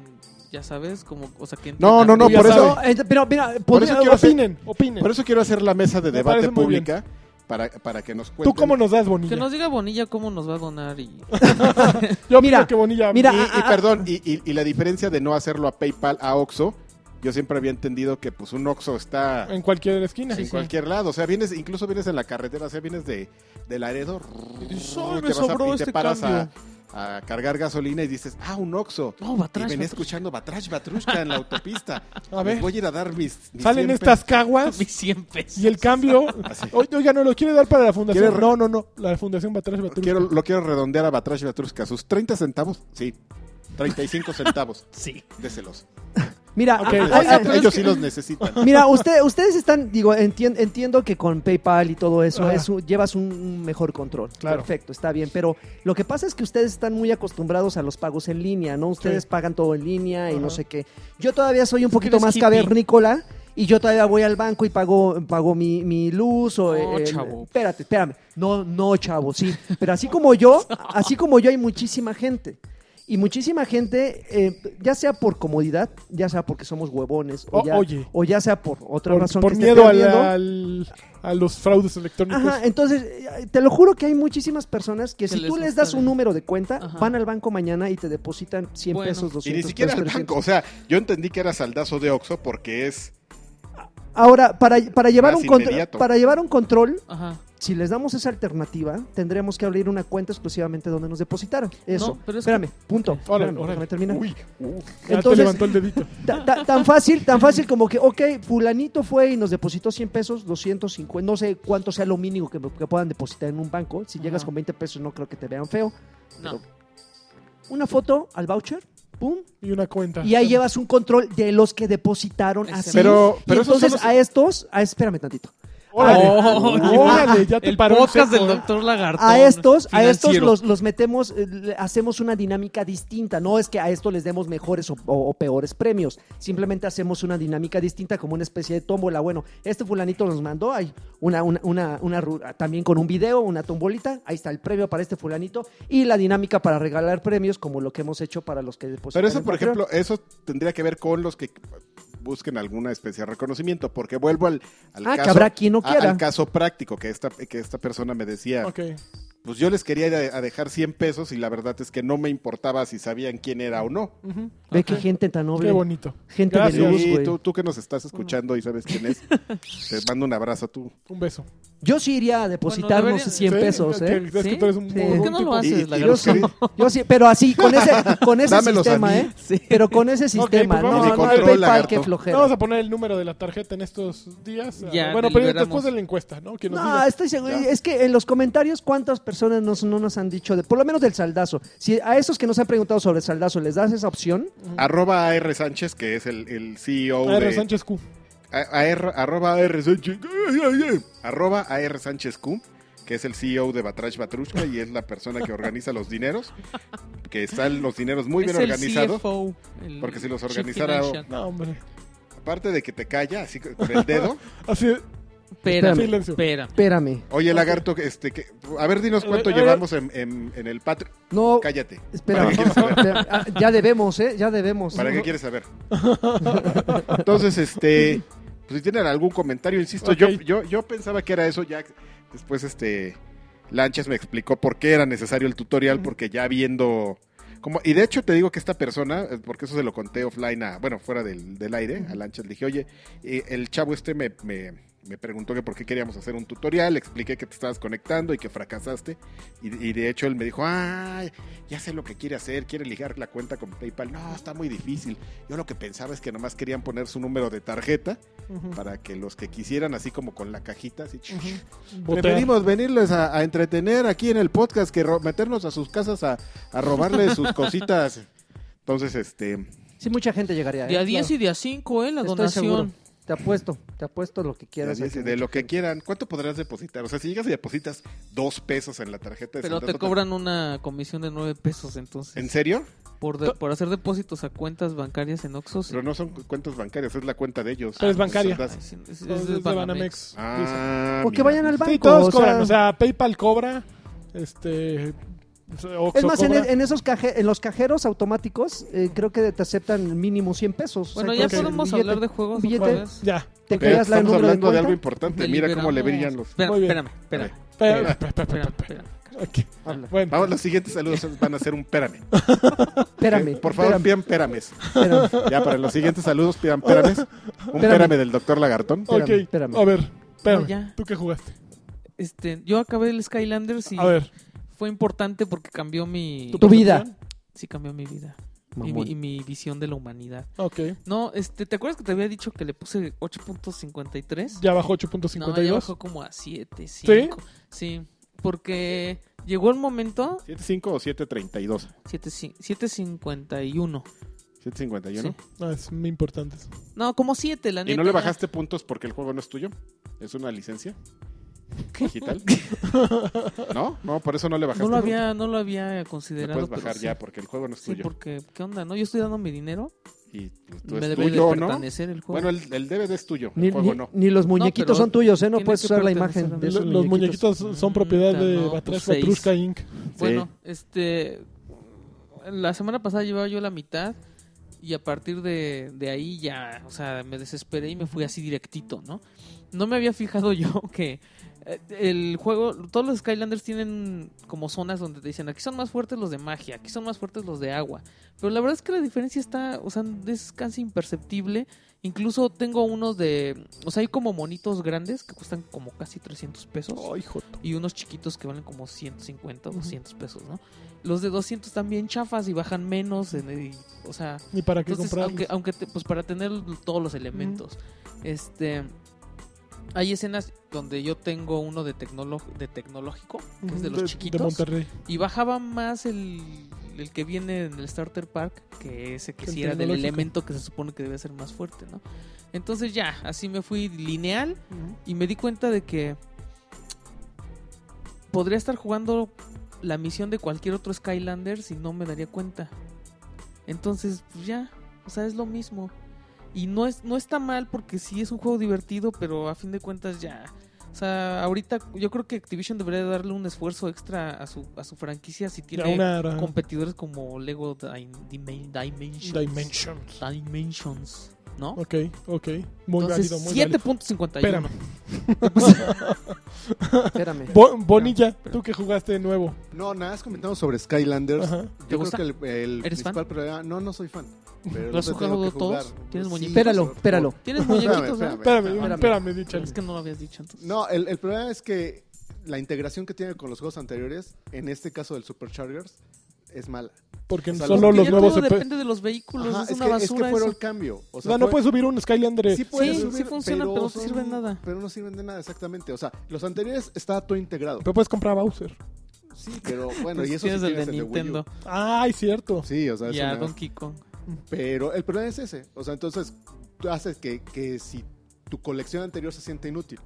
ya sabes, como o sea, que entren No, a- no, no, Ya por sabe. eso, No, eh, pero mira, Por podría- eso quiero hacer- pues, opinen, opinen. por eso quiero hacer la mesa de Me debate parece muy bien. pública para, para que nos cuenten. ¿Tú cómo nos das, Bonilla? Que nos diga Bonilla cómo nos va a donar y Yo Mira, opino que Bonilla... Y, mira, y Ah, ah, perdón, y, y- y la diferencia de no hacerlo a PayPal, a Oxxo, yo siempre había entendido que pues un Oxxo está En cualquier esquina. en cualquier lado. O sea, vienes, incluso vienes en la carretera, o sea, vienes de, de Laredo. Y dices, rrr, "Ay, te me vas a- sobró y te este paras a, cambio". a cargar gasolina y dices, ah, un Oxxo. no, Y Batrash, venía Batrash. <laughs> escuchando Batrash Batrushka en la autopista. A Les ver. voy a ir a dar mis. mis Salen 100 estas <laughs> caguas... Mis 100 pesos. Y el cambio, Oye, oiga, no lo quiere dar para la fundación. ¿Quiere re- No, no, no, la fundación Batrash pesos. Batrushka. Quiero, lo quiero redondear a Batrash Batrushka. ¿Sus 30 centavos? Sí. 35 centavos. Sí. <laughs> Déselos. mira, ah, Ok, o ah, sea, ah, pero Ellos es que- sí los necesitan. Mira, usted- ustedes están, digo, entien- entiendo que con PayPal y todo eso Ajá. es un- llevas un, un mejor control. Claro. Perfecto, está bien. Pero lo que pasa es que ustedes están muy acostumbrados a los pagos en línea, ¿no? Ustedes Sí. pagan todo en línea y Ajá. no sé qué. Yo todavía soy un poquito eres más hippie. cavernícola y yo todavía voy al banco y pago, pago mi, mi luz o... No, el- chavo. Espérate, espérame. No, no, chavo, sí. Pero así como <laughs> yo, así como yo hay muchísima gente. Y muchísima gente, eh, ya sea por comodidad, ya sea porque somos huevones, o, O- ya, oye. o ya sea por otra por, razón por que esté miedo pues, al, perdiendo. al- a los fraudes electrónicos. Ajá, entonces, eh, te lo juro que hay muchísimas personas que, Que si les tú les das gusta un de- número de cuenta, Ajá. van al banco mañana y te depositan 100 Bueno. pesos, 200 Y ni siquiera al pesos, banco. 300. O sea, yo entendí que era saldazo de Oxxo porque es. Ahora, para, para, llevar Más un control, inmediato. para llevar un control, Ajá. si les damos esa alternativa, tendremos que abrir una cuenta exclusivamente donde nos depositaran. Eso. No, pero es que- Espérame, punto. Órale, Espérame, órale. déjame terminar. Uy, uh, Ya te entonces- levantó el dedito. Ta- ta- tan fácil, tan fácil como que, ok, fulanito fue y nos depositó 100 pesos, 250, no sé cuánto sea lo mínimo que, que puedan depositar en un banco. Si llegas Ajá. con 20 pesos no creo que te vean feo. No. Una foto al voucher, pum, Y una cuenta. y ahí llevas un control de los que depositaron Ese así. Pero- pero Y esos son entonces los- a estos, a, espérame tantito. Órale, Órale. órale, Oh, ya te Oh, El paró en podcast seco, del ¿eh? doctor Lagartón. A estos, a estos financiero. los, los metemos, eh, le- hacemos una dinámica distinta. No es que a estos les demos mejores o, o- o peores premios. Simplemente hacemos una dinámica distinta como una especie de tómbola. Bueno, este fulanito nos mandó, hay una, una, una, una ru- también con un video, una tombolita. Ahí está el premio para este fulanito y la dinámica para regalar premios como lo que hemos hecho para los que depositan. Pero pues, en eso, por Patreon. ejemplo, eso tendría que ver con los que busquen alguna especie de reconocimiento, porque vuelvo al, al Ah, que habrá quien no a- quiera. al caso práctico que esta, que esta persona me decía, Ok. pues yo les quería ir a, a dejar 100 pesos y la verdad es que no me importaba si sabían quién era o no. Ujú. Ve Ajá. que gente tan noble. Qué bonito. Gente de Gracias. luz, Sí, Ah, güey. <laughs> tú, tú que nos estás escuchando y sabes quién es, te mando un abrazo tú. Un beso. Yo sí iría a depositarnos Bueno, debería- 100 Sí, pesos, que- ¿eh? Es que ¿Sí? tú eres un Sí. ¿Por muy ¿Por qué buen no tipo. lo Y- haces, y Yo lagarto? sí, yo sí, pero así, con ese, con ese Dámelos a sistema, mí. ¿eh? Pero con ese sistema, pues no, vamos no, a el control, PayPal, lagarto. qué flojera. Vamos a poner el número de la tarjeta en estos días. Ya, bueno, te pero liberamos. después de la encuesta, ¿no? Que nos No, diga. estoy seguro. Es que en los comentarios, ¿cuántas personas nos, no nos han dicho? De, por lo menos del saldazo. Si a esos que nos han preguntado sobre el saldazo les das esa opción, Arroba AR Sánchez, que es el, el CEO AR de... Sánchez Q. A- AR arroba AR Sánchez. ay, ay, ay. Arroba AR Sánchez Q, que es el CEO de Batrash Batrushka y es la persona que organiza los dineros. Que están los dineros muy bien Es el organizados. CFO, el porque si los Chief organizara- Financial. No, hombre. Aparte de que te calla, así que con el dedo. Así es. Espérame, Silencio. espérame. espérame. Oye, lagarto, este, que, a ver, dinos cuánto A ver, Oh. a ver. llevamos en, en- en el Patreon. No, Cállate. ¿Para espérame. qué quieres saber? Ah, Ya debemos, ¿eh? Ya debemos. ¿Para qué quieres saber? <laughs> Entonces, este, pues si tienen algún comentario, insisto, yo- Ok. yo, yo, pensaba que era eso, ya después este Lanchas me explicó por qué era necesario el tutorial, porque ya viendo como, y de hecho te digo que esta persona, eh, porque eso se lo conté offline a, bueno, fuera del, del aire, a Lanchas le dije, oye, eh, el chavo este me, me- me preguntó que por qué queríamos hacer un tutorial, le expliqué que te estabas conectando y que fracasaste, y, y de hecho él me dijo, ah, ya sé lo que quiere hacer, quiere ligar la cuenta con PayPal, no, está muy difícil, yo lo que pensaba es que nomás querían poner su número de tarjeta para que los que quisieran, así como con la cajita, así, Botear. Preferimos venirles a, a entretener aquí en el podcast que ro- meternos a sus casas a, a <laughs> robarles sus cositas. Entonces, este, Sí, mucha gente llegaría. ¿eh? De a Claro. 10 y de a 5, ¿eh? La Estoy donación. seguro. Te apuesto, te apuesto lo que quieras. de, de lo que quieran, ¿cuánto podrás depositar? O sea, si llegas y depositas dos pesos en la tarjeta de Pero Santander, te cobran una comisión de 9 pesos, entonces. ¿En serio? Por, de- por hacer depósitos a cuentas bancarias en Oxxo. sí. Pero no son cu- cuentas bancarias, es la cuenta de ellos. Pero es bancaria. Ay, Santander. sí, es- es- es Es de Banamex. Banamex. Visa. Ah, O que mira. vayan al banco. Sí, todos o sea, cobran. O sea, PayPal cobra. Este. Oxxo es más, en, e, cobra. en esos caje- en los cajeros automáticos, eh, creo que te aceptan mínimo 100 pesos. O sea, Bueno, creo ya que podemos billete- hablar de juegos billete. otra vez. Ya. Te Pero quedas la estamos número de hablando de, cuenta. algo importante. Mira cómo le Deliberamos. brillan los. Espera, Muy bien. espérame, espérame. Pe- Espera. pe- pe- pe- espérame, pe- espérame. Ok. Habla. Bueno, Vamos, los <laughs> siguientes saludos van a ser un pérame. Espérame. eh, Por favor, espérame, pidan pérames. espérame. Ya, para los siguientes saludos <laughs> pidan pérames. Un Pérame. pérame del doctor Lagartón. ok. espérame, espérame. A ver, espérame. No, ya. ¿Tú qué jugaste? Este, yo acabé el Skylanders y A ver. fue importante porque cambió mi... Tu vida. percepción? Sí, cambió mi vida. Y mi, Mamón. y mi visión de la humanidad. Ok. No, este, ¿te acuerdas que te había dicho que le puse 8.53? Ya bajó No, ya 8.52. bajó como a 7, ¿Sí? 5. ¿Sí? porque llegó el momento... 7.5 o 7.32. 7, cin- 7.51. 7.51. No, Ah, es muy importante. eso. Sí. No, como 7, la neta. ¿Y no le ya. bajaste puntos porque el juego no es tuyo? ¿Es una <laughs> licencia? ¿Digital? ¿No? No, por eso no le bajaste. No lo había, no lo había Le considerado. puedes pero bajar sí. ya porque el juego no es Sí, tuyo. porque, ¿qué onda? ¿No? Yo estoy dando mi dinero. Y pues, tú Me es debe tuyo, de ¿no? pertenecer el juego. Bueno, el, el DVD es tuyo, el Ni, juego ni- no. ni los muñequitos pero son tuyos, ¿eh? No tiene puedes que usar la pertenecer a imagen mí. de Lo- esos Los muñequitos. muñequitos son propiedad de Mm, Batrash pues, seis. Batrushka Inc. Bueno, este. La semana pasada llevaba yo la mitad. Y a partir de, de ahí ya, o sea, me desesperé y me fui así directito, ¿no? No me había fijado <laughs> yo que eh, el juego, todos los Skylanders tienen como zonas donde te dicen, aquí son más fuertes los de magia, aquí son más fuertes los de agua. Pero la verdad es que la diferencia está, o sea, es casi imperceptible. Incluso tengo unos de, o sea, hay como monitos grandes que cuestan como casi 300 pesos Ay, joto. y unos chiquitos que valen como 150 o 200 pesos, ¿no? Los de 200 también chafas y bajan menos, en el- o sea, Ni para qué entonces, aunque, comprarlos. aunque te- pues para tener todos los elementos, este, hay escenas donde yo tengo uno de, tecnolo- de tecnológico, que es de los chiquitos, De Monterrey. y bajaba más el, el que viene en el Starter Park que ese que El sí era del tecnológico. elemento que se supone que debe ser más fuerte, ¿no? Entonces ya, así me fui lineal y me di cuenta de que podría estar jugando la misión de cualquier otro Skylander si no me daría cuenta. Entonces, pues ya, o sea, es lo mismo. Y no, es, no está mal porque sí es un juego divertido, pero a fin de cuentas ya. O sea, ahorita yo creo que Activision debería darle un esfuerzo extra a su, a su franquicia si Ya tiene una era- competidores como Lego Dim- Dim- Dimensions. Dimensions. Dimensions, ¿no? Ok, ok. Muy Entonces, válido, muy válido. 7.51. Espérame. Espérame. <laughs> Bo- Bonilla, tú que jugaste de nuevo. No, nada, has comentado sobre Skylanders. Ajá. Yo ¿Te gusta? creo que el, el ¿Eres principal problema. No, no soy <laughs> fan. Pero ¿Lo has los he tenido jugado que todos? jugar. ¿Tienes muñequitos? Espéralo, por- espéralo. Tienes Espérame, muñequitos, ¿eh? espérame, Espérame, espérame. espérame, dicha. Es que no lo habías dicho entonces. No, el, el problema es que la integración que tiene con los juegos anteriores, en este caso del Superchargers, es mala. Porque O sea, solo lo- los ya nuevos todo se pe- depende de los vehículos, Ajá, es, es, una que, es que basura fueron eso. el cambio. O O sea, sea, no fue- puedes subir un Skylander. Sí, puedes sí subir, funciona, pero no te son- sirve de nada. Pero no sirven de nada, exactamente. O sea, los anteriores está todo integrado. Pero puedes comprar a Bowser. Sí, pero bueno, Pues y eso sí tienes el de tienes el de Wii U. Nintendo Ay, cierto. Sí, o sea, es y a una- Donkey Kong. Pero el problema es ese. O sea, entonces tú haces que, que si tu colección anterior se siente inútil.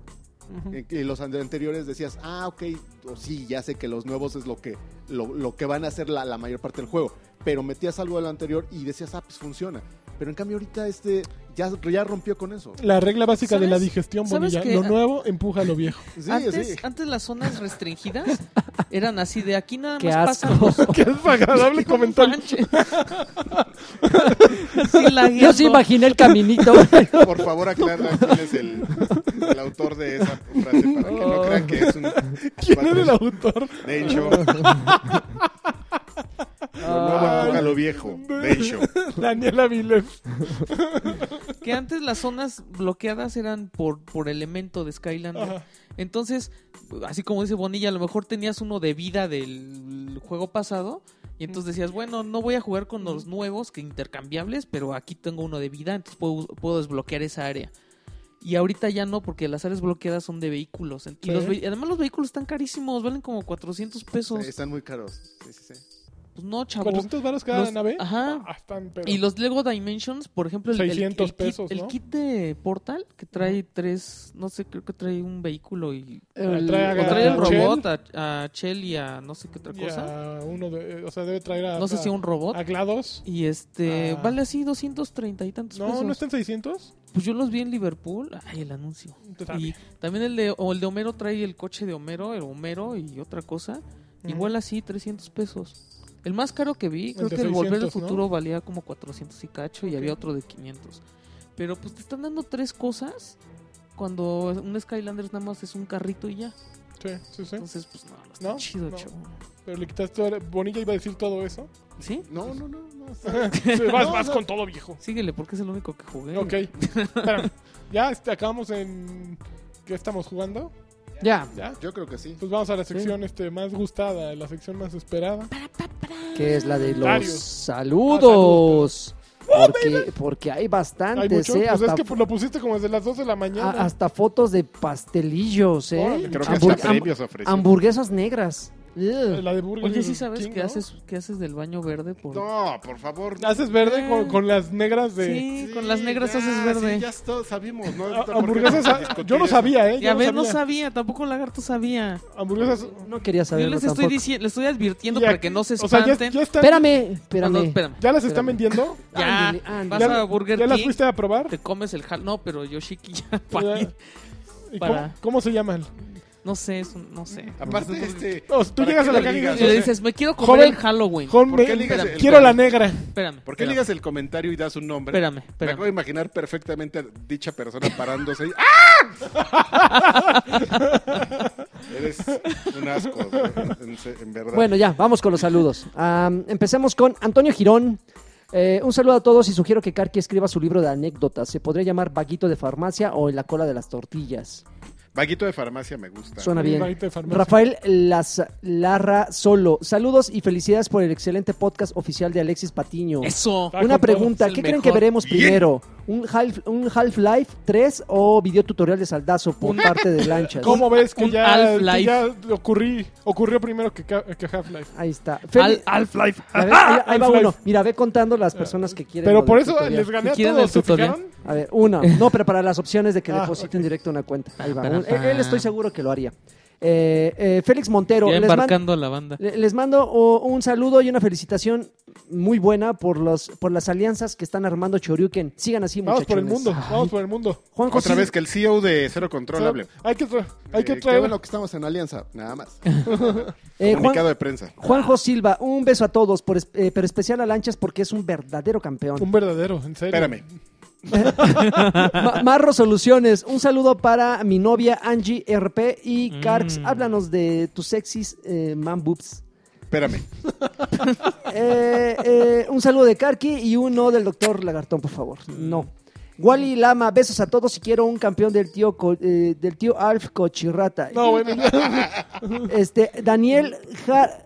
Ujú. Y y Eh, los ante- anteriores decías, ah, ok, o sí, ya sé que los nuevos es lo que, lo, lo que van a hacer la, la mayor parte del juego. Pero metías algo del anterior y decías, ah, pues funciona. Pero en cambio ahorita este ya, ya rompió con eso. La regla básica de la ¿Sabes? digestión, ¿Sabes Bonilla. qué? Lo nuevo empuja a <laughs> lo viejo. Sí, antes, sí. antes las zonas restringidas <laughs> eran así de aquí nada Qué más asco. pasan los <laughs> <laughs> Qué desagradable comentario. <laughs> Yo sí imaginé <laughs> el caminito. <laughs> Por favor, aclara quién es el, el autor de esa frase para que no crean que es un. ¿Quién es el autor? De <laughs> hecho. Lo nuevo empuja lo viejo. De hecho. Daniela Viles. Que antes las zonas bloqueadas eran por, por elemento de Skylander. Ajá. Entonces, así como dice Bonilla, a lo mejor tenías uno de vida del juego pasado. Y entonces decías, bueno, no voy a jugar con los nuevos que intercambiables, pero aquí tengo uno de vida, entonces puedo, puedo desbloquear esa área. Y ahorita ya no, porque las áreas bloqueadas son de vehículos. Y Sí. los ve- además los vehículos están carísimos, valen como 400 pesos. Sí, están muy caros. Sí, sí, sí. Pues no, chavo. 400 varos cada Los- nave. Ajá. Ah, están, pero- Y los Lego Dimensions, por ejemplo, el, el- el 600 kit- pesos, el ¿no? kit de Portal, que trae tres, no sé, creo que trae un vehículo y... trae O trae a el robot, a, a Chell y a no sé qué otra Y a cosa. uno de, eh, o sea, debe traer a. No sé a- si un robot. A GLaDOS. Y este, Ah. vale así 230 y tantos No, pesos. no está en 600. Pues yo los vi en Liverpool. Ay, el anuncio. Y también el de, o el de Homero trae el coche de Homero, el Homero y otra cosa. Igual así, 300 pesos. El más caro que vi, creo de que el Volver al 600, ¿no? Futuro valía como 400 y cacho y había otro de 500. Pero pues te están dando tres cosas cuando un Skylanders nada más es un carrito y ya. Sí, sí, sí. Entonces, pues no, no está No, chido, no. chavo. Pero le quitaste. ahora- Bonilla iba a decir todo eso. ¿Sí? No, no, no. no, está- Sí, vas No, vas no. con todo, viejo. Síguele, porque es el único que jugué. Ok. Espérame. Ya este, acabamos en. ¿Qué estamos jugando? ya. ¿Ya? Yo creo que sí. Pues vamos a la sección este, más gustada, la sección más esperada. Que es la de los Varios. saludos. Ah, Porque, porque hay Hay bastantes, mucho. ¿eh? Pues Hasta, es que lo pusiste como desde las 2 de la a- mañana. hasta fotos de pastelillos, ¿eh? Órale, Creo que Hamburg- hasta ham- premios ofreció. hamburguesas negras. Ugh. la de Burger Oye, sí King, sabes que ¿no? haces, que haces del baño verde por... No, por favor. Haces verde con, con las negras de. Eh, Sí, Sí, con las negras ya, haces verde. Sí, ya esto sabimos, ¿no? ¿Por Ah, qué hamburguesas. no ah, discutir Yo no eso? sabía, Ya ¿eh? Yo no ves, no sabía. sabía, tampoco Lagarto sabía. Hamburguesas. No quería Yo saberlo les tampoco. estoy diciendo, les estoy advirtiendo Y para aquí- que no se O sea, espanten. ya, ya están- Espérame, Cuando- espérame. espérame. ¿ya las están Espérame. vendiendo. Ya, Ándale, ándale. vas Ya- a Burger ¿Ya las King, fuiste a probar? te comes el jal. No, pero Yoshiki ya para ir. ¿Y para- cómo, cómo se llaman? No sé, es un- no sé. Aparte, este. O sea, tú ¿para llegas qué a la lo caja y ligas? Y le sé. dices, me quiero comer Joven- el Halloween. Con- ¿Por qué me- ligas espérame, el- Quiero la negra. Espérame, ¿Por qué espérame, ligas el comentario y das un nombre? Espérame, Me acabo espérame. de imaginar perfectamente a dicha persona parándose y- ¡Ah! Eres un asco, en, en- en verdad. Bueno, ya, vamos con los saludos. Am, empecemos con Antonio Girón. Eh, un saludo a todos y sugiero que Karki escriba su libro de anécdotas. Se podría llamar Vaguito de Farmacia o En la cola de las tortillas. Vaguito de farmacia me gusta. Suena Sí, bien. vaguito de farmacia. Rafael Las- Larra Solo. Saludos y felicidades por el excelente podcast oficial de Alexis Patiño. Eso. Una Ah, con todo. pregunta, Es el ¿qué creen mejor. que veremos Bien. primero? ¿Un Half- un Half-Life 3 o videotutorial de saldazo por parte <laughs> de lanchas? ¿Cómo ves que un ya, Half-Life. que ya ocurrí, ocurrió primero que, ca- que Half-Life? Ahí está. Fel- Al, al- Half-Life. A ver, ahí, ahí va Half-Life. uno. Mira, ve contando las personas que quieren. lo Pero por del eso tutorial. les gané a Si quieren todos, el ¿se tutorial. fijaron? A ver, una. No, pero para las opciones de que <laughs> Ah, depositen directo una cuenta. Ahí va. Pam, Un- pam, él estoy pam. seguro que lo haría. Eh, eh, Félix Montero, ya les, man- embarcando a la banda. le- les mando o- un saludo y una felicitación muy buena por, los, por las alianzas que están armando Choryuken. Sigan así, Vamos muchachos. por el mundo, vamos por el mundo. Juan Otra José, vez que el CEO de Cero Control O sea, hable. hay que, tra- hay que Eh, qué traer... Qué bueno que estamos en alianza, nada más. eh, Juan- Comunicado de prensa. Juanjo Silva, un <laughs> beso a todos, por es- eh, pero especial a Lanchas porque es un verdadero campeón. Un verdadero, en serio. Espérame. Ma- más resoluciones. Un saludo para mi novia Angie RP y Carx. Mm. Háblanos de tus sexys eh, man boobs. Espérame. Eh, eh, un saludo de Karki y uno del doctor Lagartón, por favor. No. Wally Lama, besos a todos y quiero un campeón del tío Co- eh, del tío Alf Cochirrata. No, bueno, Este, Daniel Har-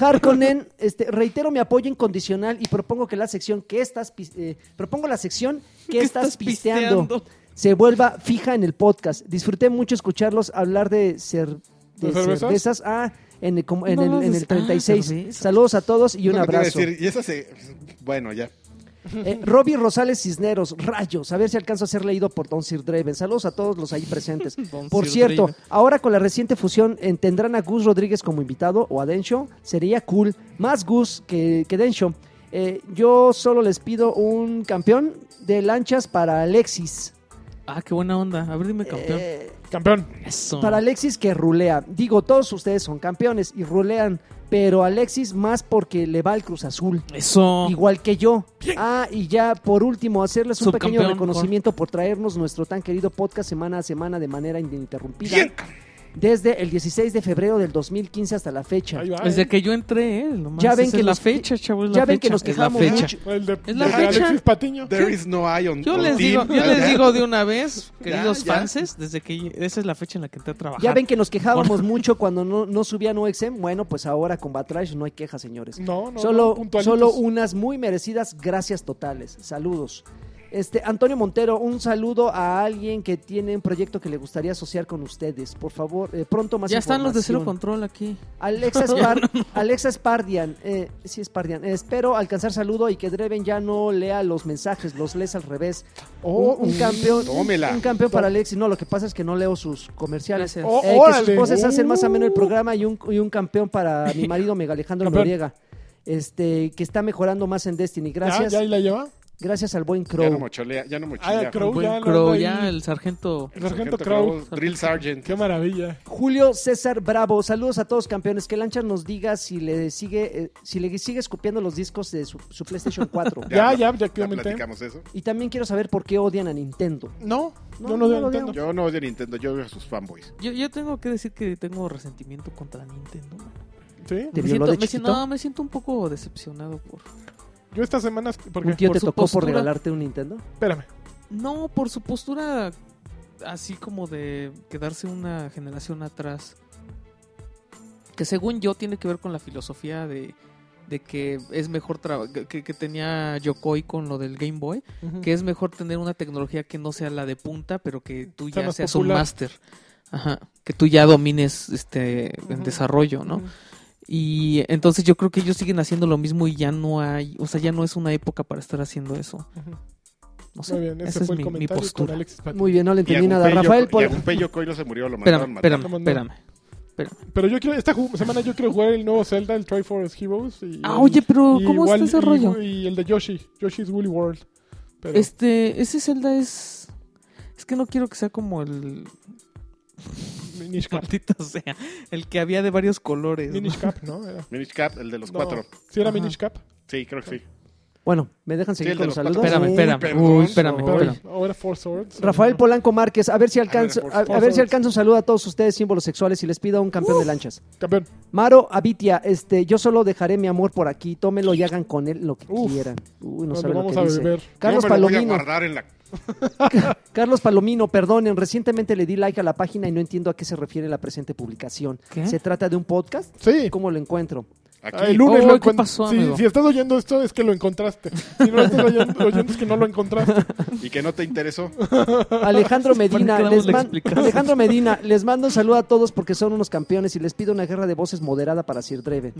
Harkonnen, este, reitero mi apoyo incondicional y propongo que la sección que estás pis- eh, propongo la sección que ¿Qué estás, pisteando, se vuelva fija en el podcast. Disfruté mucho escucharlos hablar de, cer- de ¿De cervezas? cervezas, ah, en el, como- en No, el- no, en de- el ah, 36. cervezas. Saludos a todos y un Lo que te iba a abrazo. decir, y esa se... Bueno, ya. Eh, Robbie Rosales Cisneros, rayos, a ver si alcanzo a ser leído por Don Sir Draven. Saludos a todos los ahí presentes. Don Por Sir cierto, Draven. ahora con la reciente fusión, eh, ¿tendrán a Gus Rodríguez como invitado o a Densho? Sería cool. Más Gus que, que Densho. Eh, yo solo les pido un campeón de lanchas para Alexis. Ah, qué buena onda. A ver, dime campeón. Eh, campeón. Eso. para Alexis que rulea. Digo, todos ustedes son campeones y rulean, pero Alexis más porque le va al Cruz Azul. Eso. Igual que yo. Ah, y ya por último, hacerles un pequeño Subcampeón, reconocimiento por traernos nuestro tan querido podcast semana a semana de manera ininterrumpida. Bien. Desde el 16 de febrero del 2015 hasta la fecha. Ahí va. Desde ¿eh? que yo entré, ¿eh? Lo más Ya es- ven es que la nos- fecha, chavos. es la ya ven que fecha, nos es la quejamos fecha. mucho. Ah, El de, Es la de fecha. Alexis Patiño. There is no I on Yo on les digo, team. yo les digo de una vez, Ya, queridos ya. fanses, desde que esa es la fecha en la que entré a trabajar. Ya ven que nos quejábamos mucho cuando no, no subían OXM. Bueno, pues ahora con Batrash no hay quejas, señores. No, no. solo, no, puntualitos. solo unas muy merecidas gracias totales. Saludos. Este, Antonio Montero, un saludo a alguien que tiene un proyecto que le gustaría asociar con ustedes. Por favor, eh, pronto más Ya están los de cero información. control aquí. Alexa, Spar- Alexa Spardian, eh, sí Spardian, eh, espero alcanzar saludo y que Dreven ya no lea los mensajes, los lees al revés. Oh, un, un campeón, tómela. un campeón para Alexis. No, lo que pasa es que no leo sus comerciales. Gracias. Oh, Eh, que sus órale. voces hacen más ameno el Uh. programa y un, y un campeón para mi marido Mega Alejandro Campeón. Noriega, este, que está mejorando más en Destiny. Ya, Gracias, ya ahí la lleva. gracias al buen Ya no Crow. mocholea, ya no Ah, mocholea. el Crow Buen ya, no, Crow, no, el- ya el sargento. El sargento Crow. Crow, Drill Sergeant. Qué maravilla. Julio César Bravo, saludos a todos campeones. Que Lancha nos diga si le sigue, eh, si le sigue escupiendo los discos de su, su PlayStation <laughs> 4. Ya, ya, ya, Ya claramente. platicamos eso. Y también quiero saber por qué odian a Nintendo. No, No, no yo no, lo lo entiendo. Yo no odio Nintendo, yo odio a sus fanboys. Yo, yo tengo que decir que tengo resentimiento contra Nintendo. ¿Sí? ¿Te Me violó siento, de me siento- chiquito? no, me siento un poco decepcionado por... Yo estas semanas. Porque, ¿Un tío Por te su tocó por postura. regalarte un Nintendo? espérame. No, por su postura así como de quedarse una generación atrás. Que según yo tiene que ver con la filosofía de, de que es mejor traba- que- que, que tenía Yokoi con lo del Game Boy, que es mejor tener una tecnología que no sea la de punta, pero que tú Sea ya más seas un popular. máster. Ajá, que tú ya domines este en Ujú. desarrollo, ¿no? Ujú. Y entonces yo creo que ellos siguen haciendo lo mismo y ya no hay, o sea, ya no es una época para estar haciendo eso. Ujú. No sé, Muy bien, ese esa fue es el mi, mi comentario con postura. Alexis Patiño. Muy bien, no le entendí nada. Yoko- Rafael, por- Yagupé Yokoi no se murió, lo mataron. Espérame, mataron. espérame, espérame. Pero yo quiero, esta ju- semana yo quiero jugar el nuevo Zelda, el Triforce Heroes. Y Ah, el- oye, pero y ¿cómo Wall- está y- ese rollo? Y el de Yoshi, Yoshi's Woolly World. Pero, Este, ese Zelda es... Es que no quiero que sea como el... <laughs> Minish Cap. Maldito sea. El que había de varios colores. ¿no? Minish Cap, ¿no? Era. Minish Cap, el de los No, cuatro. Sí, era Ajá. Minish Cap. Sí, creo que sí. Bueno, ¿me dejan Sí, seguir el con de los los saludos? patos. Espérame, Uy, espérame. perdón, Uy, espérame, Pero espérame. Ahora Four Swords. Rafael Polanco Márquez, a ver si alcanzo, por a, a favor. ver si alcanzo un saludo a todos ustedes, símbolos sexuales, y les pido un campeón de lanchas. Campeón. Maro Abitia, este, yo solo dejaré mi amor por aquí, tómelo y hagan con él lo que Uf. quieran. Uy, no Nos saben lo vamos que a dice. beber. Carlos Yo me lo voy a Palomino, guardar en la... Carlos Palomino, perdonen, recientemente le di like a la página y no entiendo a qué se refiere la presente publicación. ¿Qué? ¿Se trata de un podcast? Sí. ¿Cómo lo encuentro? Ah, Aquí. El lunes Oh, lo ¿qué encuent- pasó, Sí, amigo? si estás oyendo esto es que lo encontraste. Si no lo estás oyendo, oyendo es que no lo encontraste. <laughs> Y que no te interesó. Alejandro Medina, que les damos la man- explicación. Alejandro Medina, les mando un saludo a todos porque son unos campeones y les pido una guerra de voces moderada para Sir Dreven.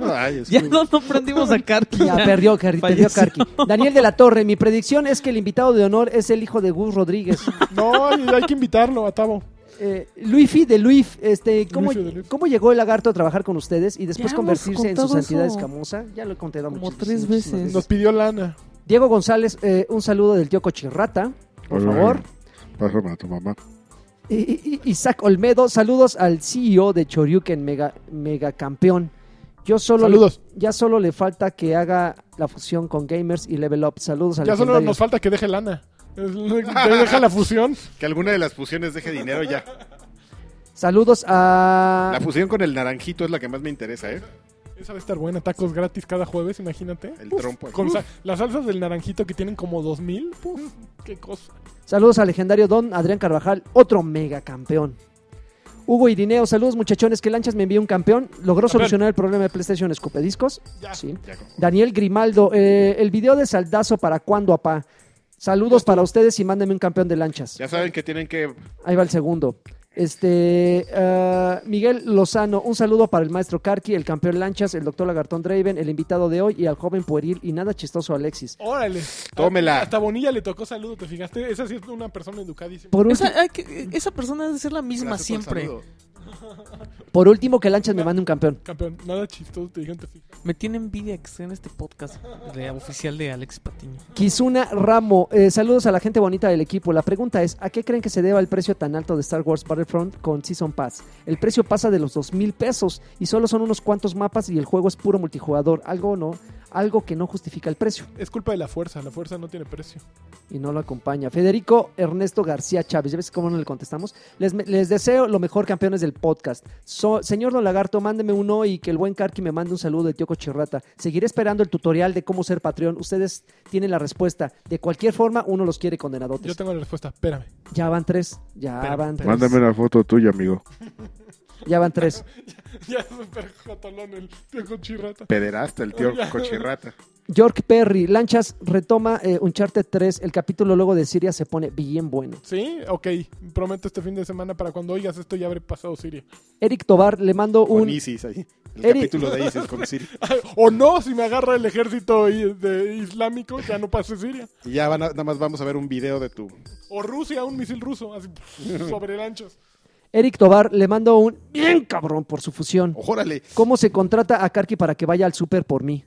Ay, es Ya que- no, no prendimos a Karki. <laughs> Ya perdió, Car- perdió Falleció. Karki. Daniel de la Torre, mi predicción es que el invitado de honor es el hijo de Gus Rodríguez. <laughs> No, y hay que invitarlo a Tavo. Eh, Luifi de Luif, este, ¿cómo, Luifi de Luif. ¿cómo llegó el lagarto a trabajar con ustedes y después Ya hemos convertirse en su contado santidad eso. escamosa? Ya lo he contado Como muchas- tres muchísimas veces. Nos pidió lana. Diego González, eh, un saludo del tío Cochirrata, por Hola. favor. Pásame a tu mamá. I- E I- I- Isaac Olmedo, saludos al CEO de Choryuken, mega, mega campeón. Yo solo Saludos. ya solo le falta que haga la fusión con Gamers y Level Up. Saludos a Ya solo nos falta que deje lana. Es lo que deja la fusión. Que alguna de las fusiones deje dinero ya. Saludos a Ah. La fusión con el naranjito es la que más me interesa, ¿eh? Esa va a estar buena. Tacos gratis cada jueves, imagínate. El Uf, trompo. Con sa- las salsas del naranjito que tienen como 2000. Puf, qué cosa. Saludos al legendario Don Adrián Carvajal, otro mega campeón. Hugo Irineo, saludos muchachones, que lanchas me envió un campeón. Logró solucionar el problema de PlayStation Escupediscos. Ya. Sí. Ya con- Daniel Grimaldo, eh, el video de Saldazo para cuándo, apá. Saludos para ustedes y mándenme un campeón de lanchas. Ya saben que tienen que. Ahí va el segundo. Este ah, Miguel Lozano, un saludo para el maestro Karki, el campeón lanchas, el doctor Lagartón Draven, el invitado de hoy y al joven pueril y nada chistoso Alexis. Órale. Ah, Tómela. Hasta Bonilla le tocó saludo, ¿te fijaste? Esa sí es una persona educadísima. Por, ulti- Esa, hay que- esa persona debe ser la misma Gracias por el siempre. saludo. por último, que lanchas me mande un campeón. Campeón, nada chistoso, te dijeron, te fijas. Me tiene envidia que esté en este podcast de- oficial de Alex Patiño. Kizuna Ramo, eh, saludos a la gente bonita del equipo. La pregunta es, ¿a qué creen que se deba el precio tan alto de Star Wars Battlefront con Season Pass? El precio pasa de los dos mil pesos y solo son unos cuantos mapas y el juego es puro multijugador. Algo no, algo que no justifica el precio Es culpa de la fuerza, la fuerza no tiene precio. y no lo acompaña. Federico Ernesto García Chávez, ¿ya ves cómo no le contestamos? Les, les deseo lo mejor, campeones del podcast. So- señor Don Lagarto, mándeme uno y que el buen Karki me mande un saludo de Tío Cochirrata. Seguiré esperando el tutorial de cómo ser Patreon. Ustedes tienen la respuesta. De cualquier forma, uno los quiere condenadotes. Yo tengo la respuesta, espérame. <laughs> Ya van tres, ya Pero- van pero- tres. Mándame una foto tuya, amigo. Ya van tres. Ya es súper jotolón el tío con chirrata. Pederasta, el tío cochirrata. York Perry, Lanchas retoma eh, Uncharted 3. El capítulo luego de Siria se pone bien bueno. Sí, ok. Prometo este fin de semana para cuando oigas esto ya habré pasado Siria. Eric Tobar, le mando Con un. Isis ahí. El Eric- capítulo de Isis con Siri. O no, si me agarra el ejército i- de islámico, ya no pase Siria. Y ya van a- nada más vamos a ver un video de tu. O Rusia, un misil ruso, <laughs> así sobre lanchas. Eric Tobar, le mando un. Bien cabrón por su fusión. ¡Órale! ¿Cómo se contrata a Karki para que vaya al súper por mí?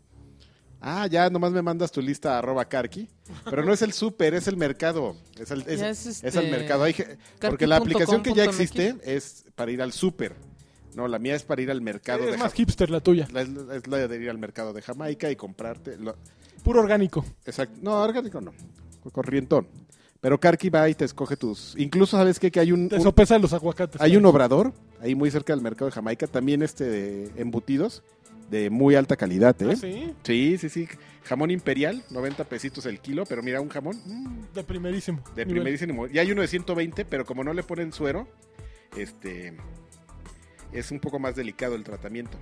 Ah, ya nomás me mandas tu lista arroba carqui. Pero no es el súper, es el mercado. Es el, es, Ya es, este, es el mercado. Hay ge- porque la aplicación que ya carqui.com.mx. existe es para ir al súper. No, la mía es para ir al mercado de Es más Jamaica. hipster la tuya. La- Es la, es la de ir al mercado de Jamaica y comprarte. lo- Puro orgánico. exacto. No, orgánico no. Corrientón. Pero Carqui va y te escoge tus. Incluso sabes qué? que hay un, Te un- sopesa los aguacates. hay un obrador ahí muy cerca del mercado de Jamaica, también este de embutidos de muy alta calidad, ¿eh? Ah, sí, Sí, sí, sí. Jamón imperial, 90 pesitos el kilo, pero mira, un jamón mm, de primerísimo. de nivel. primerísimo. Y hay uno de 120, pero como no le ponen suero, este es un poco más delicado el <laughs> tratamiento.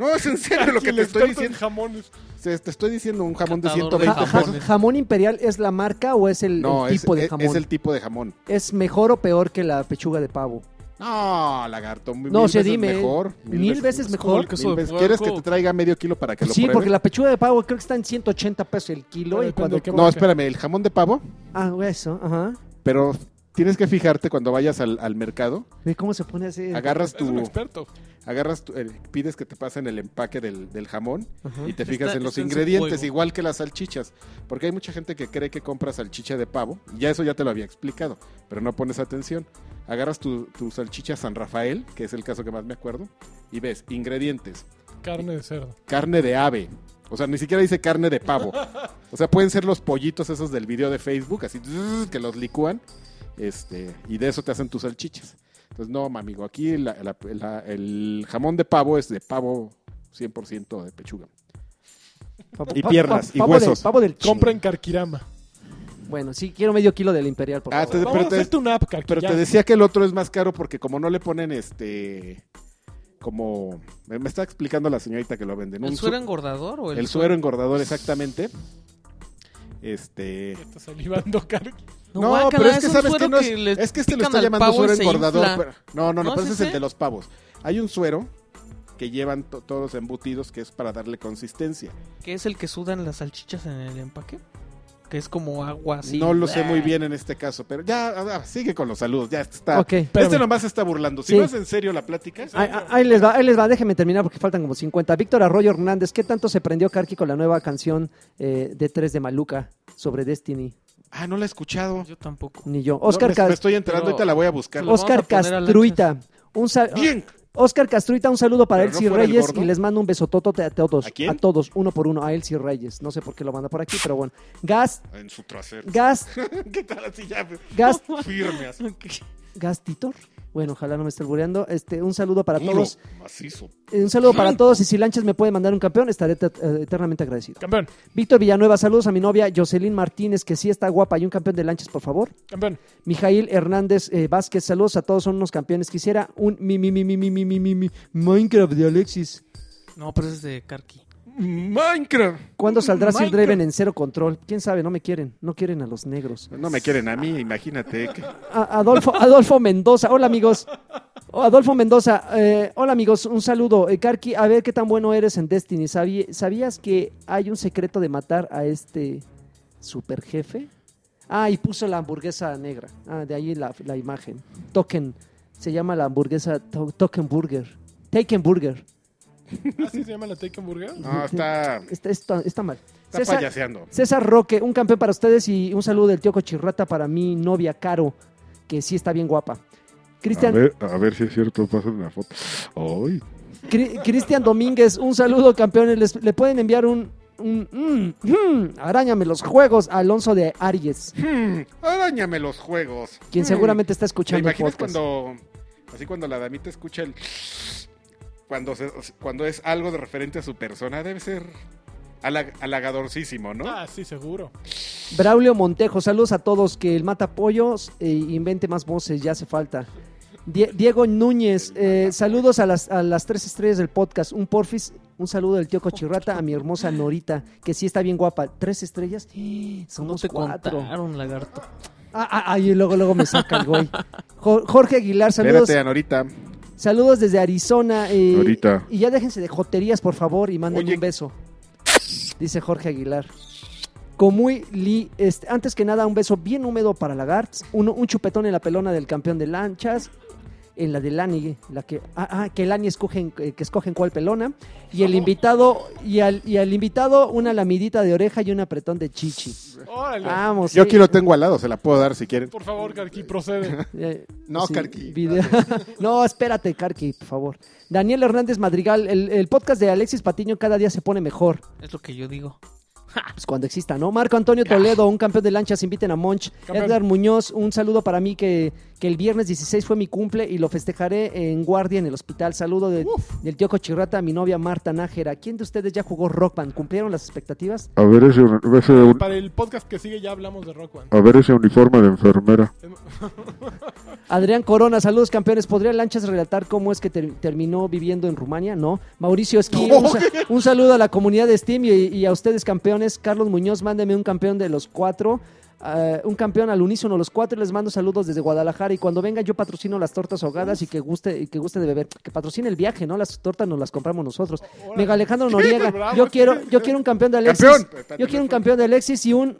No, es en serio lo que Quien te es estoy experto en diciendo. jamones. Se- te estoy diciendo un jamón de Catador de 120 Ja- ja- pesos. jamones. ¿Jamón imperial es la marca o es el, No, el es, e-, tipo de es- jamón? es el tipo de jamón. ¿Es mejor o peor que la pechuga de pavo? No, lagarto, mil, No, mil se veces dime. ¿eh? mejor. Mil, veces como mejor. el queso Mil de veces. ¿Quieres que puerco. te traiga medio kilo para que lo Sí, pruebe? porque la pechuga de pavo creo que está en 180 pesos el kilo. Pero Y cuando... depende de No, espérame, el jamón de pavo, Ah, eso, ajá. pero tienes que fijarte cuando vayas al, al mercado, Ve ¿Cómo se pone así? agarras Es un tu, experto. agarras tu- eh, pides que te pasen el empaque del, del jamón Ajá. y te fijas Está- en los está en su ingredientes, juego. igual que las salchichas, porque hay mucha gente que cree que compra salchicha de pavo, ya eso ya te lo había explicado, pero no pones atención. Agarras tu, tu salchicha San Rafael, que es el caso que más me acuerdo, y ves ingredientes, Carne de cerdo. carne de ave. O sea, ni siquiera dice carne de pavo. O sea, pueden ser los pollitos esos del video de Facebook, así zzz, que los licúan. Este, y de eso te hacen tus salchichas. Entonces, no, ma, amigo, aquí la- la- la- el jamón de pavo es de pavo 100% de pechuga. Pavo- y pa- piernas, pa- y pavo del- huesos. pavo del Compren ching. Carquirama. Bueno, sí, quiero medio kilo del imperial, por Ah, favor. te- Vamos pero a te- hacerte una app, Carqui, Pero ya. te decía que el otro es más caro porque como no le ponen este como me, me está explicando la señorita que lo venden ¿El un su- suero engordador o el, el suero engordador exactamente. Este Ya Está salivando, Carqui. No, No, guácala, pero es que un sabes que suero no es, le es que este lo pican está al llamando pavo y suero se engordador. infla. pero- no, no, no, ¿No pero es ese es el ese? de los pavos. Hay un suero que llevan to- todos los embutidos que es para darle consistencia. ¿Qué es el que sudan las salchichas en el empaque? Que es como agua así. eh. No lo sé muy bien en este caso, pero ya ah, sigue con los saludos, ya está. Ok. Este nomás está burlando. Si Sí. no es en serio la plática, Ahí, ahí- ahí les va, ahí les va, déjenme terminar porque faltan como 50. Víctor Arroyo Hernández, ¿qué tanto se prendió Karki con la nueva canción eh, de 3 de Maluca sobre Destiny? ah, no la he escuchado. Yo tampoco. Ni yo. No, Oscar, me- Cas- me, estoy enterando, pero- ahorita la voy a buscar. Lo vamos a Oscar poner a lanchas. Castruita, un, sal- Bien. Oscar Castruita, un saludo para Pero no Elsie fuera el Reyes gordo. y les mando un besototote a todos. ¿A quién? todos, uno por uno, a Elsie Reyes. No sé por qué lo manda por aquí, pero bueno. Gas, En su trasero. gas, <laughs> ¿Qué tal así ya? gas, <laughs> Firme así. gas Titor. Bueno, ojalá no me esté albureando. Este, un saludo para Duro, todos. macizo. Eh, Un saludo para todos y si Lanchas me puede mandar un campeón, estaré te- eh, eternamente agradecido. Campeón, Víctor Villanueva, saludos a mi novia Jocelyn Martínez, que sí está guapa, y un campeón de Lanchas, por favor. campeón. Mijail Hernández eh, Vázquez, saludos a todos, son unos campeones. Quisiera un mi, mi, mi, mi, mi, mi, mi, mi, mi- Minecraft de Alexis. No, pero ese es de Karki. Minecraft. ¿Cuándo saldrá Sin Minecraft. Draven en cero control? ¿Quién sabe? No me quieren, no quieren a los negros. No me quieren a mí, imagínate. que- A- Adolfo, Adolfo Mendoza, hola amigos. Oh, Adolfo Mendoza, eh, hola amigos, un saludo. Eh, Karki, a ver qué tan bueno eres en Destiny. ¿Sabi- ¿Sabías que hay un secreto de matar a este super jefe? Ah, y puso la hamburguesa negra. Ah, de ahí la, la imagen. Token. Se llama la hamburguesa to- Token Burger. Taken Burger. ¿Así se llama la Take Hamburger? No, está, Está, está- está mal. está César, payaseando. César Roque, un campeón para ustedes y un saludo del tío Cochirrata para mi novia Caro, que sí está bien guapa. Cristian, a ver si es cierto, pasen la foto. Ay. Cri- Cristian Domínguez, un saludo, campeones. Les- le pueden enviar un, un mm, mm, arañame los juegos a Alonso de Aries, Hmm, arañame los juegos. quien Hmm. seguramente está ¿Te escuchando el imaginas podcast. cuando, así cuando la damita escucha el... Cuando, se- cuando es algo de referente a su persona, debe ser halag- halagadorcísimo, ¿no? Ah, sí, seguro. Braulio Montejo, saludos a todos. Que el mata pollos e invente más voces, ya hace falta. Die- Diego Núñez, eh, saludos a las, a las tres estrellas del podcast. Un porfis, un saludo del tío Cochirrata a mi hermosa Norita, que sí está bien guapa. ¿Tres estrellas? <gasps> No Somos te cuatro. contaron, lagarto. Ah, ah, ay, luego, luego me saca el güey. Jo- Jorge Aguilar, saludos. Oh, Espérate, Anorita. Saludos desde Arizona. eh, Ahorita. Y ya déjense de joterías, por favor, y manden Oye. un beso. Dice Jorge Aguilar. Comuy Lee, este, antes que nada, un beso bien húmedo para Lagarts. Uno, un chupetón en la pelona del campeón de lanchas. En la de Lani, la que, ah, ah, que Lani escogen, eh, que escogen cuál pelona. Y el invitado, y al, y al invitado, una lamidita de oreja y un apretón de chichi. Ah. Órale. Vamos. Yo sí. aquí lo tengo al lado, se la puedo dar si quieren. Por favor, Carqui, procede. Eh, No, Karki. video- <laughs> no, espérate, Karki, por favor. Daniel Hernández Madrigal, el, el podcast de Alexis Patiño cada día se pone mejor. Es lo que yo digo. Pues cuando exista, ¿no? Marco Antonio Toledo, un campeón de lanchas, inviten a Monch. Campeón. Edgar Muñoz, un saludo para mí que, que el viernes 16 fue mi cumple y lo festejaré en guardia en el hospital. Saludo de- del tío Cochirrata a mi novia Marta Nájera. ¿Quién de ustedes ya jugó Rock Band? ¿Cumplieron las expectativas? A ver ese, ese- Para el podcast que sigue ya hablamos de Rock One. a ver ese uniforme de enfermera. Adrián Corona, saludos campeones. ¿Podría Lanchas relatar cómo es que ter- terminó viviendo en Rumania? No. Mauricio Esquí, un, sa- un saludo a la comunidad de Steam y, y a ustedes campeones. Carlos Muñoz, mándeme un campeón de los cuatro. eh, un campeón al unísono los cuatro y les mando saludos desde Guadalajara y cuando venga yo patrocino las tortas ahogadas y que guste y que guste de beber que patrocine el viaje no las tortas nos las compramos nosotros Mega Alejandro Noriega bravo. yo quiero yo quiero un campeón de Alexis Campeón. Espérate, yo quiero un campeón de Alexis y un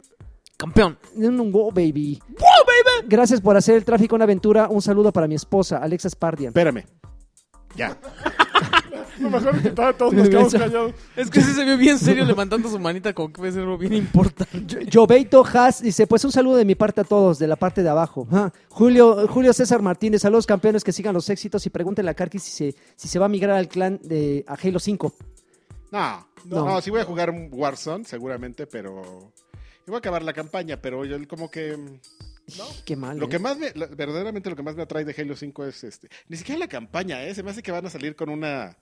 Campeón. un un wow, baby. Gracias por hacer el tráfico una aventura. Un saludo para mi esposa, Alexa Spardian. Espérame. Ya. Lo mejor que todo, todos nos quedamos Eso. callados. Es que sí se vio bien serio levantando su manita como que puede ser algo bien importante. Joveito Haas dice, pues un saludo de mi parte a todos, de la parte de abajo. Ah, Julio, Julio César Martínez, saludos campeones que sigan los éxitos y pregúntenle a Karki si se, si se va a migrar al clan de a Halo 5. No, No. no, sí voy a jugar un Warzone seguramente, pero... y Voy a acabar la campaña, pero yo como que... Qué mal. Lo ¿eh? que más me, lo- verdaderamente lo que más me atrae de Halo 5 es este. Ni siquiera la campaña, ¿eh? Se me hace que van a salir con una.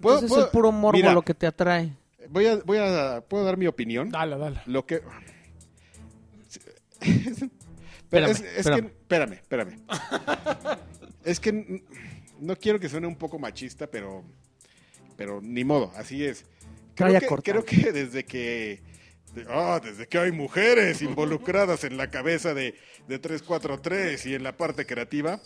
Puedo- Entonces es puedo- el puro morbo Mira, lo que te atrae. voy a, voy a. Puedo dar mi opinión. Dale, dale. Lo que. Espérame, es, es espérame. que. Espérame, espérame. <laughs> es que. n- No quiero que suene un poco machista, pero. Pero ni modo, así es. Raya Creo que, corta. creo que desde que. de- ah, desde que hay mujeres involucradas en la cabeza de, de 343 y en la parte creativa,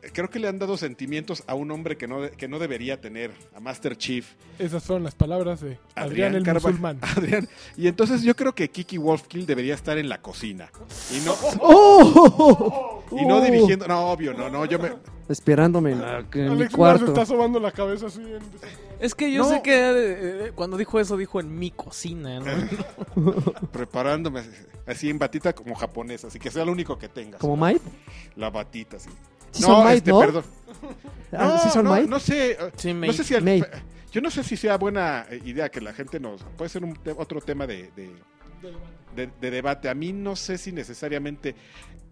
eh, creo que le han dado sentimientos a un hombre que no, de- que no debería tener, a Master Chief, Esas fueron las palabras de Adrián, el Carva- musulmán. <laughs> Adrián. Y entonces yo creo que Kiki Wolfkill debería estar en la cocina. Y no, <laughs> ¡Oh! y no Uh, dirigiendo. No, obvio, no, no. Yo me. Esperándome en, Ah, la- en mi Alex Ubar se cuarto. está sobando la cabeza así. en- Es que yo No. sé que eh, eh, cuando dijo eso dijo en mi cocina, ¿no? Eh. Preparándome así, así en batita como japonesa. Así que sea lo único que tengas. ¿Como Mike? La batita, así. Sí son Might, este, ¿no? perdón. Ah, No, ¿Sí son no, Might? no sé. eh, Sí, no Mate. sé si al- Mate. yo no sé si sea buena eh, idea que la gente nos... Puede ser un te- otro tema de, de, de- de debate. A mí no sé si necesariamente...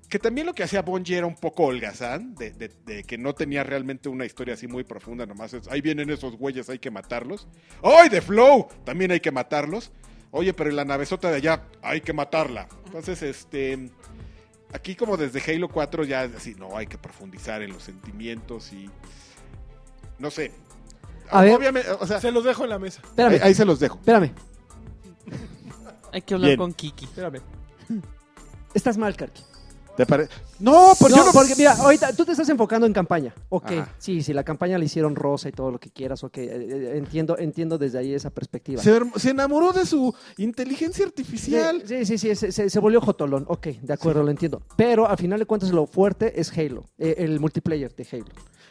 Que también lo que hacía Bonji era un poco holgazán, de, de- de que no tenía realmente una historia así muy profunda, nomás es, ahí vienen esos güeyes, hay que matarlos. ¡Ay, de Flow! También hay que matarlos. Oye, pero la navezota de allá, hay que matarla. Entonces, este... Aquí como desde Halo 4 ya es así, no, hay que profundizar en los sentimientos y... No sé. A ver. Obviamente, o sea, Se los dejo en la mesa. ahí, Espérame, ahí se los dejo. espérame. Hay que hablar Bien. con Kiki. Espérame. Estás mal, Karki. ¿Te pare- No, pues no, yo no... porque mira, ahorita tú te estás enfocando en campaña. Ok, Ajá. sí, sí, la campaña la hicieron rosa y todo lo que quieras, ok. eh, eh, Entiendo, entiendo desde ahí esa perspectiva. Se, herm- se enamoró de su inteligencia artificial. Sí, sí, sí, se, se- se volvió jotolón. Ok, de acuerdo, lo entiendo. Pero al final de cuentas lo fuerte es Halo, eh, el multiplayer de Halo.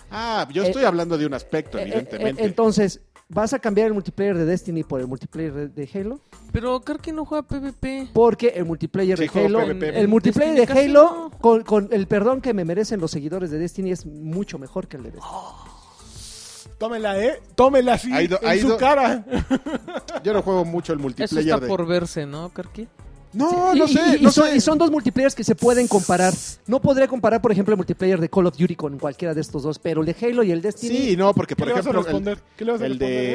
Ah, yo Eh, estoy hablando de un aspecto, Eh, eh, evidentemente. eh, entonces, ¿vas a cambiar el multiplayer de Destiny por el multiplayer de de Halo? Pero Karki no juega PvP. Porque el multiplayer Sí, de juego Halo, PvP. el multiplayer de Destiny casi Halo, no. con, con el perdón que me merecen los seguidores de Destiny, es mucho mejor que el de Destiny. Tómela, ¿eh? Tómela así, Ahí do- en ahí su do- cara. Yo no juego mucho el Eso multiplayer está de... por verse, ¿no, Karki? No, Y- no y- sé, y, no son, sé. y son dos multiplayers que se pueden comparar. No podría comparar, por ejemplo, el multiplayer de Call of Duty con cualquiera de estos dos, pero el de Halo y el Destiny. Sí, no, porque ¿Qué por le vas a ejemplo... el- responder? ¿Qué le vas a El responder? eh?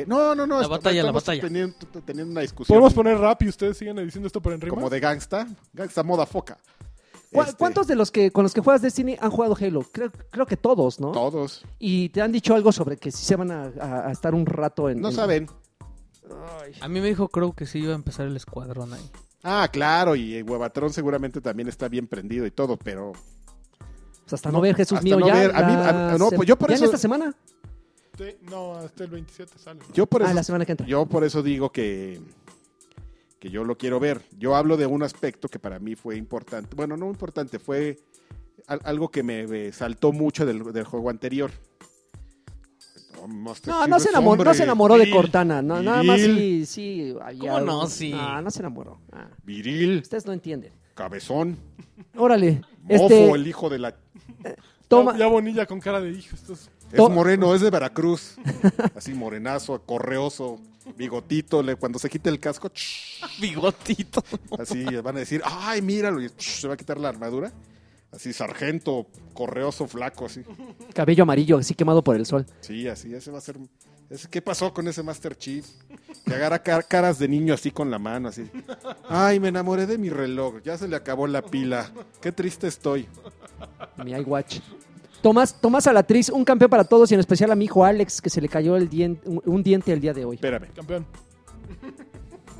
de... No, no, no. La est- batalla, la estamos batalla. Teniendo, t- teniendo una discusión Podemos poner rap y ustedes siguen diciendo esto por en rima? como de gangsta. Gangsta moda foca. ¿Cu- Este, ¿Cuántos de los que con los que juegas Destiny han jugado Halo? Creo, creo que todos, ¿no? Todos. Y te han dicho algo sobre que si se van a, a- a estar un rato en. No en- saben. A mí me dijo Crow que sí iba a empezar el escuadrón ahí. Ah, claro, y eh, Huevatrón seguramente también está bien prendido y todo, pero pues, hasta no ver Jesús hasta mío no ya. ver. A mí- la a- no, pues yo por ¿Ya en eso- esta semana? Sí, No, hasta el 27 sale. ¿no? yo por Ah, eso la semana que entra. Yo por eso digo que, que yo lo quiero ver. Yo hablo de un aspecto que para mí fue importante. Bueno, no importante, fue al- algo que me, me saltó mucho del, del juego anterior. No, Master No, Chief no es se, enamoró, no pues, hombre se enamoró de viril, Cortana. No, nada más sí. viril. sí había ¿Cómo algo. no? Sí. Ah, no se enamoró. Ah, Viril, ustedes no entienden. cabezón, Órale. mofo, este, el hijo de la... toma. Ya, ya Bonilla con cara de hijo. Esto es- to- Es moreno, es de Veracruz. <laughs> Así morenazo, correoso, bigotito. le- cuando se quite el casco, ch, Bigotito. así van a decir, ay, míralo, y ch, se va a quitar la armadura. Así, sargento, correoso, flaco, así. Cabello amarillo, así quemado por el sol. Sí, así, ese va a ser. ese- ¿Qué pasó con ese Master Chief? Que agarra car- caras de niño así con la mano, así. Ay, me enamoré de mi reloj, ya se le acabó la pila. Qué triste estoy. Mi iWatch. Tomás, Tomás a la actriz, un campeón para todos y en especial a mi hijo Alex, que se le cayó el dien- un, un diente el día de hoy. Espérame, Campeón.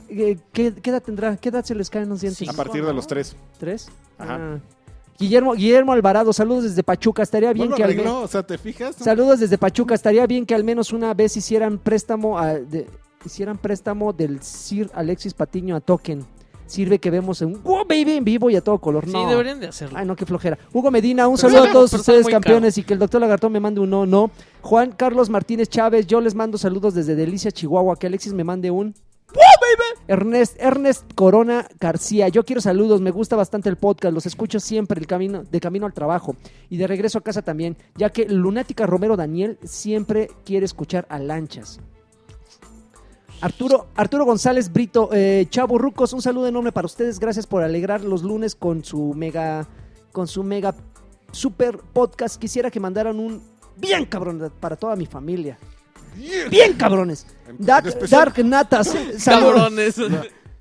Eh, ¿Qué, qué edad tendrá? ¿Qué edad se les caen los dientes? a partir de los tres. ¿Tres? Ajá. Ah. Guillermo, Guillermo Alvarado, saludos desde Pachuca. Estaría bien Bueno, que al menos- arregló, o sea, ¿te fijas? Saludos desde Pachuca. Estaría bien que al menos una vez hicieran préstamo a- de- hicieran préstamo del Sir Alexis Patiño a Token. Sirve que vemos un wow, baby en vivo y a todo color. Sí, No. deberían de hacerlo. Ay, no, qué flojera. Hugo Medina, un Pero saludo está- a todos pero está ustedes, muy campeones, y que el doctor Lagartón me mande un no, no. Juan Carlos Martínez Chávez, yo les mando saludos desde Delicia, Chihuahua. Que Alexis me mande un. Ernest, Ernest Corona García, yo quiero saludos, me gusta bastante el podcast, los escucho siempre el camino, de camino al trabajo y de regreso a casa también, ya que Lunática Romero Daniel siempre quiere escuchar a lanchas. Arturo, Arturo González Brito, eh, Chavo Rucos, un saludo enorme para ustedes, gracias por alegrar los lunes con su mega, con su mega super podcast. Quisiera que mandaran un bien cabrón para toda mi familia. Bien cabrones. Dark, Dark <laughs> Natas. Saludos. Cabrones.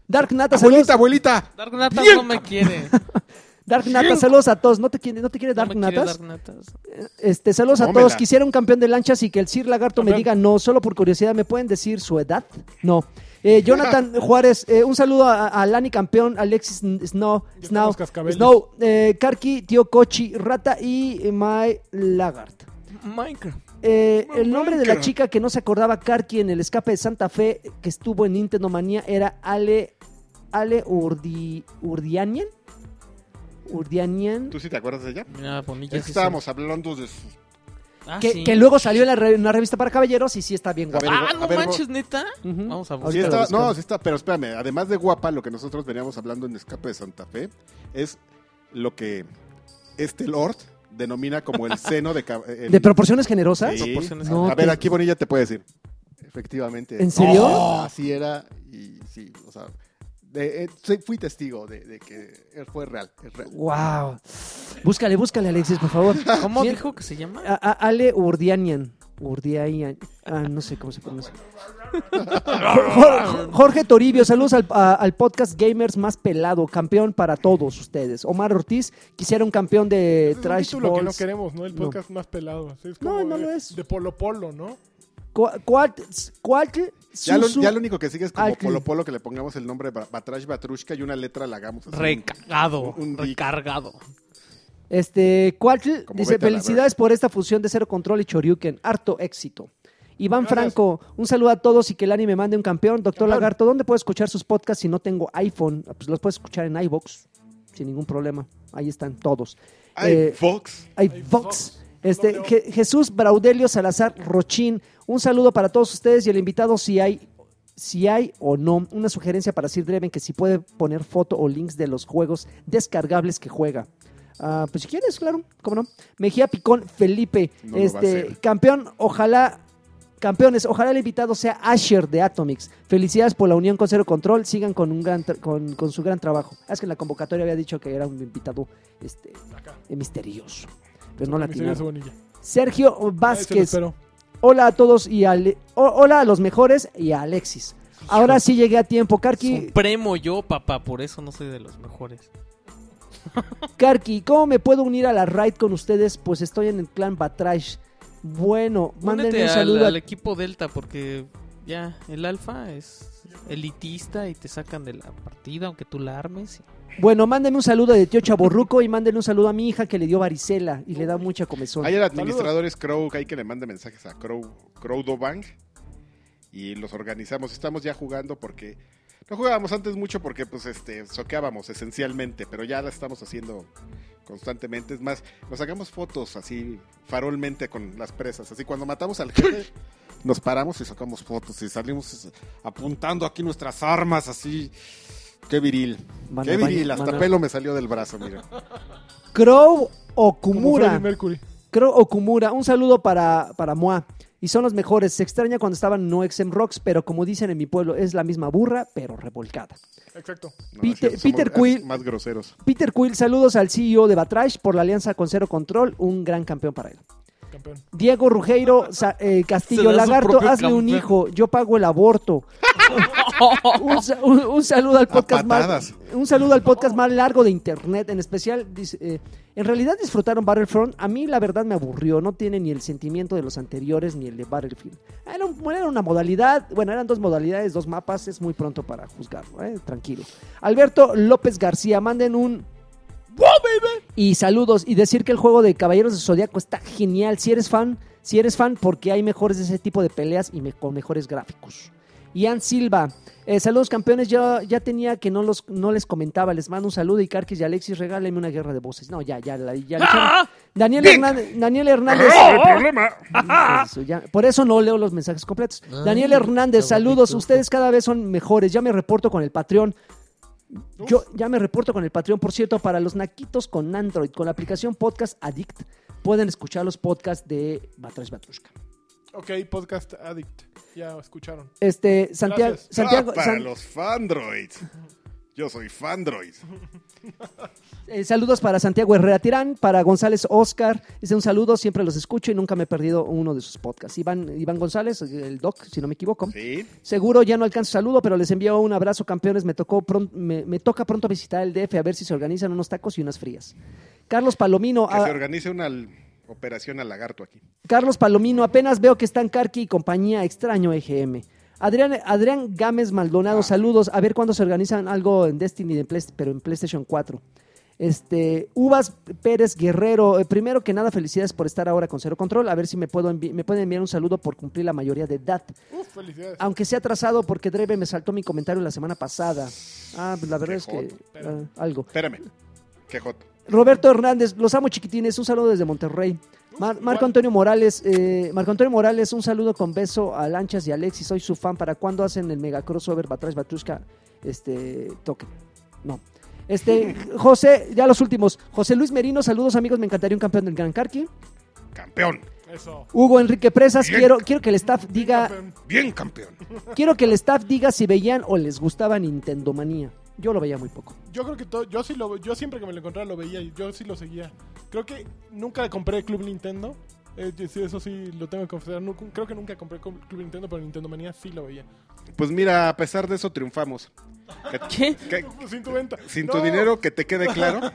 Dark Nata, saludos. Abuelita, abuelita. Dark Natas Bien, no me quiere. Dark Nata, saludos a todos. ¿No te quiere, no te quiere No Dark me quiere Natas? Dark Natas. Este, saludos a Tómela. todos. Quisiera un campeón de lanchas y que el Sir Lagarto me Campeón. diga no. Solo por curiosidad, ¿me pueden decir su edad? No. Eh, Jonathan <laughs> Juárez, eh, un saludo a, a Lani Campeón, Alexis N- Snow, Ya Snow, estamos cascabeles. Snow, eh, Karki, Tío Cochi, Rata y My Lagart. Minecraft. Eh, el nombre de la chica que no se acordaba Karki en el escape de Santa Fe que estuvo en Nintendo Manía era Ale Ale Urdi, Urdianian. Urdianian. ¿Tú sí te acuerdas de ella? Mira, Bonilla. Ah, Es que estábamos hablando de sus. Que, que luego salió en, la re- en una revista para caballeros y sí está bien A guapa. ver, Ah, a no ver, manches, neta. Ujú. Vamos a Ahorita Sí buscar. lo está, buscamos. no, sí está, pero espérame, además de guapa, lo que nosotros veníamos hablando en Escape de Santa Fe es lo que este Lord denomina como el seno de... <laughs> cab- el- ¿De proporciones generosas? Sí. Proporciones No, A ver, te- aquí Bonilla te puede decir. Efectivamente. ¿En serio? Oh, así era y sí, o sea, de- eh, sí, fui testigo de, de que fue real, es real. Wow. Búscale, búscale, Alexis, por favor. <laughs> ¿Cómo Mira, dijo que se llama? a- a- Ale Urdianian. Urdianian. Ah, no sé cómo se pronuncia. Jorge, Jorge Toribio, saludos al, a- al podcast Gamers más pelado, campeón para todos ustedes. Omar Ortiz, quisiera un campeón de Ese es un Trash título que no Balls. queremos, ¿no? El No. podcast más pelado. Así es No, como no de- lo es. De Polo Polo, ¿no? Cua- cuat- cuatl- Ya lo, susu- ya lo único que sigue es como Al- Polo Polo que le pongamos el nombre Ba- Batrash Batrushka y una letra la hagamos. así. Recargado. Un- un dick. recargado. Este, Cuatl Como dice, vete a la felicidades por esta fusión de Cero Control y Choryuken. Harto éxito. Iván Gracias. Franco, un saludo a todos y que el anime mande un campeón. Doctor Campeón. Lagarto, ¿dónde puedo escuchar sus podcasts si no tengo iPhone? Ah, Pues los puedes escuchar en iBox, sin ningún problema. Ahí están todos. Ay, Eh, Fox. iVox. iVox. Este, Doble O. Je- Jesús Braudelio Salazar Rochín, un saludo para todos ustedes y el invitado si hay, si hay o no, una sugerencia para Sir Dreven que si puede poner foto o links de los juegos descargables que juega. Ah, pues si quieres, claro, cómo no. Mejía Picón Felipe, No lo va a este, hacer. campeón, ojalá, campeones, ojalá el invitado sea Asher de Atomics. Felicidades por la unión con Cero Control, sigan con, un gran tra- con, con su gran trabajo. Es que en la convocatoria había dicho que era un invitado este, Acá. eh, misterioso. Pero no la Misterioso atinaron. Bonilla. Sergio Ahí se lo Vázquez. espero. Hola a todos y Ale- o- hola a los mejores y a Alexis. Ahora sí llegué a tiempo, Karki. Supremo yo, papá, por eso no soy de los mejores. Karki, ¿cómo me puedo unir a la raid con ustedes? Pues estoy en el clan Batrash. Bueno, mándenme Únete un al- saludo. al, a- equipo Delta porque ya el Alfa es elitista y te sacan de la partida aunque tú la armes. Bueno, mándenme un saludo de tío Chaborruco y mándenle un saludo a mi hija que le dio varicela y le da mucha comezón. Hay el administrador es Crow, que hay que le mande mensajes a Crow, Crow Dobank. Y los organizamos. Estamos ya jugando porque. No jugábamos antes mucho porque pues este soqueábamos esencialmente, pero ya la estamos haciendo constantemente. Es más, nos sacamos fotos así farolmente con las presas. Así cuando matamos al jefe, nos paramos y sacamos fotos y salimos apuntando aquí nuestras armas así. Qué viril. Mano Qué al baño, viril, hasta mano- pelo me salió del brazo, mira. Crow o Como Kumura. Freddie Mercury. Creo Okumura, un saludo para, para Moa. Y son los mejores. Se extraña cuando estaban no XM Rocks, pero como dicen en mi pueblo, es la misma burra, pero revolcada. Exacto. No, no es Peter- cierto, somos Peter Quill. Más groseros. Peter Quill, saludos al CEO de Batrash por la alianza con Cero Control, un gran campeón para él. Campeón. Diego Rugeiro Sa- eh, Se Castillo da su Lagarto, propio hazle un campeón. hijo, yo pago el <laughs> aborto. un, sa- un- un saludo al podcast más, patadas. un saludo al podcast más largo de internet, en especial dice, eh, en realidad disfrutaron Battlefront, a mí la verdad me aburrió, no tiene ni el sentimiento de los anteriores ni el de Battlefield. Era, un- era una modalidad, bueno, eran dos modalidades, dos mapas, es muy pronto para juzgarlo, eh, tranquilo. Alberto López García, manden un y saludos y decir que el juego de Caballeros del Zodiaco está genial. Si eres fan, si eres fan, porque hay mejores de ese tipo de peleas y me- con mejores gráficos. Ian Silva, eh, saludos campeones. Yo ya tenía que no los no les comentaba. Les mando un saludo y Carquis y Alexis, regálame una guerra de voces. No, ya, ya, la- ya. la echaron. Daniel Hernández, Daniel Hernández. eh, Eso, ya. Por eso no leo los mensajes completos. Daniel Hernández, saludos. Ustedes cada vez son mejores. Ya me reporto con el Patreon. Yo ya me reporto con el Patreon, por cierto, para los naquitos con Android, con la aplicación Podcast Addict, pueden escuchar los podcasts de Batrash Batrushka. Ok, Podcast Addict. Ya escucharon. Este, Santiago, Gracias. Santiago, Ah, para San- los fandroids. Yo soy fandroid. eh, saludos para Santiago Herrera Tirán, para González Oscar, dice un saludo, siempre los escucho y nunca me he perdido uno de sus podcasts. Iván, Iván González, el doc, si no me equivoco. ¿Sí? Seguro ya no alcanzo saludo, pero les envío un abrazo, campeones. Me, tocó pron- me, me toca pronto visitar el DF a ver si se organizan unos tacos y unas frías. Carlos Palomino, Que ah, se organice una l- operación al lagarto aquí. Carlos Palomino, apenas veo que están Carqui y compañía, extraño EGM. Adrián, Adrián Gámez Maldonado, saludos. A ver cuándo se organizan algo en Destiny, de Playst- pero en PlayStation 4. Este, Uvas Pérez Guerrero, eh, primero que nada, felicidades por estar ahora con Cero Control. A ver si me, puedo envi- me pueden enviar un saludo por cumplir la mayoría de edad. Uf, felicidades. Aunque sea atrasado porque Dreve me saltó mi comentario la semana pasada. Ah, pues la verdad Qué es que joto. ah, algo. Espérame. Qué joto. Roberto Hernández, los amo chiquitines, un saludo desde Monterrey. Mar- Marco Antonio Morales, eh, Marco Antonio Morales, un saludo con beso a Lanchas y Alexis, soy su fan. ¿Para cuándo hacen el mega crossover Batrash Batrushka? Este, toque. No. Este, José, ya los últimos. José Luis Merino, saludos amigos, me encantaría un campeón del Gran Carqui. Campeón. Eso. Hugo Enrique Presas, Bien. quiero, quiero que el staff diga, Bien campeón. quiero que el staff diga si veían o les gustaba Nintendo Manía. Yo lo veía muy poco. Yo creo que todo, yo sí lo, yo siempre que me lo encontraba lo veía y yo sí lo seguía. Creo que nunca compré Club Nintendo. Eh, yo sí, eso sí lo tengo que confesar. Nu- creo que nunca compré Club Nintendo, pero Nintendo Manía sí lo veía. Pues mira, a pesar de eso <laughs> triunfamos. ¿Qué? Que- que- Sin tu venta. sin No, tu dinero, que te quede claro.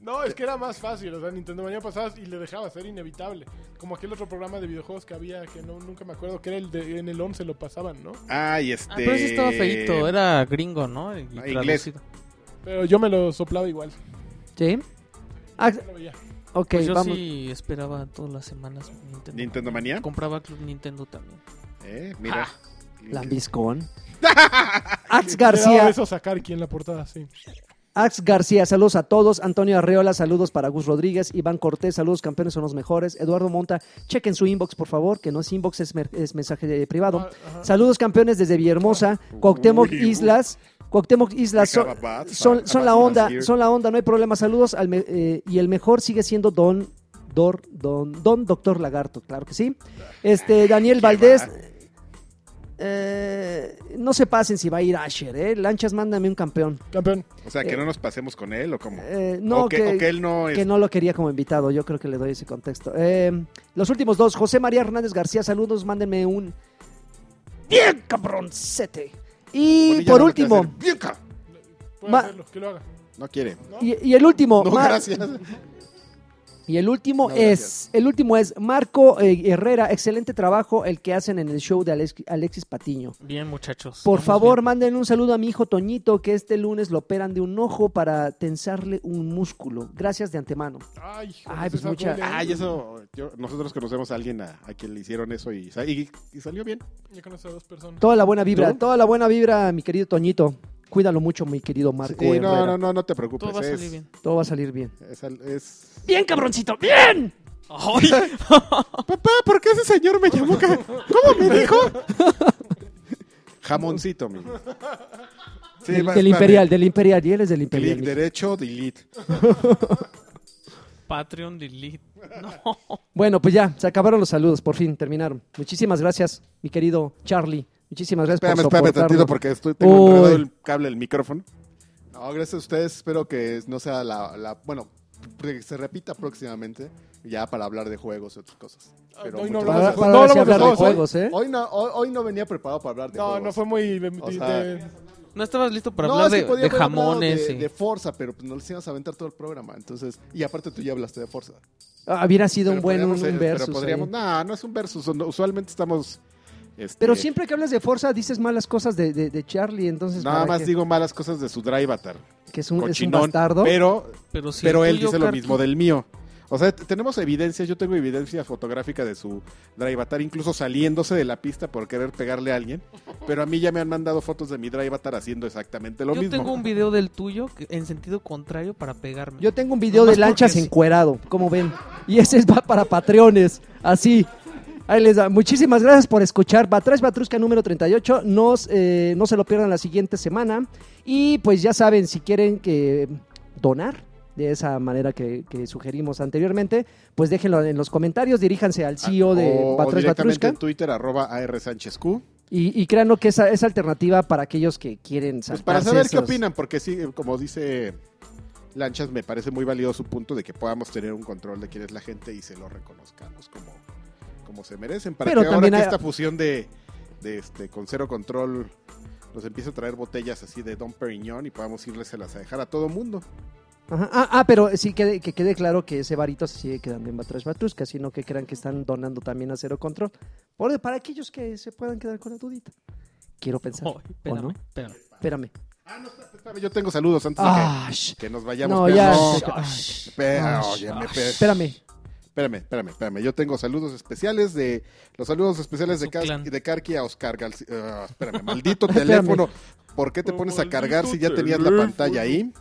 No, es que era más fácil. O sea, Nintendo Manía pasabas y le dejabas, era inevitable. Como aquel otro programa de videojuegos que había, que no, nunca me acuerdo, que era el de, en el 11 lo pasaban, ¿no? Ay, este. Ah, pero ese estaba feito, era gringo, ¿no? Y Ah, inglés. traducido. Pero yo me lo soplaba igual. ¿Sí? Ah, Lo veía. ok, Pues yo vamos. sí esperaba todas las semanas Nintendo. Nintendo Manía. Compraba Club Nintendo también. Eh, mira. Ah, Lambiscón. <laughs> Ax García. Eso sacar aquí en la portada, sí. Ax García, saludos a todos. Antonio Arreola, saludos para Gus Rodríguez. Iván Cortés, saludos, campeones son los mejores. Eduardo Monta, chequen su inbox, por favor, que no es inbox, es, mer- es mensaje eh, privado. Ah, ajá. Saludos, campeones, desde Villahermosa. Cuauhtémoc Uy, uy. Islas. Cuauhtémoc Islas I have son, a bad son, fan. son A la bad onda, fan here. son la onda, no hay problema. Saludos al me- eh, y el mejor sigue siendo Don Dor- Don Don Doctor Lagarto, claro que sí. Este Daniel Valdés eh, no se pasen si va a ir Asher, ¿eh? Lanchas, mándame un campeón. Campeón. O sea, que no nos pasemos con él o como. Eh, no, o, que, que, o que él no es. que no lo quería como invitado, yo creo que le doy ese contexto. Eh, los últimos dos, José María Hernández García, saludos, mándenme un... Bien, cabroncete. Y por Bonilla este, no lo quiere último, hacer. Bien, ca- Puede Ma- hacerlo, que lo haga. No quiere. y, y el último, No, Ma- gracias. y el último No, es, gracias. el último es Marco eh, Herrera, excelente trabajo el que hacen en el show de Alex- Alexis Patiño. Bien, muchachos. Por vamos favor, bien. mándenle un saludo a mi hijo Toñito, que este lunes lo operan de un ojo para tensarle un músculo. Gracias de antemano. Ay, hijo, Ay, pues esa mucha- duele, ¿eh? Ay, Ah, eso. yo- nosotros conocemos a alguien a, a quien le hicieron eso y, sa- y- y salió bien. Ya conocí a dos personas. Toda la buena vibra, ¿Tú? toda la buena vibra, mi querido Toñito. Cuídalo mucho, mi querido Marco. Sí, Herrera. no, no, no, no te preocupes. Todo va a Pues es- salir bien. Todo va a salir bien. es al- es- Bien, cabroncito, bien. ¡Ay! <laughs> Papá, ¿por qué ese señor me llamó? ca- ¿Cómo me dijo? <laughs> Jamoncito, mi. Sí, del, va- del va- Imperial, del Imperial, y él es del Clic Imperial. mijo. derecho, delete. Patreon Delete. Bueno, pues ya, se acabaron los saludos, por fin, terminaron. Muchísimas gracias, mi querido Charlie. Muchísimas gracias Espérame, por espérame soportarnos. tantito porque estoy, tengo Uy. enredado el cable del micrófono. No, gracias a ustedes. Espero que no sea la, la- bueno, que se repita próximamente ya para hablar de juegos y otras cosas. Pero Hoy no muchas hablamos Para, para de gracias. No ahora sí hablamos de hablar de juegos, juegos, ¿eh? ¿eh? Hoy no, hoy, hoy no venía preparado para hablar de No, juegos. no fue muy... de- O de- sea, de- No estabas listo para No, hablar sí de, podía de haber hablado jamones. de, y- de Forza, pero pues no les íbamos a aventar todo el programa. Entonces, y aparte tú ya hablaste de Forza. Ah, Hubiera sido un Pero buen podríamos, un eh, versus Pero podríamos, ahí. no, no es un versus. no, usualmente estamos. este, Pero siempre que hablas de Forza dices malas cosas de, de- de Charlie, entonces Nada ¿para más qué? digo malas cosas de su drive avatar. que es un, es un cochinón, bastardo. Pero, Pero, sí, pero él tuyo, dice lo Karki. mismo del mío. O sea, t- tenemos evidencia, yo tengo evidencia fotográfica de su drive avatar, incluso saliéndose de la pista por querer pegarle a alguien. Pero a mí ya me han mandado fotos de mi drive avatar haciendo exactamente lo Yo mismo. tengo un video del tuyo que- en sentido contrario para pegarme. Yo tengo un video Nomás de lanchas porque sí. encuerado, como ven. Y ese va para patreones, así. Ahí les da. Muchísimas gracias por escuchar. Batrash Batrusca número 38. Nos, eh, no se lo pierdan la siguiente semana. Y pues ya saben, si quieren que donar de esa manera que, que sugerimos anteriormente, pues déjenlo en los comentarios. Diríjanse al CEO de Ah, o, o Batrash directamente Batrusca. en Twitter, arroba AR Sánchez Q. Y, y créanlo que esa es alternativa para aquellos que quieren Pues para saltarse saber qué esos- opinan, porque sí, como dice Lanchas, me parece muy válido su punto de que podamos tener un control de quién es la gente y se lo reconozcamos como, como se merecen. Para Pero que ahora también que hay- esta fusión de, de este con cero control nos empiece a traer botellas así de Don Periñón y podamos irles a dejar a todo mundo. Ajá. Ah, ah, pero sí que, que quede claro que ese varito se sigue quedando en Batrash Batrusca, sino que crean que están donando también a Cero Control. Por- para aquellos que se puedan quedar con la dudita. Quiero pensar. Ay, espérame, ¿O no? espérame. Espérame. Espérame, Yo tengo saludos antes de Ah, sh- que, que nos vayamos. no, pero ya. no, Ah, Ay, pe- ah, oye, me pe- Espérame. Espérame, espérame, espérame. Yo tengo saludos especiales de. Los saludos especiales de, Su Cas- clan. de Karki a Oscar García. <laughs> espérame, maldito teléfono. ¿Por qué te pones a cargar si ya tenías la pantalla ahí?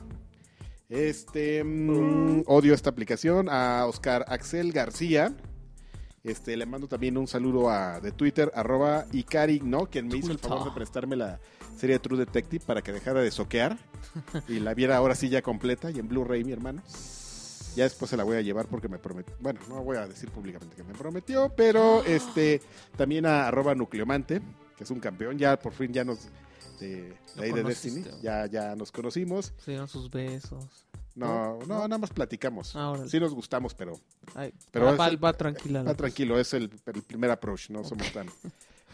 Este. mm, odio esta aplicación. A Oscar Axel García. Este, le mando también un saludo a, de Twitter, arroba Ikari, ¿no? Quien me hizo el favor de prestarme la serie de True Detective para que dejara de soquear y la viera ahora sí ya completa y en Blu-ray, mi hermano. Ya después se la voy a llevar porque me prometió. Bueno, no voy a decir públicamente que me prometió, pero este también a arroba nucleomante, que es un campeón. Ya por fin ya nos. De, de Lo ahí de conociste, Destiny. Ya, ya nos conocimos. Se dieron sus besos. No, no, nada más platicamos. Ah, órale. Sí nos gustamos, pero Ay, Pero va, es- va- va tranquila. la va Ah, tranquilo, es el, el primer approach, no somos tan,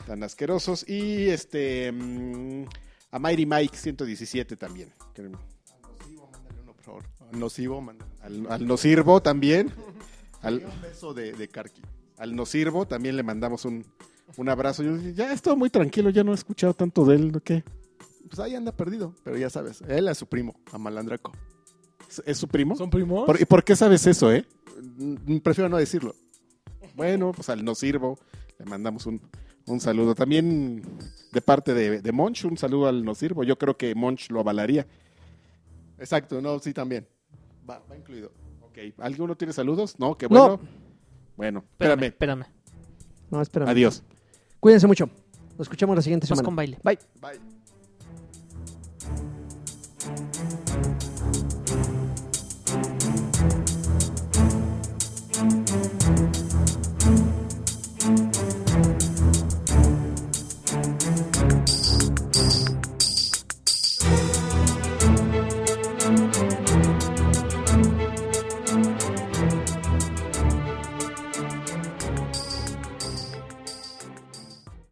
tan asquerosos. Y este mm, a Mighty Mike 117 también. que- Nocivo, mándale uno, por favor. Al Nocivo, mándale. Al, al no sirvo <laughs> también. Al, Un beso de, de Karki. al no sirvo también le mandamos un, un abrazo. Yo- ya he estado muy tranquilo, ya no he escuchado tanto de él. ¿no? ¿Qué? Pues ahí anda perdido, pero ya sabes. Él a su primo, a Malandraco. ¿Es, es su primo? ¿Son primos? ¿Por- ¿Y por qué sabes eso, eh? Mm, Prefiero no decirlo. Bueno, pues al no sirvo le mandamos un, un saludo. También de parte de, de Monch, un saludo al no sirvo. Yo creo que Monch lo avalaría. Exacto, no, sí, también. Va, va incluido. Ok, ¿alguno tiene saludos? No, qué No. bueno. Bueno, espérame. Espérame. No, espérame. Adiós. Cuídense mucho. Nos escuchamos la siguiente Vas semana. con baile. Bye. Bye.